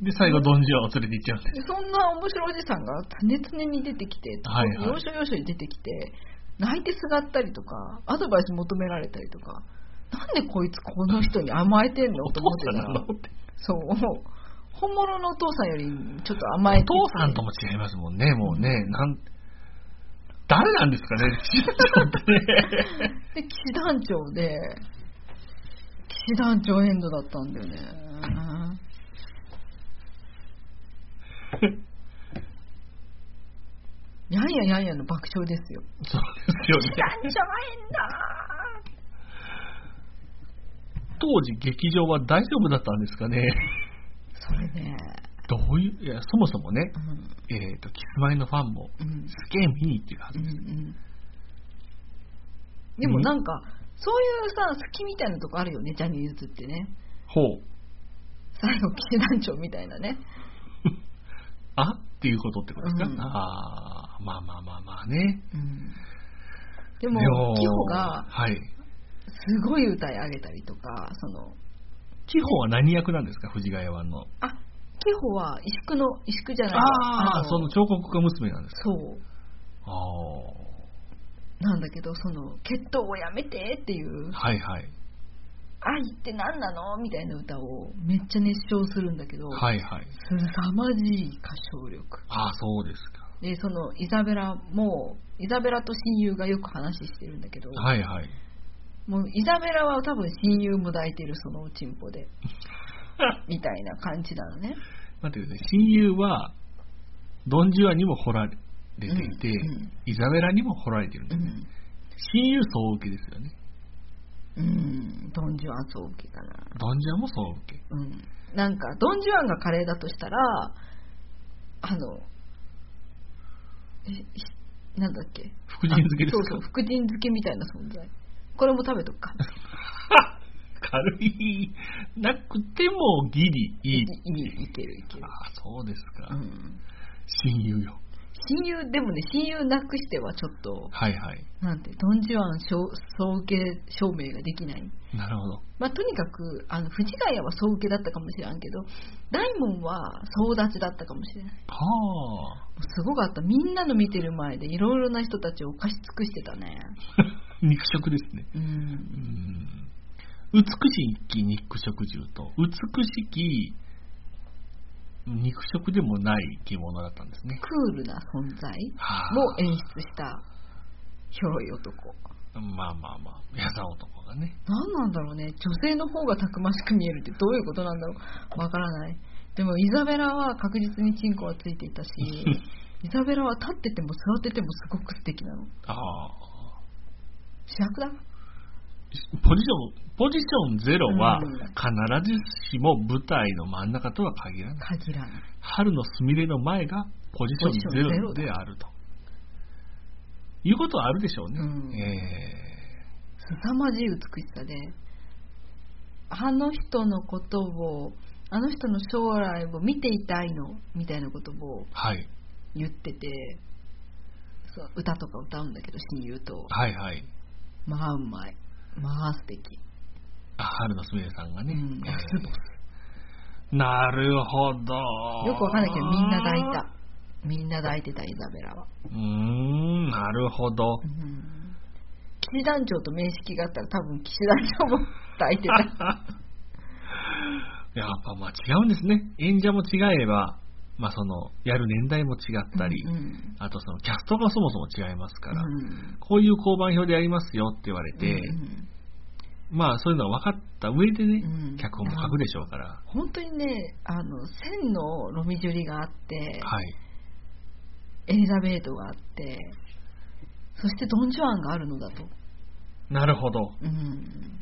[SPEAKER 3] で、最後、ドン・ジュアンを連れて行っちゃうんです。
[SPEAKER 4] そんな面白いおじさんが常々に出てきて、
[SPEAKER 3] はいはい
[SPEAKER 4] 要所要所に出てきて、泣いてすがったりとか、アドバイス求められたりとか、なんでこいつこの人に甘えてんの
[SPEAKER 3] お
[SPEAKER 4] と
[SPEAKER 3] 父
[SPEAKER 4] 思っ
[SPEAKER 3] さ
[SPEAKER 4] て
[SPEAKER 3] ん
[SPEAKER 4] た
[SPEAKER 3] なの
[SPEAKER 4] ら
[SPEAKER 3] っ。て。
[SPEAKER 4] そう。本物のお父さんよりちょっと甘えてて
[SPEAKER 3] お父さんとも違いますもんね、もうね。なん誰なんですかね、ちょっとね。
[SPEAKER 4] で、騎士団長で、騎士団長エンドだったんだよね。やんややんやの爆笑ですよ。
[SPEAKER 3] そうですよね。
[SPEAKER 4] 団長エンド
[SPEAKER 3] 当時、劇場は大丈夫だったんですかね。
[SPEAKER 4] それね、
[SPEAKER 3] どういう、いや、そもそもね、
[SPEAKER 4] う
[SPEAKER 3] えっ、と、キスマイのファンも、
[SPEAKER 4] ん、うん、
[SPEAKER 3] すげえ見に行ってるはず
[SPEAKER 4] うん、うん。でもなんか、そういうさ、好きみたいなとこあるよね、ジャニーズってね。
[SPEAKER 3] ほう。
[SPEAKER 4] 最後、騎士団長みたいなね。
[SPEAKER 3] あっていうことってことですか、
[SPEAKER 4] うん
[SPEAKER 3] ああ、まあまあまあまあね。
[SPEAKER 4] うん
[SPEAKER 3] で
[SPEAKER 4] でも、キホが
[SPEAKER 3] はい。
[SPEAKER 4] すごい歌い上げたりとか、その、
[SPEAKER 3] キホは何役なんですか藤ヶ谷湾の。
[SPEAKER 4] あ、キホは石工の、石工じゃない
[SPEAKER 3] ああ、その
[SPEAKER 4] の
[SPEAKER 3] 彫刻家娘なんですか
[SPEAKER 4] そう、
[SPEAKER 3] ああ、
[SPEAKER 4] なんだけど、その、決闘をやめてっていう、
[SPEAKER 3] はいはい。
[SPEAKER 4] 愛って何なのみたいな歌をめっちゃ熱唱するんだけど、
[SPEAKER 3] はいはい。
[SPEAKER 4] 凄まじい歌唱力。
[SPEAKER 3] ああ、そうですか。
[SPEAKER 4] で、その、イザベラも、イザベラと親友がよく話してるんだけど、
[SPEAKER 3] はいはい。
[SPEAKER 4] もうイザベラは多分親友も抱いてるそのおちんぽでみたいな感じなのね
[SPEAKER 3] 待ってください。親友は、ドン・ジュアンにも掘られていて、
[SPEAKER 4] うんうん
[SPEAKER 3] イザベラにも掘られてるん
[SPEAKER 4] う
[SPEAKER 3] ですね。
[SPEAKER 4] ん、
[SPEAKER 3] 親友総受けですよね。
[SPEAKER 4] うん、ドン・ジュアンそう受けかな
[SPEAKER 3] ドン・ジュアンも総受け。
[SPEAKER 4] うんなんかドン・ジュアンがカレーだとしたらあのえひなんだっけ
[SPEAKER 3] 福神漬けです
[SPEAKER 4] あ
[SPEAKER 3] か
[SPEAKER 4] そうそう福神漬けみたいな存在これも食べとくか
[SPEAKER 3] 軽い、なくてもギリいい。
[SPEAKER 4] いいいいいけるいける
[SPEAKER 3] ああ、そうですか。
[SPEAKER 4] うん
[SPEAKER 3] 親友よ。
[SPEAKER 4] 親友でもね親友なくしてはちょっと
[SPEAKER 3] はいはい。
[SPEAKER 4] なんてドン・ジュアン総総受け証明ができない
[SPEAKER 3] なるほど。
[SPEAKER 4] まあ、とにかくあの藤ヶ谷は総受けだったかもしれんけど大門は総立ちだったかもしれない
[SPEAKER 3] はあ。
[SPEAKER 4] もうすごかったみんなの見てる前でいろいろな人たちを貸し尽くしてたね
[SPEAKER 3] 肉食ですね。
[SPEAKER 4] う
[SPEAKER 3] うんん。美しき肉食獣と、美しき肉食でもない着物だったんですね。
[SPEAKER 4] クールな存在
[SPEAKER 3] はあ。
[SPEAKER 4] を演出したひょろい男
[SPEAKER 3] まあまあまあ、やだ男がね。
[SPEAKER 4] 何なんだろうね女性の方がたくましく見えるってどういうことなんだろうわからないでもイザベラは確実にチンコはついていたしイザベラは立ってても座っててもすごく素敵なの
[SPEAKER 3] ああ。
[SPEAKER 4] 主役だ
[SPEAKER 3] ポジション、ポジションゼロは
[SPEAKER 4] うん
[SPEAKER 3] 必ずしも舞台の真ん中とは限らない。
[SPEAKER 4] 限らない
[SPEAKER 3] 春のすみれの前がポジションゼロであると。いうことはあるでしょうね。
[SPEAKER 4] うん
[SPEAKER 3] え
[SPEAKER 4] 凄まじい美しさであの人のことをあの人の将来を見ていたいのみたいなことを
[SPEAKER 3] ーはい。
[SPEAKER 4] 言っててそう歌とか歌うんだけど親友と
[SPEAKER 3] はいはい。
[SPEAKER 4] まあうまいまあ素敵
[SPEAKER 3] あ春のすみれさんがね。
[SPEAKER 4] うん
[SPEAKER 3] えーなるほど。
[SPEAKER 4] よくわかんないけどみんな抱いたみんな抱いてたイザベラは、
[SPEAKER 3] うーん、なるほど
[SPEAKER 4] う。ん、騎士団長と面識があったら多分騎士団長も抱いてた
[SPEAKER 3] やっぱまあ違うんですね。演者も違えば、まあその、やる年代も違ったり、
[SPEAKER 4] うんうん
[SPEAKER 3] あとそのキャストがそもそも違いますから、
[SPEAKER 4] うん
[SPEAKER 3] こういう交番表でやりますよって言われて、
[SPEAKER 4] うん
[SPEAKER 3] まあそういうのは分かった上でね、
[SPEAKER 4] うん
[SPEAKER 3] 脚本も書くでしょうから、
[SPEAKER 4] 本当にねあの千のロミジュリがあって、
[SPEAKER 3] はい。
[SPEAKER 4] エリザベートがあってそしてドン・ジュアンがあるのだと、
[SPEAKER 3] なるほど。
[SPEAKER 4] うん、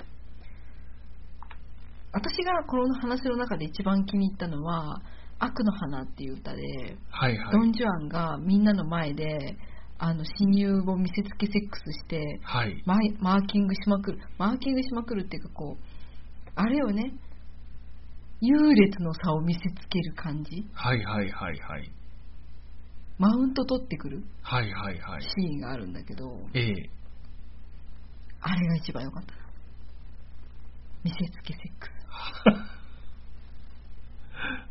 [SPEAKER 4] 私がこの話の中で一番気に入ったのは「悪の花」っていう歌で、
[SPEAKER 3] はいは
[SPEAKER 4] ドン・
[SPEAKER 3] い。
[SPEAKER 4] ジュアンがみんなの前であの親友を見せつけセックスして
[SPEAKER 3] はい。
[SPEAKER 4] マイマーキングしまくるマーキングしまくるっていうかこうあれをね優劣の差を見せつける感じ
[SPEAKER 3] はいはいはいはい。
[SPEAKER 4] マウント取ってくる
[SPEAKER 3] はいはいはい。
[SPEAKER 4] シーンがあるんだけど
[SPEAKER 3] ええ
[SPEAKER 4] あれが一番良かったな見せつけセックス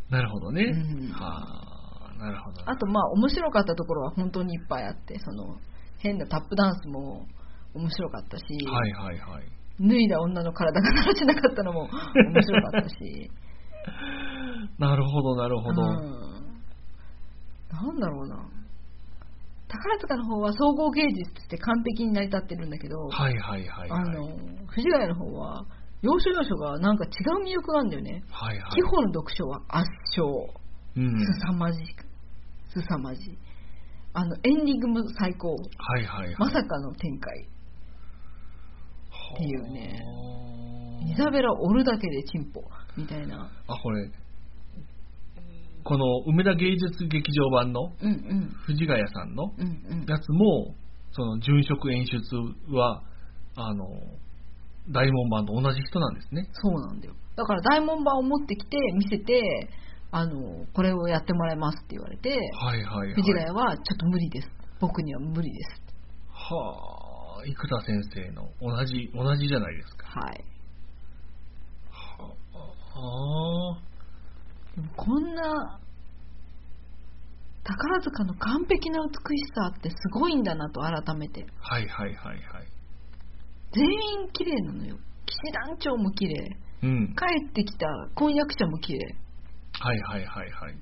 [SPEAKER 3] なるほどね。
[SPEAKER 4] うん
[SPEAKER 3] はあ、なるほど。
[SPEAKER 4] あとまあ面白かったところは本当にいっぱいあってその変なタップダンスも面白かったし、
[SPEAKER 3] はいはいはい。
[SPEAKER 4] 脱いだ女の体が鳴らしなかったのも面白かっ たし
[SPEAKER 3] なるほどなるほど。
[SPEAKER 4] うんなんだろうな宝塚の方は総合芸術として完璧に成り立ってるんだけど、
[SPEAKER 3] はいはいはいは
[SPEAKER 4] あ
[SPEAKER 3] い。
[SPEAKER 4] の藤ヶ谷の方は要所要所がなんか違う魅力があるんだよね、
[SPEAKER 3] はいはい。
[SPEAKER 4] 地方の読書は圧勝
[SPEAKER 3] うん。
[SPEAKER 4] 凄まじく凄まじいあのエンディングも最高
[SPEAKER 3] はいはいはい。
[SPEAKER 4] まさかの展開っていうねイザベラ折るだけでチンポみたいな
[SPEAKER 3] あ、これ、この梅田芸術劇場版の
[SPEAKER 4] うんうん
[SPEAKER 3] 藤ヶ谷さんの
[SPEAKER 4] うんうん
[SPEAKER 3] やつも、その、殉職演出は、あの、大門版と同じ人なんですね。
[SPEAKER 4] そうなんだよだから大門版を持ってきて見せてあのこれをやってもらいますって言われて
[SPEAKER 3] はいはいはい。
[SPEAKER 4] 藤ヶ谷はちょっと無理です僕には無理です
[SPEAKER 3] はあ、生田先生の同じ、同じじゃないですか。
[SPEAKER 4] はい
[SPEAKER 3] はあ、
[SPEAKER 4] でもこんな宝塚の完璧な美しさってすごいんだなと改めて
[SPEAKER 3] はいはいはいはい。
[SPEAKER 4] 全員綺麗なのよ騎士団長も綺麗
[SPEAKER 3] うん。
[SPEAKER 4] 帰ってきた婚約者も綺麗
[SPEAKER 3] はいはいはいはい。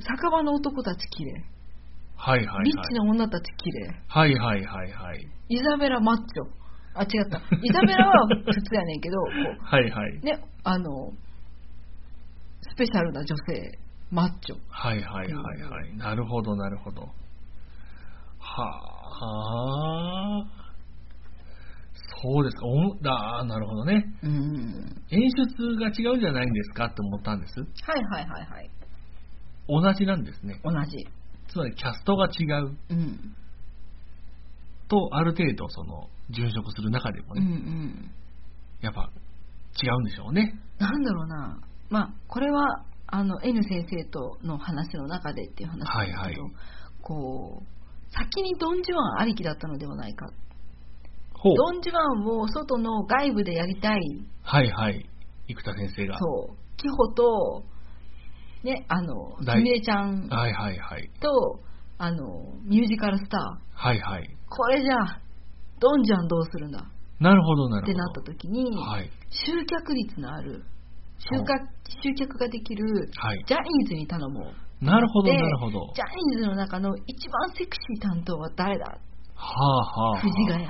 [SPEAKER 4] 酒場の男たち綺麗
[SPEAKER 3] はいはいはい。
[SPEAKER 4] リッチな女たち綺麗
[SPEAKER 3] はいはいはいはい。
[SPEAKER 4] イザベラマッチョあ違ったイザベラは普通やねんけどこ。
[SPEAKER 3] はいはいう
[SPEAKER 4] ねあのスペシャルな女性マッチョ
[SPEAKER 3] はいはいはいはい。なるほど、なるほど。はあ、はあ。そうですか。おんだあーなるほどね。
[SPEAKER 4] うん
[SPEAKER 3] 演出が違うんじゃないんですかって思ったんです。
[SPEAKER 4] はいはいはいはい
[SPEAKER 3] 同じなんですね。
[SPEAKER 4] 同じ
[SPEAKER 3] つまりキャストが違う
[SPEAKER 4] うん
[SPEAKER 3] と、ある程度、その、殉職する中でも
[SPEAKER 4] うんう
[SPEAKER 3] ね、
[SPEAKER 4] ん
[SPEAKER 3] やっぱ違うんでしょうね。
[SPEAKER 4] なんだろうなまあこれはあの N 先生との話の中でっていう話なんですけど、
[SPEAKER 3] はいは
[SPEAKER 4] こう先にドン・ジュアンありきだったのではないか
[SPEAKER 3] ほう。
[SPEAKER 4] ドン・ジュアンを外の外部でやりたい
[SPEAKER 3] はいはい。生田先生が。
[SPEAKER 4] そうキホとねあのす
[SPEAKER 3] 大
[SPEAKER 4] みれちゃん
[SPEAKER 3] はいはいはい。
[SPEAKER 4] とあのミュージカルスター
[SPEAKER 3] はいはい。
[SPEAKER 4] これじゃあドン・ジュアンどうするんだ
[SPEAKER 3] なるほどな
[SPEAKER 4] っ
[SPEAKER 3] るほど。
[SPEAKER 4] てなった時に、
[SPEAKER 3] はい。
[SPEAKER 4] 集客率のある集
[SPEAKER 3] そう
[SPEAKER 4] 客集客ができる
[SPEAKER 3] はい。
[SPEAKER 4] ジャニーズに頼もう
[SPEAKER 3] なるほど
[SPEAKER 4] で
[SPEAKER 3] なるほど。は
[SPEAKER 4] ジャニーズの中の一番セクシー担当は誰だ
[SPEAKER 3] あはあはあ。
[SPEAKER 4] 藤ヶ谷っ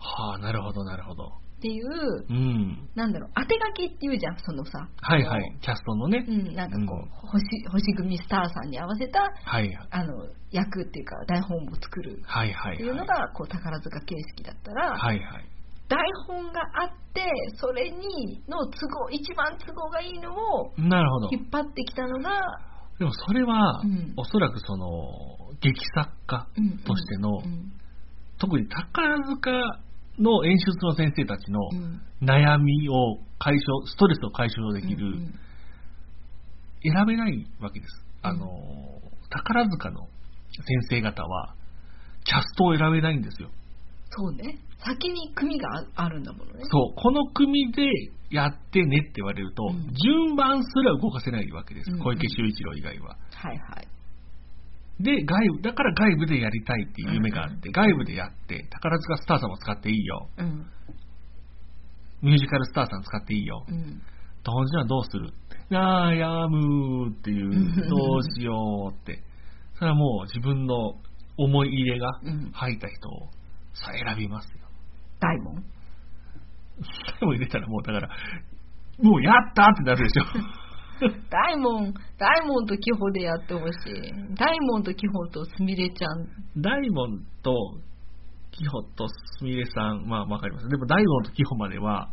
[SPEAKER 3] はあ、なるほどなるほど。
[SPEAKER 4] ていう
[SPEAKER 3] うん。
[SPEAKER 4] なんだろう当て書きっていうじゃんそのさ
[SPEAKER 3] はいはい。キャストのね
[SPEAKER 4] う。んなんかこう、
[SPEAKER 3] うん
[SPEAKER 4] 星星組スターさんに合わせた
[SPEAKER 3] はい
[SPEAKER 4] あの役っていうか台本を作る
[SPEAKER 3] はいは
[SPEAKER 4] って
[SPEAKER 3] い
[SPEAKER 4] いう
[SPEAKER 3] は
[SPEAKER 4] の
[SPEAKER 3] い。
[SPEAKER 4] がこう宝塚形式だったら、
[SPEAKER 3] はいはい。
[SPEAKER 4] 台本があってそれにの都合一番都合がいいのを
[SPEAKER 3] なるほど。
[SPEAKER 4] 引っ張ってきたのが、
[SPEAKER 3] でもそれは、
[SPEAKER 4] うん
[SPEAKER 3] おそらくその、劇作家
[SPEAKER 4] うんうん
[SPEAKER 3] としての、
[SPEAKER 4] うん
[SPEAKER 3] 特に宝塚の演出の先生たちの
[SPEAKER 4] うん
[SPEAKER 3] 悩みを解消、ストレスを解消でき
[SPEAKER 4] うんう
[SPEAKER 3] る、
[SPEAKER 4] ん
[SPEAKER 3] 選べないわけです。あの、
[SPEAKER 4] う
[SPEAKER 3] 宝塚の先生方は、キャストを選べないんですよ。
[SPEAKER 4] そうね先に組がああるんだものね
[SPEAKER 3] そう、この組でやってねって言われると、
[SPEAKER 4] うん
[SPEAKER 3] 順番すら動かせないわけです。
[SPEAKER 4] うんうん
[SPEAKER 3] 小池秀一郎以外は。
[SPEAKER 4] はいはい
[SPEAKER 3] で、外部、だから外部でやりたいっていう夢があって、外部でやって、宝塚スターさんも使っていいよ。
[SPEAKER 4] うん
[SPEAKER 3] ミュージカルスターさん使っていいよ。
[SPEAKER 4] うん
[SPEAKER 3] 当時はどうする悩むってい
[SPEAKER 4] うん
[SPEAKER 3] う、どうしようって。それはもう自分の思い入れが
[SPEAKER 4] うん
[SPEAKER 3] 入った人をさ、選びますよ。
[SPEAKER 4] 大門
[SPEAKER 3] でも入れたらもうだから、もうやったってなるでしょ。
[SPEAKER 4] 大門大門とキホでやってほしい大門とキホとすみれちゃん
[SPEAKER 3] 大門とキホとすみれさん、まあわかります。でも大門とキホまでは、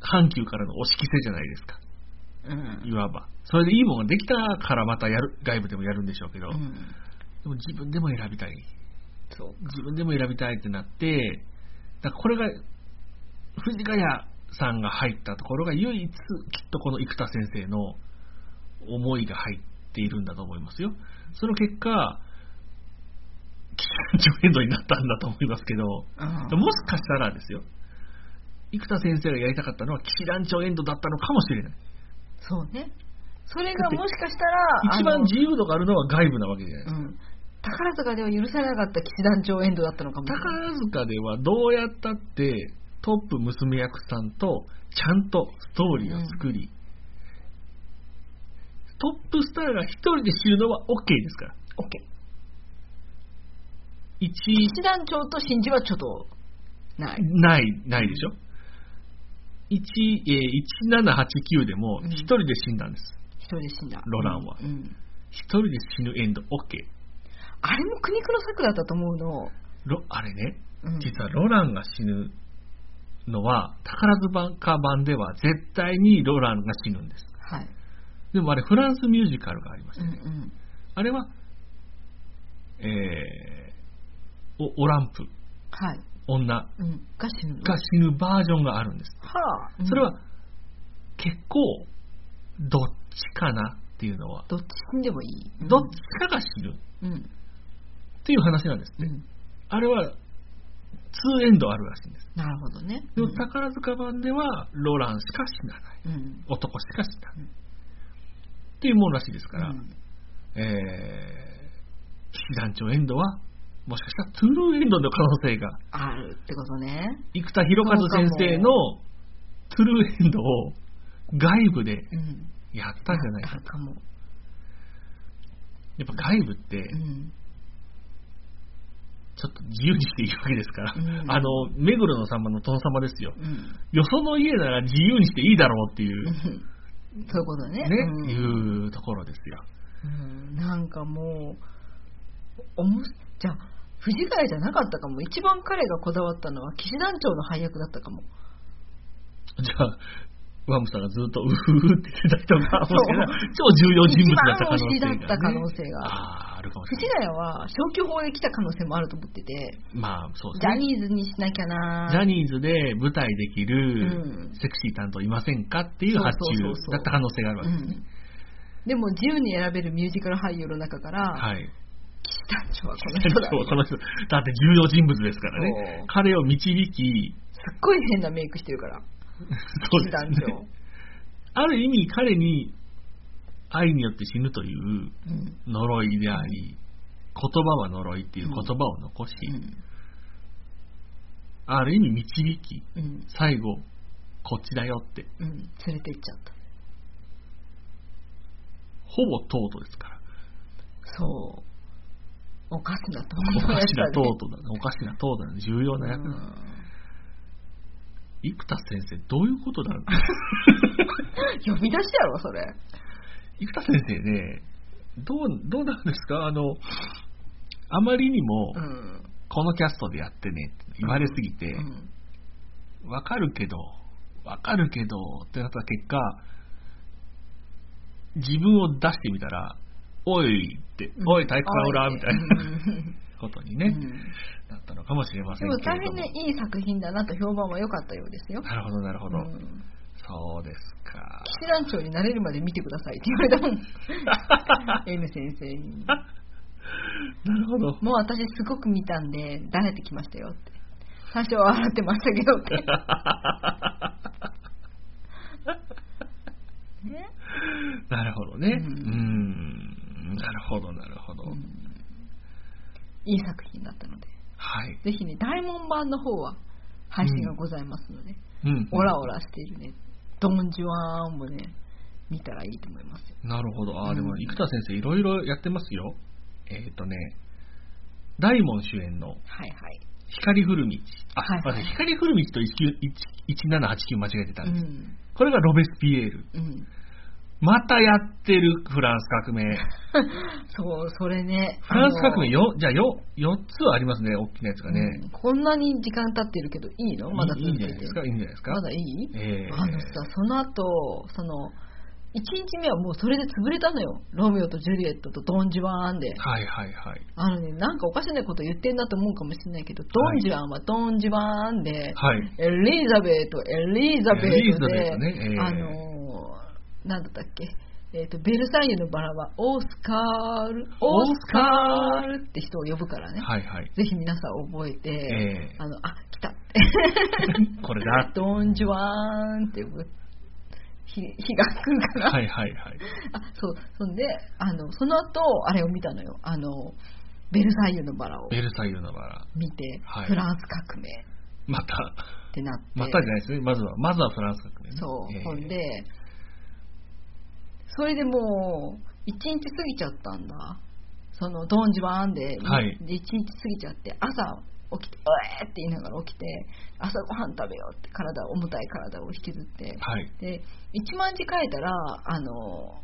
[SPEAKER 3] 阪急からのお式せじゃないですか、
[SPEAKER 4] うん
[SPEAKER 3] いわば。それでいいものができたからまたやる外部でもやるんでしょうけど、
[SPEAKER 4] う
[SPEAKER 3] で
[SPEAKER 4] ん
[SPEAKER 3] も自分でも選びたい。
[SPEAKER 4] そう
[SPEAKER 3] 自分でも選びたいってなって、だからこれが、藤ヶ谷さんが入ったところが唯一、きっとこの生田先生の思いが入っているんだと思いますよ。その結果、気象変動になったんだと思いますけど、
[SPEAKER 4] うん
[SPEAKER 3] もしかしたらですよ、生田先生がやりたかったのは騎士団長エンドだったのかもしれない。
[SPEAKER 4] そうねそれがもしかしたら
[SPEAKER 3] 一番
[SPEAKER 4] あの
[SPEAKER 3] 自由度があるのは外部なわけじゃないですか
[SPEAKER 4] うん宝塚では許されなかった騎士団長エンドだったのかもしれない
[SPEAKER 3] 宝塚ではどうやったってトップ娘役さんとちゃんとストーリーを作り、トップスターが一人で知るのは OK ですから
[SPEAKER 4] OK
[SPEAKER 3] 一
[SPEAKER 4] 騎士団長と真珠はちょっとない
[SPEAKER 3] ないないでしょ1えー1789でも
[SPEAKER 4] うん
[SPEAKER 3] 一人で死んだんです、
[SPEAKER 4] 一人で死んだ
[SPEAKER 3] ロランは
[SPEAKER 4] うん
[SPEAKER 3] 一人で死ぬエンド OK
[SPEAKER 4] あれも苦肉の策だったと思うの
[SPEAKER 3] ロあれね
[SPEAKER 4] うん
[SPEAKER 3] 実はロランが死ぬのは宝塚版では絶対にロランが死ぬんです
[SPEAKER 4] はい
[SPEAKER 3] でもあれフランスミュージカルがありました
[SPEAKER 4] うんうん
[SPEAKER 3] あれは、えーおオランプ、
[SPEAKER 4] はい
[SPEAKER 3] 女
[SPEAKER 4] うんが死ぬの
[SPEAKER 3] が死ぬバージョンがあるんです。
[SPEAKER 4] はあうん
[SPEAKER 3] それは結構、どっちかなっていうのは、
[SPEAKER 4] どっち死んでもいいうん
[SPEAKER 3] どっちかが死ぬ
[SPEAKER 4] うん
[SPEAKER 3] っていう話なんです
[SPEAKER 4] う
[SPEAKER 3] ね。
[SPEAKER 4] ん
[SPEAKER 3] あれは、2エンドあるらしいんです。
[SPEAKER 4] なるほどね
[SPEAKER 3] でも
[SPEAKER 4] うん
[SPEAKER 3] 宝塚版では、ロランしか死なない。
[SPEAKER 4] うん
[SPEAKER 3] 男しか死なな
[SPEAKER 4] う
[SPEAKER 3] い。
[SPEAKER 4] ん
[SPEAKER 3] っていうものらしいですから、
[SPEAKER 4] うん
[SPEAKER 3] えー、騎士団長エンドは、もしかしたらトゥルーエンドの可能性が
[SPEAKER 4] あるってことね
[SPEAKER 3] 生田博一先生のトゥルーエンドを外部で
[SPEAKER 4] うん
[SPEAKER 3] やったんじゃないか
[SPEAKER 4] あるかも
[SPEAKER 3] やっぱ外部って
[SPEAKER 4] うん
[SPEAKER 3] ちょっと自由にしていいわけですから、
[SPEAKER 4] うん
[SPEAKER 3] あの目黒の様の殿様ですよ
[SPEAKER 4] うん
[SPEAKER 3] よその家なら自由にしていいだろうっていうう、
[SPEAKER 4] ん
[SPEAKER 3] ね
[SPEAKER 4] そういうことねうん
[SPEAKER 3] いうところですよ
[SPEAKER 4] うんなんかもうおもしじゃあ藤ヶ谷じゃなかったかも一番彼がこだわったのは騎士団長の配役だったかも
[SPEAKER 3] じゃあワムさんがずっとうふふって言ってた人がもしかしたら超重要人物だった可能性が、ね、
[SPEAKER 4] 一番推しだった可能性が
[SPEAKER 3] ああるかもしれ
[SPEAKER 4] 藤
[SPEAKER 3] ない。
[SPEAKER 4] ヶ谷は消去法で来た可能性もあると思ってて、
[SPEAKER 3] まあ、そう
[SPEAKER 4] ジ
[SPEAKER 3] です
[SPEAKER 4] ャ
[SPEAKER 3] ね。
[SPEAKER 4] ニーズにしなきゃな
[SPEAKER 3] ジャニーズで舞台できる
[SPEAKER 4] うん
[SPEAKER 3] セクシー担当いませんかっていう
[SPEAKER 4] そう
[SPEAKER 3] 発注
[SPEAKER 4] そうそうそう
[SPEAKER 3] だった可能性があるわけ
[SPEAKER 4] う
[SPEAKER 3] です。
[SPEAKER 4] ん、でも自由に選べるミュージカル俳優の中から、
[SPEAKER 3] はい。
[SPEAKER 4] 岸団長はこの
[SPEAKER 3] そう
[SPEAKER 4] 人だ
[SPEAKER 3] この人。だって重要人物ですから
[SPEAKER 4] そ
[SPEAKER 3] ね
[SPEAKER 4] う。
[SPEAKER 3] 彼を導き、
[SPEAKER 4] すっごい変なメイクしてるから
[SPEAKER 3] そうです
[SPEAKER 4] 岸団
[SPEAKER 3] ね
[SPEAKER 4] 長、
[SPEAKER 3] ある意味彼に愛によって死ぬという
[SPEAKER 4] うん
[SPEAKER 3] 呪いであり、言葉は呪いっていう言葉を残し、ある意味導き、
[SPEAKER 4] うんうん
[SPEAKER 3] 最後、こっちだよって、
[SPEAKER 4] うん連れて行っちゃった
[SPEAKER 3] ほぼトートですから。
[SPEAKER 4] そうおかしなと
[SPEAKER 3] お
[SPEAKER 4] 思
[SPEAKER 3] か
[SPEAKER 4] や
[SPEAKER 3] し
[SPEAKER 4] つ
[SPEAKER 3] な
[SPEAKER 4] だ
[SPEAKER 3] ト
[SPEAKER 4] ね
[SPEAKER 3] ートだね。おかしなトートだね。重要な役だね。生田先生、どういうことだろう
[SPEAKER 4] うん呼び出しやろそれ
[SPEAKER 3] 生田先生ね、どう、どうなんですかあの、あまりにも
[SPEAKER 4] う、ん
[SPEAKER 3] このキャストでやってねって言われすぎて
[SPEAKER 4] う、ん
[SPEAKER 3] わかるけど、わかるけどってなった結果、自分を出してみたら、おいって、おい、体育館裏みたいな
[SPEAKER 4] うん
[SPEAKER 3] ことに
[SPEAKER 4] う
[SPEAKER 3] ね、
[SPEAKER 4] ん
[SPEAKER 3] だったのかもしれませ
[SPEAKER 4] で
[SPEAKER 3] ん
[SPEAKER 4] も
[SPEAKER 3] けれ
[SPEAKER 4] 大
[SPEAKER 3] ど
[SPEAKER 4] 変
[SPEAKER 3] も。
[SPEAKER 4] ねいい作品だなと評判は良かったようですよ
[SPEAKER 3] なるほど、なるほど。
[SPEAKER 4] うん
[SPEAKER 3] そうです か。
[SPEAKER 4] 騎士団長になれるまで見てくださいって言われたもん M 先生に
[SPEAKER 3] なるほど。
[SPEAKER 4] もう私すごく見たんで慣れてきましたよって最初は笑ってましたけどって ね
[SPEAKER 3] なるほどね。う
[SPEAKER 4] うん
[SPEAKER 3] ん。なるほど、なるほど。
[SPEAKER 4] うんいい作品だったので
[SPEAKER 3] はい。
[SPEAKER 4] ぜひね大門版の方は配信がございますので、
[SPEAKER 3] うん。
[SPEAKER 4] オラオラしているねドンジュワーンもね見たらいいと思いますよ
[SPEAKER 3] なるほど。ああ、でも
[SPEAKER 4] う、ん
[SPEAKER 3] 生田先生、いろいろやってますよ。えっ、とね、大門主演の
[SPEAKER 4] はいはい
[SPEAKER 3] 光古道。あ、
[SPEAKER 4] はい
[SPEAKER 3] 待
[SPEAKER 4] はい
[SPEAKER 3] って光古道と1789間違えてた
[SPEAKER 4] うん
[SPEAKER 3] です。
[SPEAKER 4] ん
[SPEAKER 3] これがロベスピエール。
[SPEAKER 4] うん
[SPEAKER 3] またやってる、フランス革命。
[SPEAKER 4] そうそれね
[SPEAKER 3] フランス革
[SPEAKER 4] あの
[SPEAKER 3] 命よ、じゃあよ、4つありますね、大きなやつがね。
[SPEAKER 4] うんこんなに時間経ってるけどいいのまだ
[SPEAKER 3] いいいい
[SPEAKER 4] 続
[SPEAKER 3] ん
[SPEAKER 4] け
[SPEAKER 3] じゃ
[SPEAKER 4] て
[SPEAKER 3] ないですか、いいんじゃないですか。
[SPEAKER 4] まだいい、
[SPEAKER 3] ええ
[SPEAKER 4] あのさその後その1日目はもうそれで潰れたのよロミオとジュリエットとドン・ジュワーンで
[SPEAKER 3] はいはいはい。
[SPEAKER 4] あのねなんかおかしなこと言ってんなと思うかもしれないけどドン・ジュワーンはドン・ジュワーンで、
[SPEAKER 3] はい。
[SPEAKER 4] エリザベートエリザベート
[SPEAKER 3] エリ
[SPEAKER 4] で
[SPEAKER 3] ザベートねええ
[SPEAKER 4] あのーなんだったっけえー、とベルサイユのバラはオースカールオースカールって人を呼ぶからね、
[SPEAKER 3] はいはい。
[SPEAKER 4] ぜひ皆さん覚えて、
[SPEAKER 3] ええ
[SPEAKER 4] あのあ来たって
[SPEAKER 3] これだ。
[SPEAKER 4] ドンジュワーンって呼ぶ日日が来るから、
[SPEAKER 3] はいはいはい。
[SPEAKER 4] あそうそんであのその後あれを見たのよあのベルサイユのバラを
[SPEAKER 3] ベルサイユのバラ。
[SPEAKER 4] 見て、
[SPEAKER 3] はい
[SPEAKER 4] フランス革命っ
[SPEAKER 3] また、
[SPEAKER 4] てなって
[SPEAKER 3] またじゃないですね。まずは、まずはフランス革命ね。
[SPEAKER 4] そう、
[SPEAKER 3] ええ
[SPEAKER 4] ほんでそれでもう一日過ぎちゃったんだそのドンジュワーンで一、
[SPEAKER 3] はい
[SPEAKER 4] 日過ぎちゃって朝起きて「うえ!」って言いながら起きて朝ごはん食べようって体を重たい体を引きずって
[SPEAKER 3] はい。
[SPEAKER 4] で1万字書いたらあの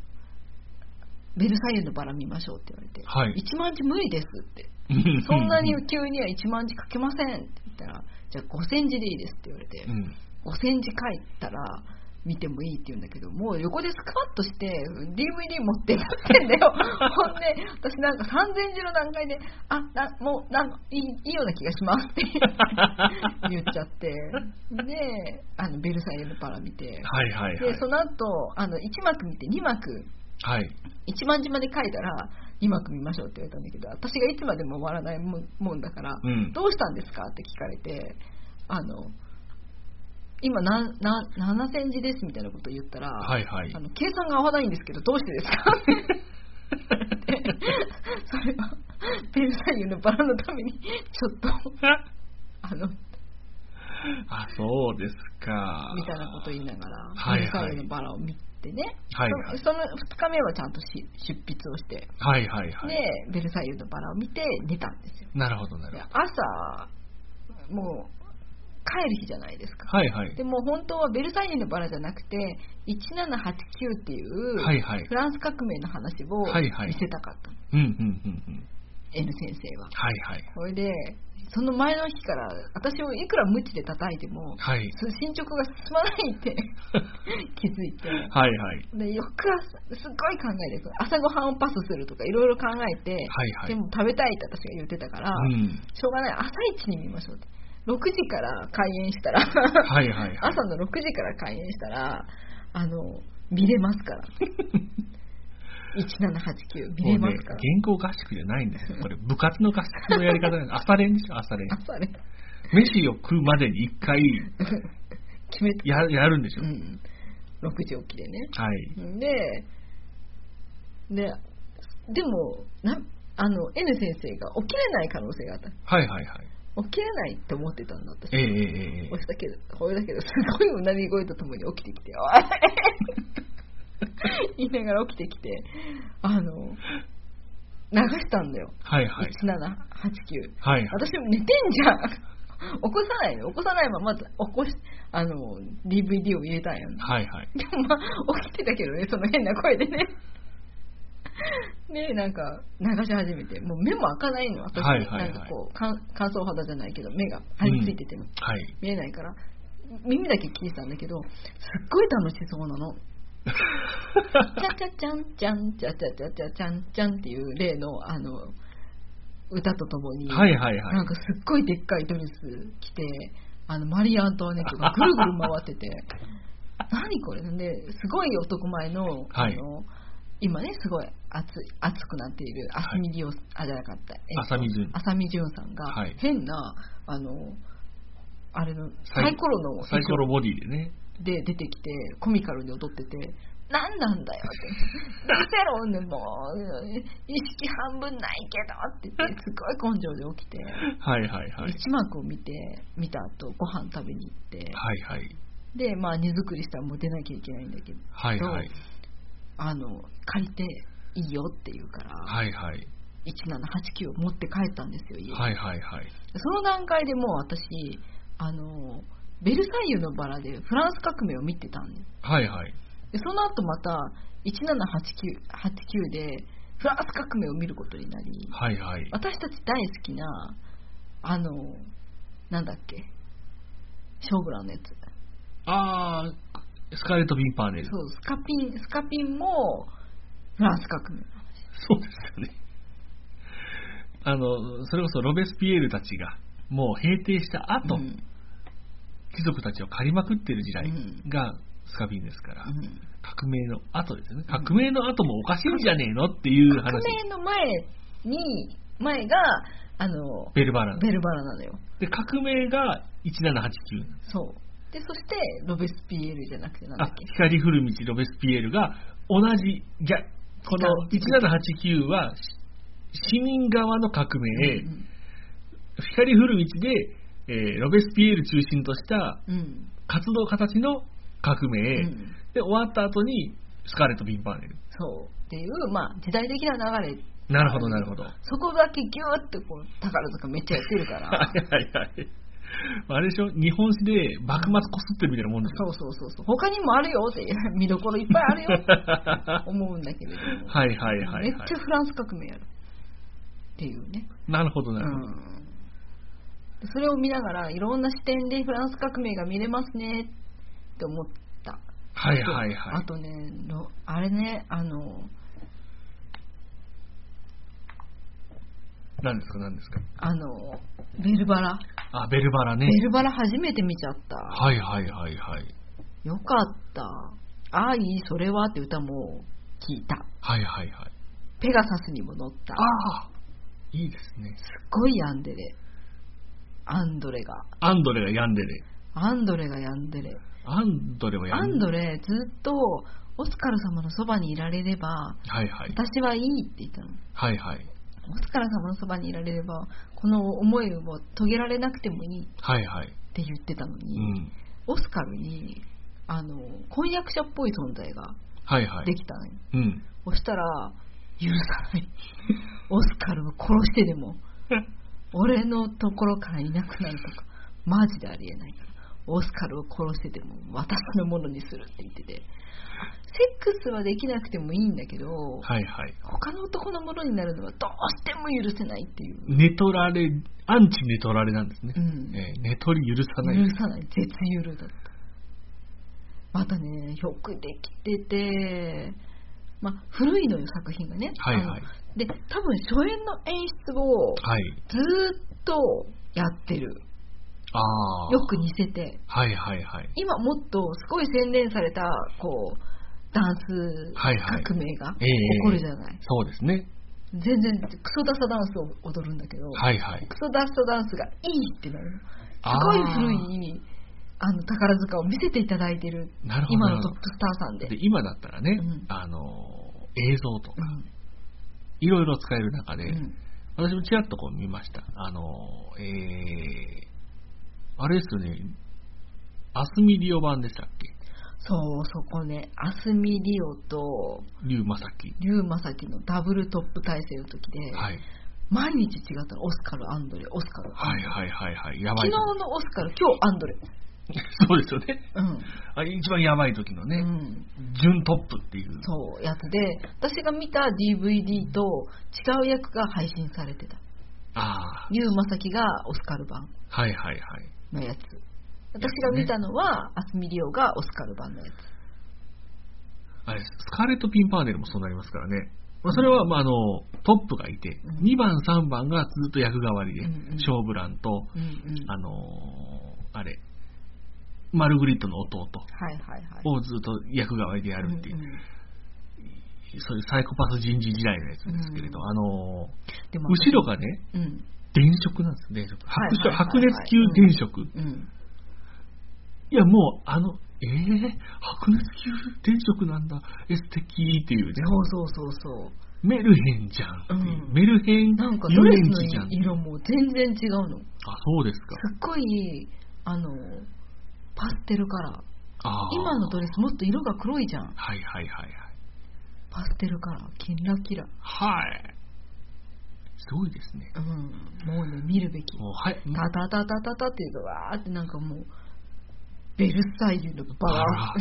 [SPEAKER 4] ベルサイユのバラ見ましょうって言われて、
[SPEAKER 3] はい
[SPEAKER 4] 1万字無理ですってそんな に急には1万字書けませんって言ったらじゃあ5000字でいいですって言われて、
[SPEAKER 3] うん。
[SPEAKER 4] 5000字書いたら見てもいいって言うんだけどもう横でスカッとして DVD 持ってやってんだ よほんで私なんか3000字の段階であなもうなんかいいいいような気がします って言っちゃってであのベルサイユのパラ見て
[SPEAKER 3] はいはいは
[SPEAKER 4] で
[SPEAKER 3] い
[SPEAKER 4] そ。の後あの1幕見て2幕
[SPEAKER 3] はい。
[SPEAKER 4] 1万字まで書いたら2幕見ましょうって言われたんだけど私がいつまでも終わらないもんもんだから、
[SPEAKER 3] うん
[SPEAKER 4] どうしたんですかって聞かれてあの今なな7000字ですみたいなこと言ったら、
[SPEAKER 3] はいはい
[SPEAKER 4] あ。の計算が合わないんですけどどうしてですかって言ってそれはベルサイユのバラのためにち ょっとあの
[SPEAKER 3] あ、そうですか。
[SPEAKER 4] みたいなこと言いながら、
[SPEAKER 3] はいはい
[SPEAKER 4] ベルサイユのバラを見てね、
[SPEAKER 3] はいはい
[SPEAKER 4] その2日目はちゃんとし出筆をして、
[SPEAKER 3] はいはいはい。
[SPEAKER 4] でベルサイユのバラを見て寝たんですよ
[SPEAKER 3] なるほどなる
[SPEAKER 4] で
[SPEAKER 3] ほ
[SPEAKER 4] 朝もう帰る日じゃないですか、
[SPEAKER 3] ど。はいはい
[SPEAKER 4] で。も本当はベルサイユのバラじゃなくて1789っていう
[SPEAKER 3] はいはい
[SPEAKER 4] フランス革命の話を
[SPEAKER 3] はいはい
[SPEAKER 4] 見せたかったの、
[SPEAKER 3] うんうんうんうん。
[SPEAKER 4] N 先生は。
[SPEAKER 3] はいはい。
[SPEAKER 4] それで、その前の日から私をいくら無知で叩いても、
[SPEAKER 3] はい。
[SPEAKER 4] そ進捗が進まないって 気づいて。
[SPEAKER 3] はいはい。
[SPEAKER 4] で翌朝すっごい考えて朝ごはんをパスするとかいろいろ考えて、
[SPEAKER 3] はいはい
[SPEAKER 4] でも食べたいって私が言ってたから、
[SPEAKER 3] うん。
[SPEAKER 4] しょうがない朝一に見ましょうって6時から開演したら
[SPEAKER 3] はいはいはい。
[SPEAKER 4] 朝の6時から開演したらあの見れますから1789見れ
[SPEAKER 3] も
[SPEAKER 4] ま
[SPEAKER 3] うね
[SPEAKER 4] すから、、
[SPEAKER 3] 原稿合宿じゃないんですよ。これ、部活の合宿のやり方 なんです。朝練でしょ、朝練。
[SPEAKER 4] 朝ね
[SPEAKER 3] 飯を食うまでに一回
[SPEAKER 4] 決めて、
[SPEAKER 3] ややるんでしょ。
[SPEAKER 4] う
[SPEAKER 3] はい。
[SPEAKER 4] ん、6時起きでねで、で、でも、なあの N 先生が起きれない可能性があった。
[SPEAKER 3] はいはいはい。
[SPEAKER 4] 起きれないって思ってたんだ、私。
[SPEAKER 3] ええええええ
[SPEAKER 4] これだけど、これだけど、すごいうなぎ声とともに起きて きて、おい言いながら起きてきて、あの、流したんだよ。
[SPEAKER 3] はいはい。
[SPEAKER 4] 1789。
[SPEAKER 3] はいはい。
[SPEAKER 4] 私も寝てんじゃん。 起こさないの起こさないまま、起こし、あの、DVD を入れたんやん。
[SPEAKER 3] はいはい。
[SPEAKER 4] でもまあ、起きてたけどね、その変な声でね。で、なんか、流し始めて、もう目も開かないの、私、
[SPEAKER 3] はいはいはい
[SPEAKER 4] なんかこう、かん乾燥肌じゃないけど、目が張り付いてても、
[SPEAKER 3] はい。
[SPEAKER 4] 見えないから、耳だけ聞いてたんだけど、すっごい楽しそうなの。チャチャチャンチャンチャチャチャチャチャンチャンっていう例の、あの、歌とともに、
[SPEAKER 3] はいはいは
[SPEAKER 4] なん
[SPEAKER 3] い。
[SPEAKER 4] かすっごいでっかいドレス着て、あのマリー・アントワネットがぐるぐる回って て、何これで、すごい男前の、
[SPEAKER 3] はい
[SPEAKER 4] あの今ね、すごい熱い熱くなっている、浅見リオ、あ、じゃなかった、えっと
[SPEAKER 3] 浅見純
[SPEAKER 4] 浅見純さんが、
[SPEAKER 3] はい
[SPEAKER 4] 変な、あの、あれの
[SPEAKER 3] サイ
[SPEAKER 4] サイコロの
[SPEAKER 3] サイコロボディでね。
[SPEAKER 4] で出てきてコミカルに踊ってて何なんだよって 見せろねもう意識半分ないけどって言ってすごい根性で起きて、
[SPEAKER 3] はいはいはい。
[SPEAKER 4] 一幕を見て見た後ご飯食べに行って
[SPEAKER 3] はいはい。
[SPEAKER 4] でまあ荷造りしたらもう出なきゃいけないんだけど、
[SPEAKER 3] はいはい。
[SPEAKER 4] あの借りていいよって言うから、
[SPEAKER 3] はいはい。
[SPEAKER 4] 1789を持って帰ったんですよ家に、
[SPEAKER 3] はいはいはい。
[SPEAKER 4] その段階でもう私あのベルサイユのバラでフランス革命を見てたんです
[SPEAKER 3] はいはい。
[SPEAKER 4] でその後また1789でフランス革命を見ることになり
[SPEAKER 3] はいはい。
[SPEAKER 4] 私たち大好きなあのなんだっけショーブランのやつ
[SPEAKER 3] あー、スカーレット・ビンパーネル。
[SPEAKER 4] そうスカピンスカピンもフランス革命
[SPEAKER 3] そうですよね。あの、それこそロベスピエールたちが、もう平定した後、
[SPEAKER 4] うん
[SPEAKER 3] 貴族たちを狩りまくってる時代
[SPEAKER 4] うん
[SPEAKER 3] がスカビンですから、
[SPEAKER 4] うん
[SPEAKER 3] 革命の後ですよね。革命の後もおかしいんじゃねえのっていう話
[SPEAKER 4] 革。命の前に前があの
[SPEAKER 3] ベルバラン
[SPEAKER 4] ベルバラなのよ
[SPEAKER 3] で、革命が1789。
[SPEAKER 4] そうでそしてロベスピエールじゃなくてなんだ
[SPEAKER 3] あ
[SPEAKER 4] っけ、
[SPEAKER 3] 光降る道ロベスピエールが同じ、じゃ、この1789は市民側の革命、
[SPEAKER 4] うん
[SPEAKER 3] 光降る道で、えーロベスピエール中心とした
[SPEAKER 4] うん
[SPEAKER 3] 活動形の革命、
[SPEAKER 4] うんうん
[SPEAKER 3] で、終わった後にスカーレット・ビンパーネル。
[SPEAKER 4] そうっていう、まあ、時代的な流れ
[SPEAKER 3] なるほど、なるほど。は
[SPEAKER 4] そこだけギューってこう宝塚めっちゃやってるか ら
[SPEAKER 3] いはいはい。あれでしょ、日本史で幕末こすってるみたいなもんです
[SPEAKER 4] そ
[SPEAKER 3] よ。
[SPEAKER 4] うそうそうそう他にもあるよって見どころいっぱいあ るよって
[SPEAKER 3] は
[SPEAKER 4] 思うんだけれども、
[SPEAKER 3] いはいはい、
[SPEAKER 4] め
[SPEAKER 3] は
[SPEAKER 4] っちゃフランス革命やるっていうね、
[SPEAKER 3] い。なるほど、
[SPEAKER 4] う
[SPEAKER 3] なるほど。
[SPEAKER 4] ん、それを見ながらいろんな視点でフランス革命が見れますねって思った
[SPEAKER 3] はいはいは
[SPEAKER 4] あ
[SPEAKER 3] い。
[SPEAKER 4] とねろあれねあの
[SPEAKER 3] 何ですか、何ですか。
[SPEAKER 4] あのベルバラ
[SPEAKER 3] あ、ベルバラね
[SPEAKER 4] ベ。ルバラ初めて見ちゃった、
[SPEAKER 3] はいはいはいはい。
[SPEAKER 4] よかった。愛、それはって歌も聞いた。
[SPEAKER 3] はいはいはい。
[SPEAKER 4] ペガサスにも乗った。
[SPEAKER 3] ああいいですね。
[SPEAKER 4] すっごいヤンデレ。アンドレが。
[SPEAKER 3] アンドレがヤンデレ。
[SPEAKER 4] アンドレがヤンデレ。
[SPEAKER 3] アンドレはヤ
[SPEAKER 4] ア
[SPEAKER 3] ン
[SPEAKER 4] ン
[SPEAKER 3] デレ。
[SPEAKER 4] ドレ、ずっとオスカル様のそばにいられれば、
[SPEAKER 3] はいはい。
[SPEAKER 4] 私はいいって言ったの。
[SPEAKER 3] はいはい。
[SPEAKER 4] オスカル様のそばにいられれば、この思いを遂げられなくてもいいっ
[SPEAKER 3] はいはい。
[SPEAKER 4] て言ってたのに、
[SPEAKER 3] うん。
[SPEAKER 4] オスカルに、あの、婚約者っぽい存在が
[SPEAKER 3] はいはい
[SPEAKER 4] で。きたのよ。
[SPEAKER 3] うん。
[SPEAKER 4] そしたら、許さない。オスカルを殺して でも、俺のところからいなくなるとか、マジでありえないから。オスカルを殺してても私のものにするって言っててセックスはできなくてもいいんだけど、
[SPEAKER 3] はいはい。
[SPEAKER 4] 他の男のものになるのはどうしても許せないっていう、
[SPEAKER 3] 寝取られ、アンチ寝取られなんですね
[SPEAKER 4] う。ん、
[SPEAKER 3] えー寝取り許さない。
[SPEAKER 4] 許さない絶ゆるだったまたねよくできてて、まあ、古いのよ作品がね、
[SPEAKER 3] はいはい
[SPEAKER 4] あので多分初演の演出を
[SPEAKER 3] はい。
[SPEAKER 4] ずーっとやってる
[SPEAKER 3] ああ。
[SPEAKER 4] よく似せて
[SPEAKER 3] はいはいはい。
[SPEAKER 4] 今もっとすごい洗練されたこうダンス
[SPEAKER 3] はいはい
[SPEAKER 4] 革命が
[SPEAKER 3] ええ
[SPEAKER 4] 起こるじゃない、
[SPEAKER 3] そうですね。
[SPEAKER 4] 全然クソダサダンスを踊るんだけど、
[SPEAKER 3] はいはい。
[SPEAKER 4] クソダストダンスがいいってなるす
[SPEAKER 3] あー
[SPEAKER 4] ごい古いあの宝塚を見せていただいてる
[SPEAKER 3] なるほど
[SPEAKER 4] 今のトップスターさんで
[SPEAKER 3] で、今だったらね、
[SPEAKER 4] うん
[SPEAKER 3] あのー、映像と
[SPEAKER 4] う
[SPEAKER 3] か、
[SPEAKER 4] ん
[SPEAKER 3] いろいろ使える中で、
[SPEAKER 4] うん
[SPEAKER 3] 私もちらっとこう見ました。あのー、えー、あれですよね、アスミリオ版でしたっけ
[SPEAKER 4] そうそこねアスミリオと
[SPEAKER 3] 竜正樹。
[SPEAKER 4] 龍正樹のダブルトップ体制の時で、
[SPEAKER 3] はい。
[SPEAKER 4] 毎日違ったらオスカルアンドレオスカルアンド
[SPEAKER 3] は
[SPEAKER 4] レ
[SPEAKER 3] いはいはいはい。やば
[SPEAKER 4] 昨
[SPEAKER 3] い
[SPEAKER 4] 日
[SPEAKER 3] 時。
[SPEAKER 4] のオスカル今日アンドレ
[SPEAKER 3] そうですよね。
[SPEAKER 4] うん、
[SPEAKER 3] あれ一番やばい時のね、
[SPEAKER 4] うん、
[SPEAKER 3] 準トップっていう。
[SPEAKER 4] そうやつで私が見た DVD と違う役が配信されてた
[SPEAKER 3] ああ。
[SPEAKER 4] 龍正樹がオスカル版
[SPEAKER 3] はいはいはい。
[SPEAKER 4] のやつ私が見たのは、アスミリオがオスカル版のやつ
[SPEAKER 3] あれ、スカーレット・ピンパーネルもそうなりますからね。まあ、それは、まあ、あの、トップがいて、
[SPEAKER 4] うん
[SPEAKER 3] 2番、3番がずっと役代わりで、
[SPEAKER 4] うんうん
[SPEAKER 3] ショーブランと、
[SPEAKER 4] うんうん
[SPEAKER 3] あのーあれ、マルグリットの弟
[SPEAKER 4] はいはいはい
[SPEAKER 3] をずっと役代わりでやるっていう、
[SPEAKER 4] うんうん
[SPEAKER 3] そういうサイコパス人事時代のやつですけれど、
[SPEAKER 4] う
[SPEAKER 3] あのー
[SPEAKER 4] でも
[SPEAKER 3] 後ろがね、
[SPEAKER 4] うん
[SPEAKER 3] 電飾なんですよ、電飾。
[SPEAKER 4] はいはいはいはい
[SPEAKER 3] 白色白熱球電飾。
[SPEAKER 4] うん
[SPEAKER 3] いや、もう、あの、えー、白熱球電飾なんだ、え、素敵っていうね。
[SPEAKER 4] そうそうそうそう
[SPEAKER 3] メルヘンじゃんっていう、
[SPEAKER 4] うん
[SPEAKER 3] メルヘン
[SPEAKER 4] なんかド
[SPEAKER 3] 遊
[SPEAKER 4] レ
[SPEAKER 3] 園地
[SPEAKER 4] ス
[SPEAKER 3] じゃ
[SPEAKER 4] の
[SPEAKER 3] んっていう
[SPEAKER 4] 色も全然違うのす
[SPEAKER 3] あそうですか
[SPEAKER 4] っごいあのパステルカラー
[SPEAKER 3] あー
[SPEAKER 4] 今のドレスもっと色が黒いじゃん
[SPEAKER 3] はいはいはい
[SPEAKER 4] パステルカラーキラキラ
[SPEAKER 3] はいはいすごいですね
[SPEAKER 4] うんもうね見るべき
[SPEAKER 3] もうはい
[SPEAKER 4] タタタタタタっていうのわーってなんかもうベルサイユのバ
[SPEAKER 3] バ
[SPEAKER 4] ラ
[SPEAKER 3] ラ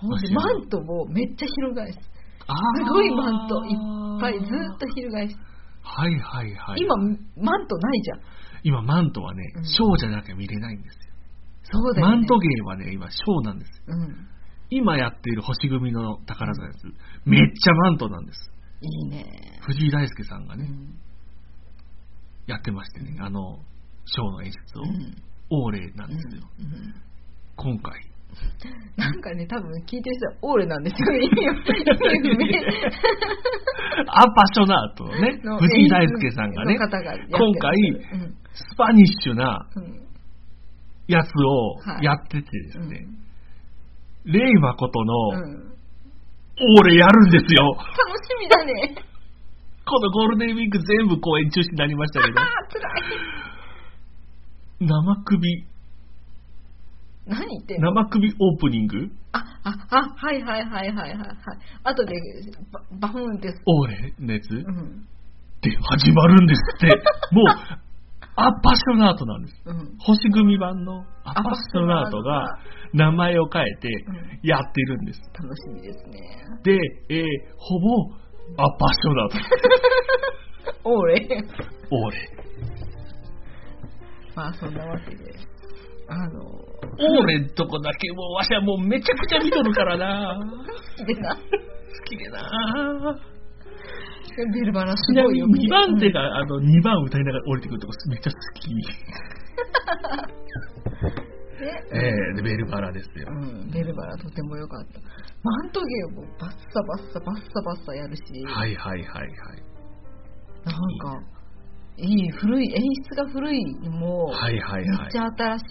[SPEAKER 4] ほんでマントもめっちゃ広がりす
[SPEAKER 3] あー
[SPEAKER 4] すごいマントいっぱいずーっと翻し、
[SPEAKER 3] はいはいはい
[SPEAKER 4] 今マントないじゃん
[SPEAKER 3] 今マントはね
[SPEAKER 4] うん
[SPEAKER 3] ショーじゃなきゃ見れないんですよ
[SPEAKER 4] そうだよね
[SPEAKER 3] マント芸はね今ショーなんですよ
[SPEAKER 4] うん
[SPEAKER 3] 今やっている星組の宝のやつめっちゃマントなんです
[SPEAKER 4] いいね
[SPEAKER 3] 藤井大輔さんが
[SPEAKER 4] う
[SPEAKER 3] ね、
[SPEAKER 4] ん
[SPEAKER 3] やってましてねあのショーの演出を、
[SPEAKER 4] うん
[SPEAKER 3] オーレなんですよ、
[SPEAKER 4] うん
[SPEAKER 3] 今回
[SPEAKER 4] なんかね多分聞いてる人はオーレなんですよ意味が意味不明
[SPEAKER 3] アパショナートのね
[SPEAKER 4] の、
[SPEAKER 3] 藤井大輔さんがね
[SPEAKER 4] 演出の、方がやって
[SPEAKER 3] 今
[SPEAKER 4] らっしゃ
[SPEAKER 3] 回
[SPEAKER 4] る、
[SPEAKER 3] スパニッシュな
[SPEAKER 4] うんうん
[SPEAKER 3] やつを
[SPEAKER 4] はい
[SPEAKER 3] やっててです
[SPEAKER 4] う
[SPEAKER 3] ね、
[SPEAKER 4] ん
[SPEAKER 3] レイマことの、
[SPEAKER 4] うん
[SPEAKER 3] 俺やるんですよ。
[SPEAKER 4] 楽しみだね
[SPEAKER 3] このゴールデンウィーク全部公演中止になりましたけ
[SPEAKER 4] あー辛
[SPEAKER 3] ど、
[SPEAKER 4] い
[SPEAKER 3] 生首、
[SPEAKER 4] 何言ってんの
[SPEAKER 3] 生首オープニング、
[SPEAKER 4] あああはいはいはいはいはいはいあとでババフンです
[SPEAKER 3] オーレのやつで
[SPEAKER 4] うん
[SPEAKER 3] 始まるんです って、もう、アパショナートなんです。
[SPEAKER 4] うん
[SPEAKER 3] 星組版のアパショナートが名前を変えて
[SPEAKER 4] うん
[SPEAKER 3] やってるんです。
[SPEAKER 4] 楽しみですね
[SPEAKER 3] で、えーほぼアパショナー ト。
[SPEAKER 4] オーレ
[SPEAKER 3] 俺。
[SPEAKER 4] まあそんなわけであの
[SPEAKER 3] 俺んとこだけもうわしはもうめちゃくちゃ見とるからな。
[SPEAKER 4] 好きで な
[SPEAKER 3] 好きでな。
[SPEAKER 4] ベルバラす
[SPEAKER 3] ちな
[SPEAKER 4] ごい
[SPEAKER 3] み
[SPEAKER 4] よ
[SPEAKER 3] に2番手があの2番歌いながら降りてくるとこめっちゃ好き。え
[SPEAKER 4] ね
[SPEAKER 3] えでベルバラですよ
[SPEAKER 4] う。ん、ベルバラとても良かったマントゲーもバッサバッサバッサバッサやるし、
[SPEAKER 3] はいはいはいはい。
[SPEAKER 4] なんかいい古い演出が古いのも、
[SPEAKER 3] はいはい
[SPEAKER 4] め
[SPEAKER 3] は
[SPEAKER 4] っ
[SPEAKER 3] い
[SPEAKER 4] ち。ゃ新しい、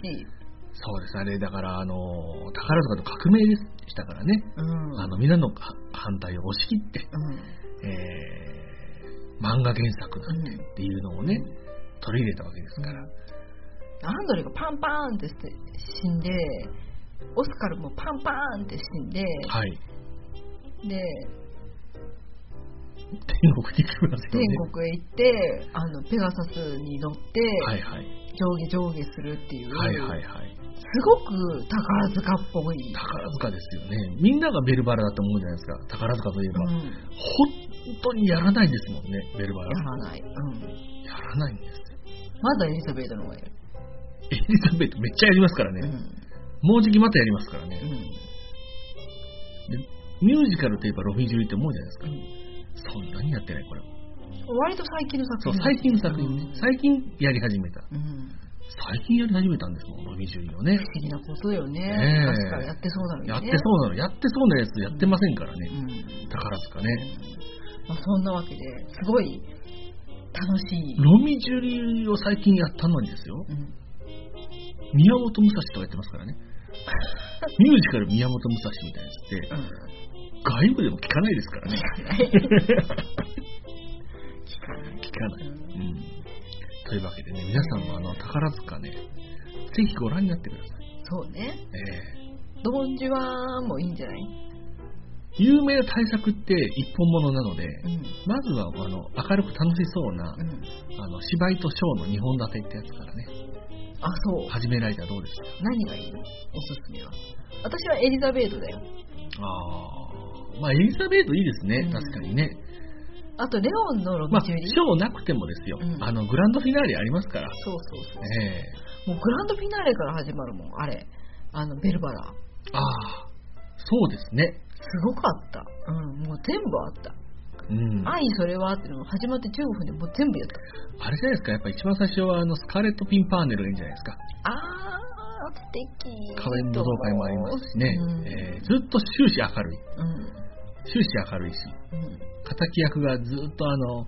[SPEAKER 3] そうです。あれだから、あの、宝塚の革命でしたからね。
[SPEAKER 4] うん
[SPEAKER 3] あの、みんなのは反対を押し切って、
[SPEAKER 4] うん
[SPEAKER 3] えー漫画原作なんてっていうのをね、取り入れたわけですから。
[SPEAKER 4] アンドレがパンパーンって死んでオスカルもパンパーンって死んで、
[SPEAKER 3] はい。
[SPEAKER 4] で
[SPEAKER 3] 天国に行くんですよね
[SPEAKER 4] 天国へ行ってあのペガサスに乗って
[SPEAKER 3] はいはい
[SPEAKER 4] 上下上下するっていう、
[SPEAKER 3] はいはいはい
[SPEAKER 4] すごく宝塚っぽい、
[SPEAKER 3] 宝塚ですよねみんながベルバラだと思うじゃないですか宝塚といえば、
[SPEAKER 4] うん、
[SPEAKER 3] 本
[SPEAKER 4] や
[SPEAKER 3] 当にやらないですもんねベルバラ
[SPEAKER 4] らない、うん、
[SPEAKER 3] やらないんですよ
[SPEAKER 4] まだエリザベートの方がやる、
[SPEAKER 3] エリザベートめっちゃやりますからね、
[SPEAKER 4] うん
[SPEAKER 3] もうじきまたやりますからね、
[SPEAKER 4] うん
[SPEAKER 3] ミュージカルといえばロフィジュリって思うじゃ
[SPEAKER 4] う
[SPEAKER 3] ない
[SPEAKER 4] ん
[SPEAKER 3] ですか、そんなにやってないこれ
[SPEAKER 4] 割と最近の
[SPEAKER 3] そう
[SPEAKER 4] 作品
[SPEAKER 3] 最近の作品ね、
[SPEAKER 4] うん
[SPEAKER 3] 最近やり始めた
[SPEAKER 4] うん
[SPEAKER 3] 最近やり始めたんですもんロフィジュリをね
[SPEAKER 4] 不思議なことよね、
[SPEAKER 3] ねえ
[SPEAKER 4] 確かやってそうなのにね
[SPEAKER 3] やってそうなのやってそうなやつやってませんからね、
[SPEAKER 4] うん
[SPEAKER 3] 宝塚ね
[SPEAKER 4] まあ、そんなわけですごい楽しい、
[SPEAKER 3] ロミジュリを最近やったのにですよ
[SPEAKER 4] うん
[SPEAKER 3] 宮本武蔵とかやってます からねミュージカル宮本武蔵みたいなやつって
[SPEAKER 4] うん
[SPEAKER 3] 外部でも聞かないですからね聞かない、うん、というわけでね皆さんもあの宝塚ねぜひご覧になってください、
[SPEAKER 4] そうね
[SPEAKER 3] え
[SPEAKER 4] ドンジュワもいいんじゃない、
[SPEAKER 3] ー有名な対策って一本物なので
[SPEAKER 4] うん
[SPEAKER 3] まずはあの明るく楽しそうな
[SPEAKER 4] うん、
[SPEAKER 3] あの芝居とショーの2本立てってやつからね
[SPEAKER 4] あそう
[SPEAKER 3] 始められたらどうですか
[SPEAKER 4] 何がいいのおすすめは私はエリザベートだよ
[SPEAKER 3] ああまあエリザベートいいですね、
[SPEAKER 4] うん
[SPEAKER 3] 確かにね
[SPEAKER 4] あとレオンのロ
[SPEAKER 3] ま
[SPEAKER 4] ビ
[SPEAKER 3] あ
[SPEAKER 4] ジ
[SPEAKER 3] シ
[SPEAKER 4] ュリ
[SPEAKER 3] ョー
[SPEAKER 4] ー、
[SPEAKER 3] なくてもですよ、
[SPEAKER 4] うん
[SPEAKER 3] あのグランドフィナーレありますから
[SPEAKER 4] そうそうそう、
[SPEAKER 3] ええ
[SPEAKER 4] もうグランドフィナーレから始まるもんあれあのベルバラ
[SPEAKER 3] ああそうですね
[SPEAKER 4] すごかった、うん、もう全部あった
[SPEAKER 3] うん
[SPEAKER 4] 「愛それは」っていうのが始まって15分でもう全部やっ
[SPEAKER 3] あれじゃないですかやっぱ一番最初はあのスカーレット・ピンパーネルがいいんじゃないですか
[SPEAKER 4] たあー素敵
[SPEAKER 3] 仮面舞踏会もありますしね、
[SPEAKER 4] うん
[SPEAKER 3] ええずっと終始明るい
[SPEAKER 4] うん
[SPEAKER 3] 終始明るいし
[SPEAKER 4] うん
[SPEAKER 3] 敵役がずっとあの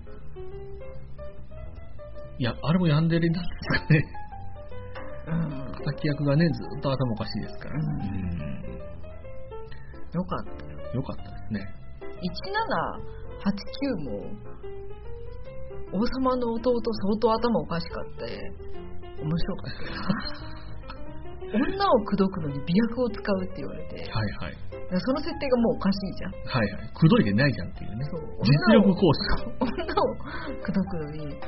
[SPEAKER 3] いやあれもヤンデレなんですかね
[SPEAKER 4] うん
[SPEAKER 3] 敵役がねずっと頭おかしいですから、
[SPEAKER 4] うん
[SPEAKER 3] うん
[SPEAKER 4] よかった
[SPEAKER 3] よかったですね。
[SPEAKER 4] 1789も王様の弟相当頭おかしかった面白か ったよ女を口説くのに美薬を使うって言われて
[SPEAKER 3] はいはい。
[SPEAKER 4] その設定がもうおかしいじゃん
[SPEAKER 3] はいはい。くどいでないじゃんっていうね。
[SPEAKER 4] そう
[SPEAKER 3] 実力行使。
[SPEAKER 4] 女を口説くのに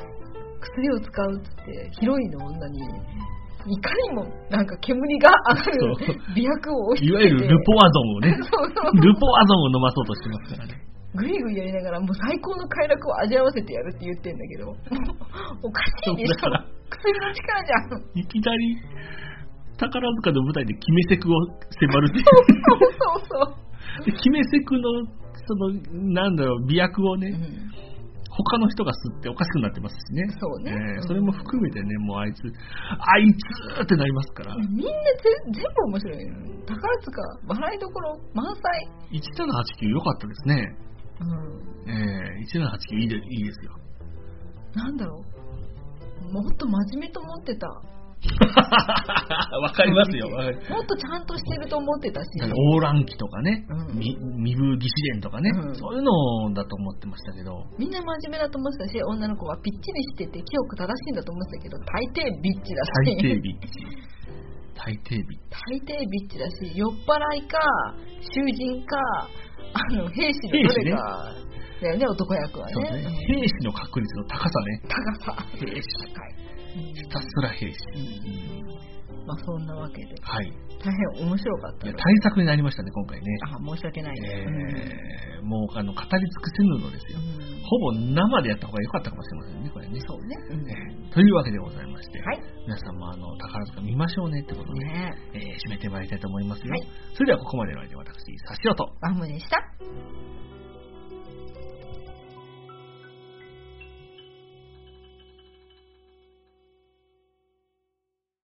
[SPEAKER 4] 薬を使うっつってヒロインの女にいかにもなんか煙が上が
[SPEAKER 3] そう
[SPEAKER 4] る美薬を押し
[SPEAKER 3] い
[SPEAKER 4] 付
[SPEAKER 3] わゆ
[SPEAKER 4] け
[SPEAKER 3] る
[SPEAKER 4] て
[SPEAKER 3] ルポワゾンを ね、
[SPEAKER 4] そうそう
[SPEAKER 3] ルポワゾンを飲まそうとしてますからね。
[SPEAKER 4] グイグイやりながらもう最高の快楽を味わわせてやるって言ってんだけどおかしいでしょ
[SPEAKER 3] だから
[SPEAKER 4] 薬の力じゃん
[SPEAKER 3] いきなり、宝塚の舞台で決めセクを迫るってい
[SPEAKER 4] そうそうそう
[SPEAKER 3] う。で決めセクの、その、なんだろう、美薬を
[SPEAKER 4] う
[SPEAKER 3] ね、
[SPEAKER 4] ん
[SPEAKER 3] 他の人が吸っておかしくなってますしね。
[SPEAKER 4] そうね
[SPEAKER 3] えそれも含めてね、もうあいつ、あいつってなりますから。
[SPEAKER 4] みんな全全部面白いよ宝塚笑いどころ満載、
[SPEAKER 3] 1789良かったですね。
[SPEAKER 4] うん、
[SPEAKER 3] ええ1789いいでいい ですよ。
[SPEAKER 4] なんだろうもっと真面目と思ってた
[SPEAKER 3] わかりますよ。わかり
[SPEAKER 4] もっとちゃんとしてると思ってたし
[SPEAKER 3] だからオーラン期とかね、
[SPEAKER 4] うん
[SPEAKER 3] み身分義士伝とかね、
[SPEAKER 4] うん
[SPEAKER 3] そういうのだと思ってました けど、
[SPEAKER 4] みんな真面目だと思ってたし女の子はぴっちりしてて清く正しいんだと思ってたけど大抵ビッチだ
[SPEAKER 3] 大
[SPEAKER 4] し
[SPEAKER 3] 抵日。大抵日。
[SPEAKER 4] 大抵ビッチだし酔っ払いか囚人かあの兵士のどれかだよね男役はね
[SPEAKER 3] そうね。
[SPEAKER 4] うん
[SPEAKER 3] 兵士の確率の高さね。
[SPEAKER 4] 高さ
[SPEAKER 3] 兵士
[SPEAKER 4] 高い、
[SPEAKER 3] ひたすら兵士。
[SPEAKER 4] うん
[SPEAKER 3] うん
[SPEAKER 4] まあそんなわけで
[SPEAKER 3] はい。
[SPEAKER 4] 大変面白かった
[SPEAKER 3] いや
[SPEAKER 4] よ
[SPEAKER 3] 対策になりましたね、今回ね。
[SPEAKER 4] あ申し訳ないね、
[SPEAKER 3] えーもうあの語り尽くせぬのです
[SPEAKER 4] う
[SPEAKER 3] よ。
[SPEAKER 4] んうん
[SPEAKER 3] ほぼ生でやった方が良かったかもしれませんね、これね。
[SPEAKER 4] そうね、うん
[SPEAKER 3] ねというわけでございまして、
[SPEAKER 4] はい
[SPEAKER 3] 皆さんもあの宝塚見ましょうねってことで、
[SPEAKER 4] ね
[SPEAKER 3] えー締めてまいりたいと思いますよ、
[SPEAKER 4] はい
[SPEAKER 3] それではここまでの間私差しと
[SPEAKER 4] バムでした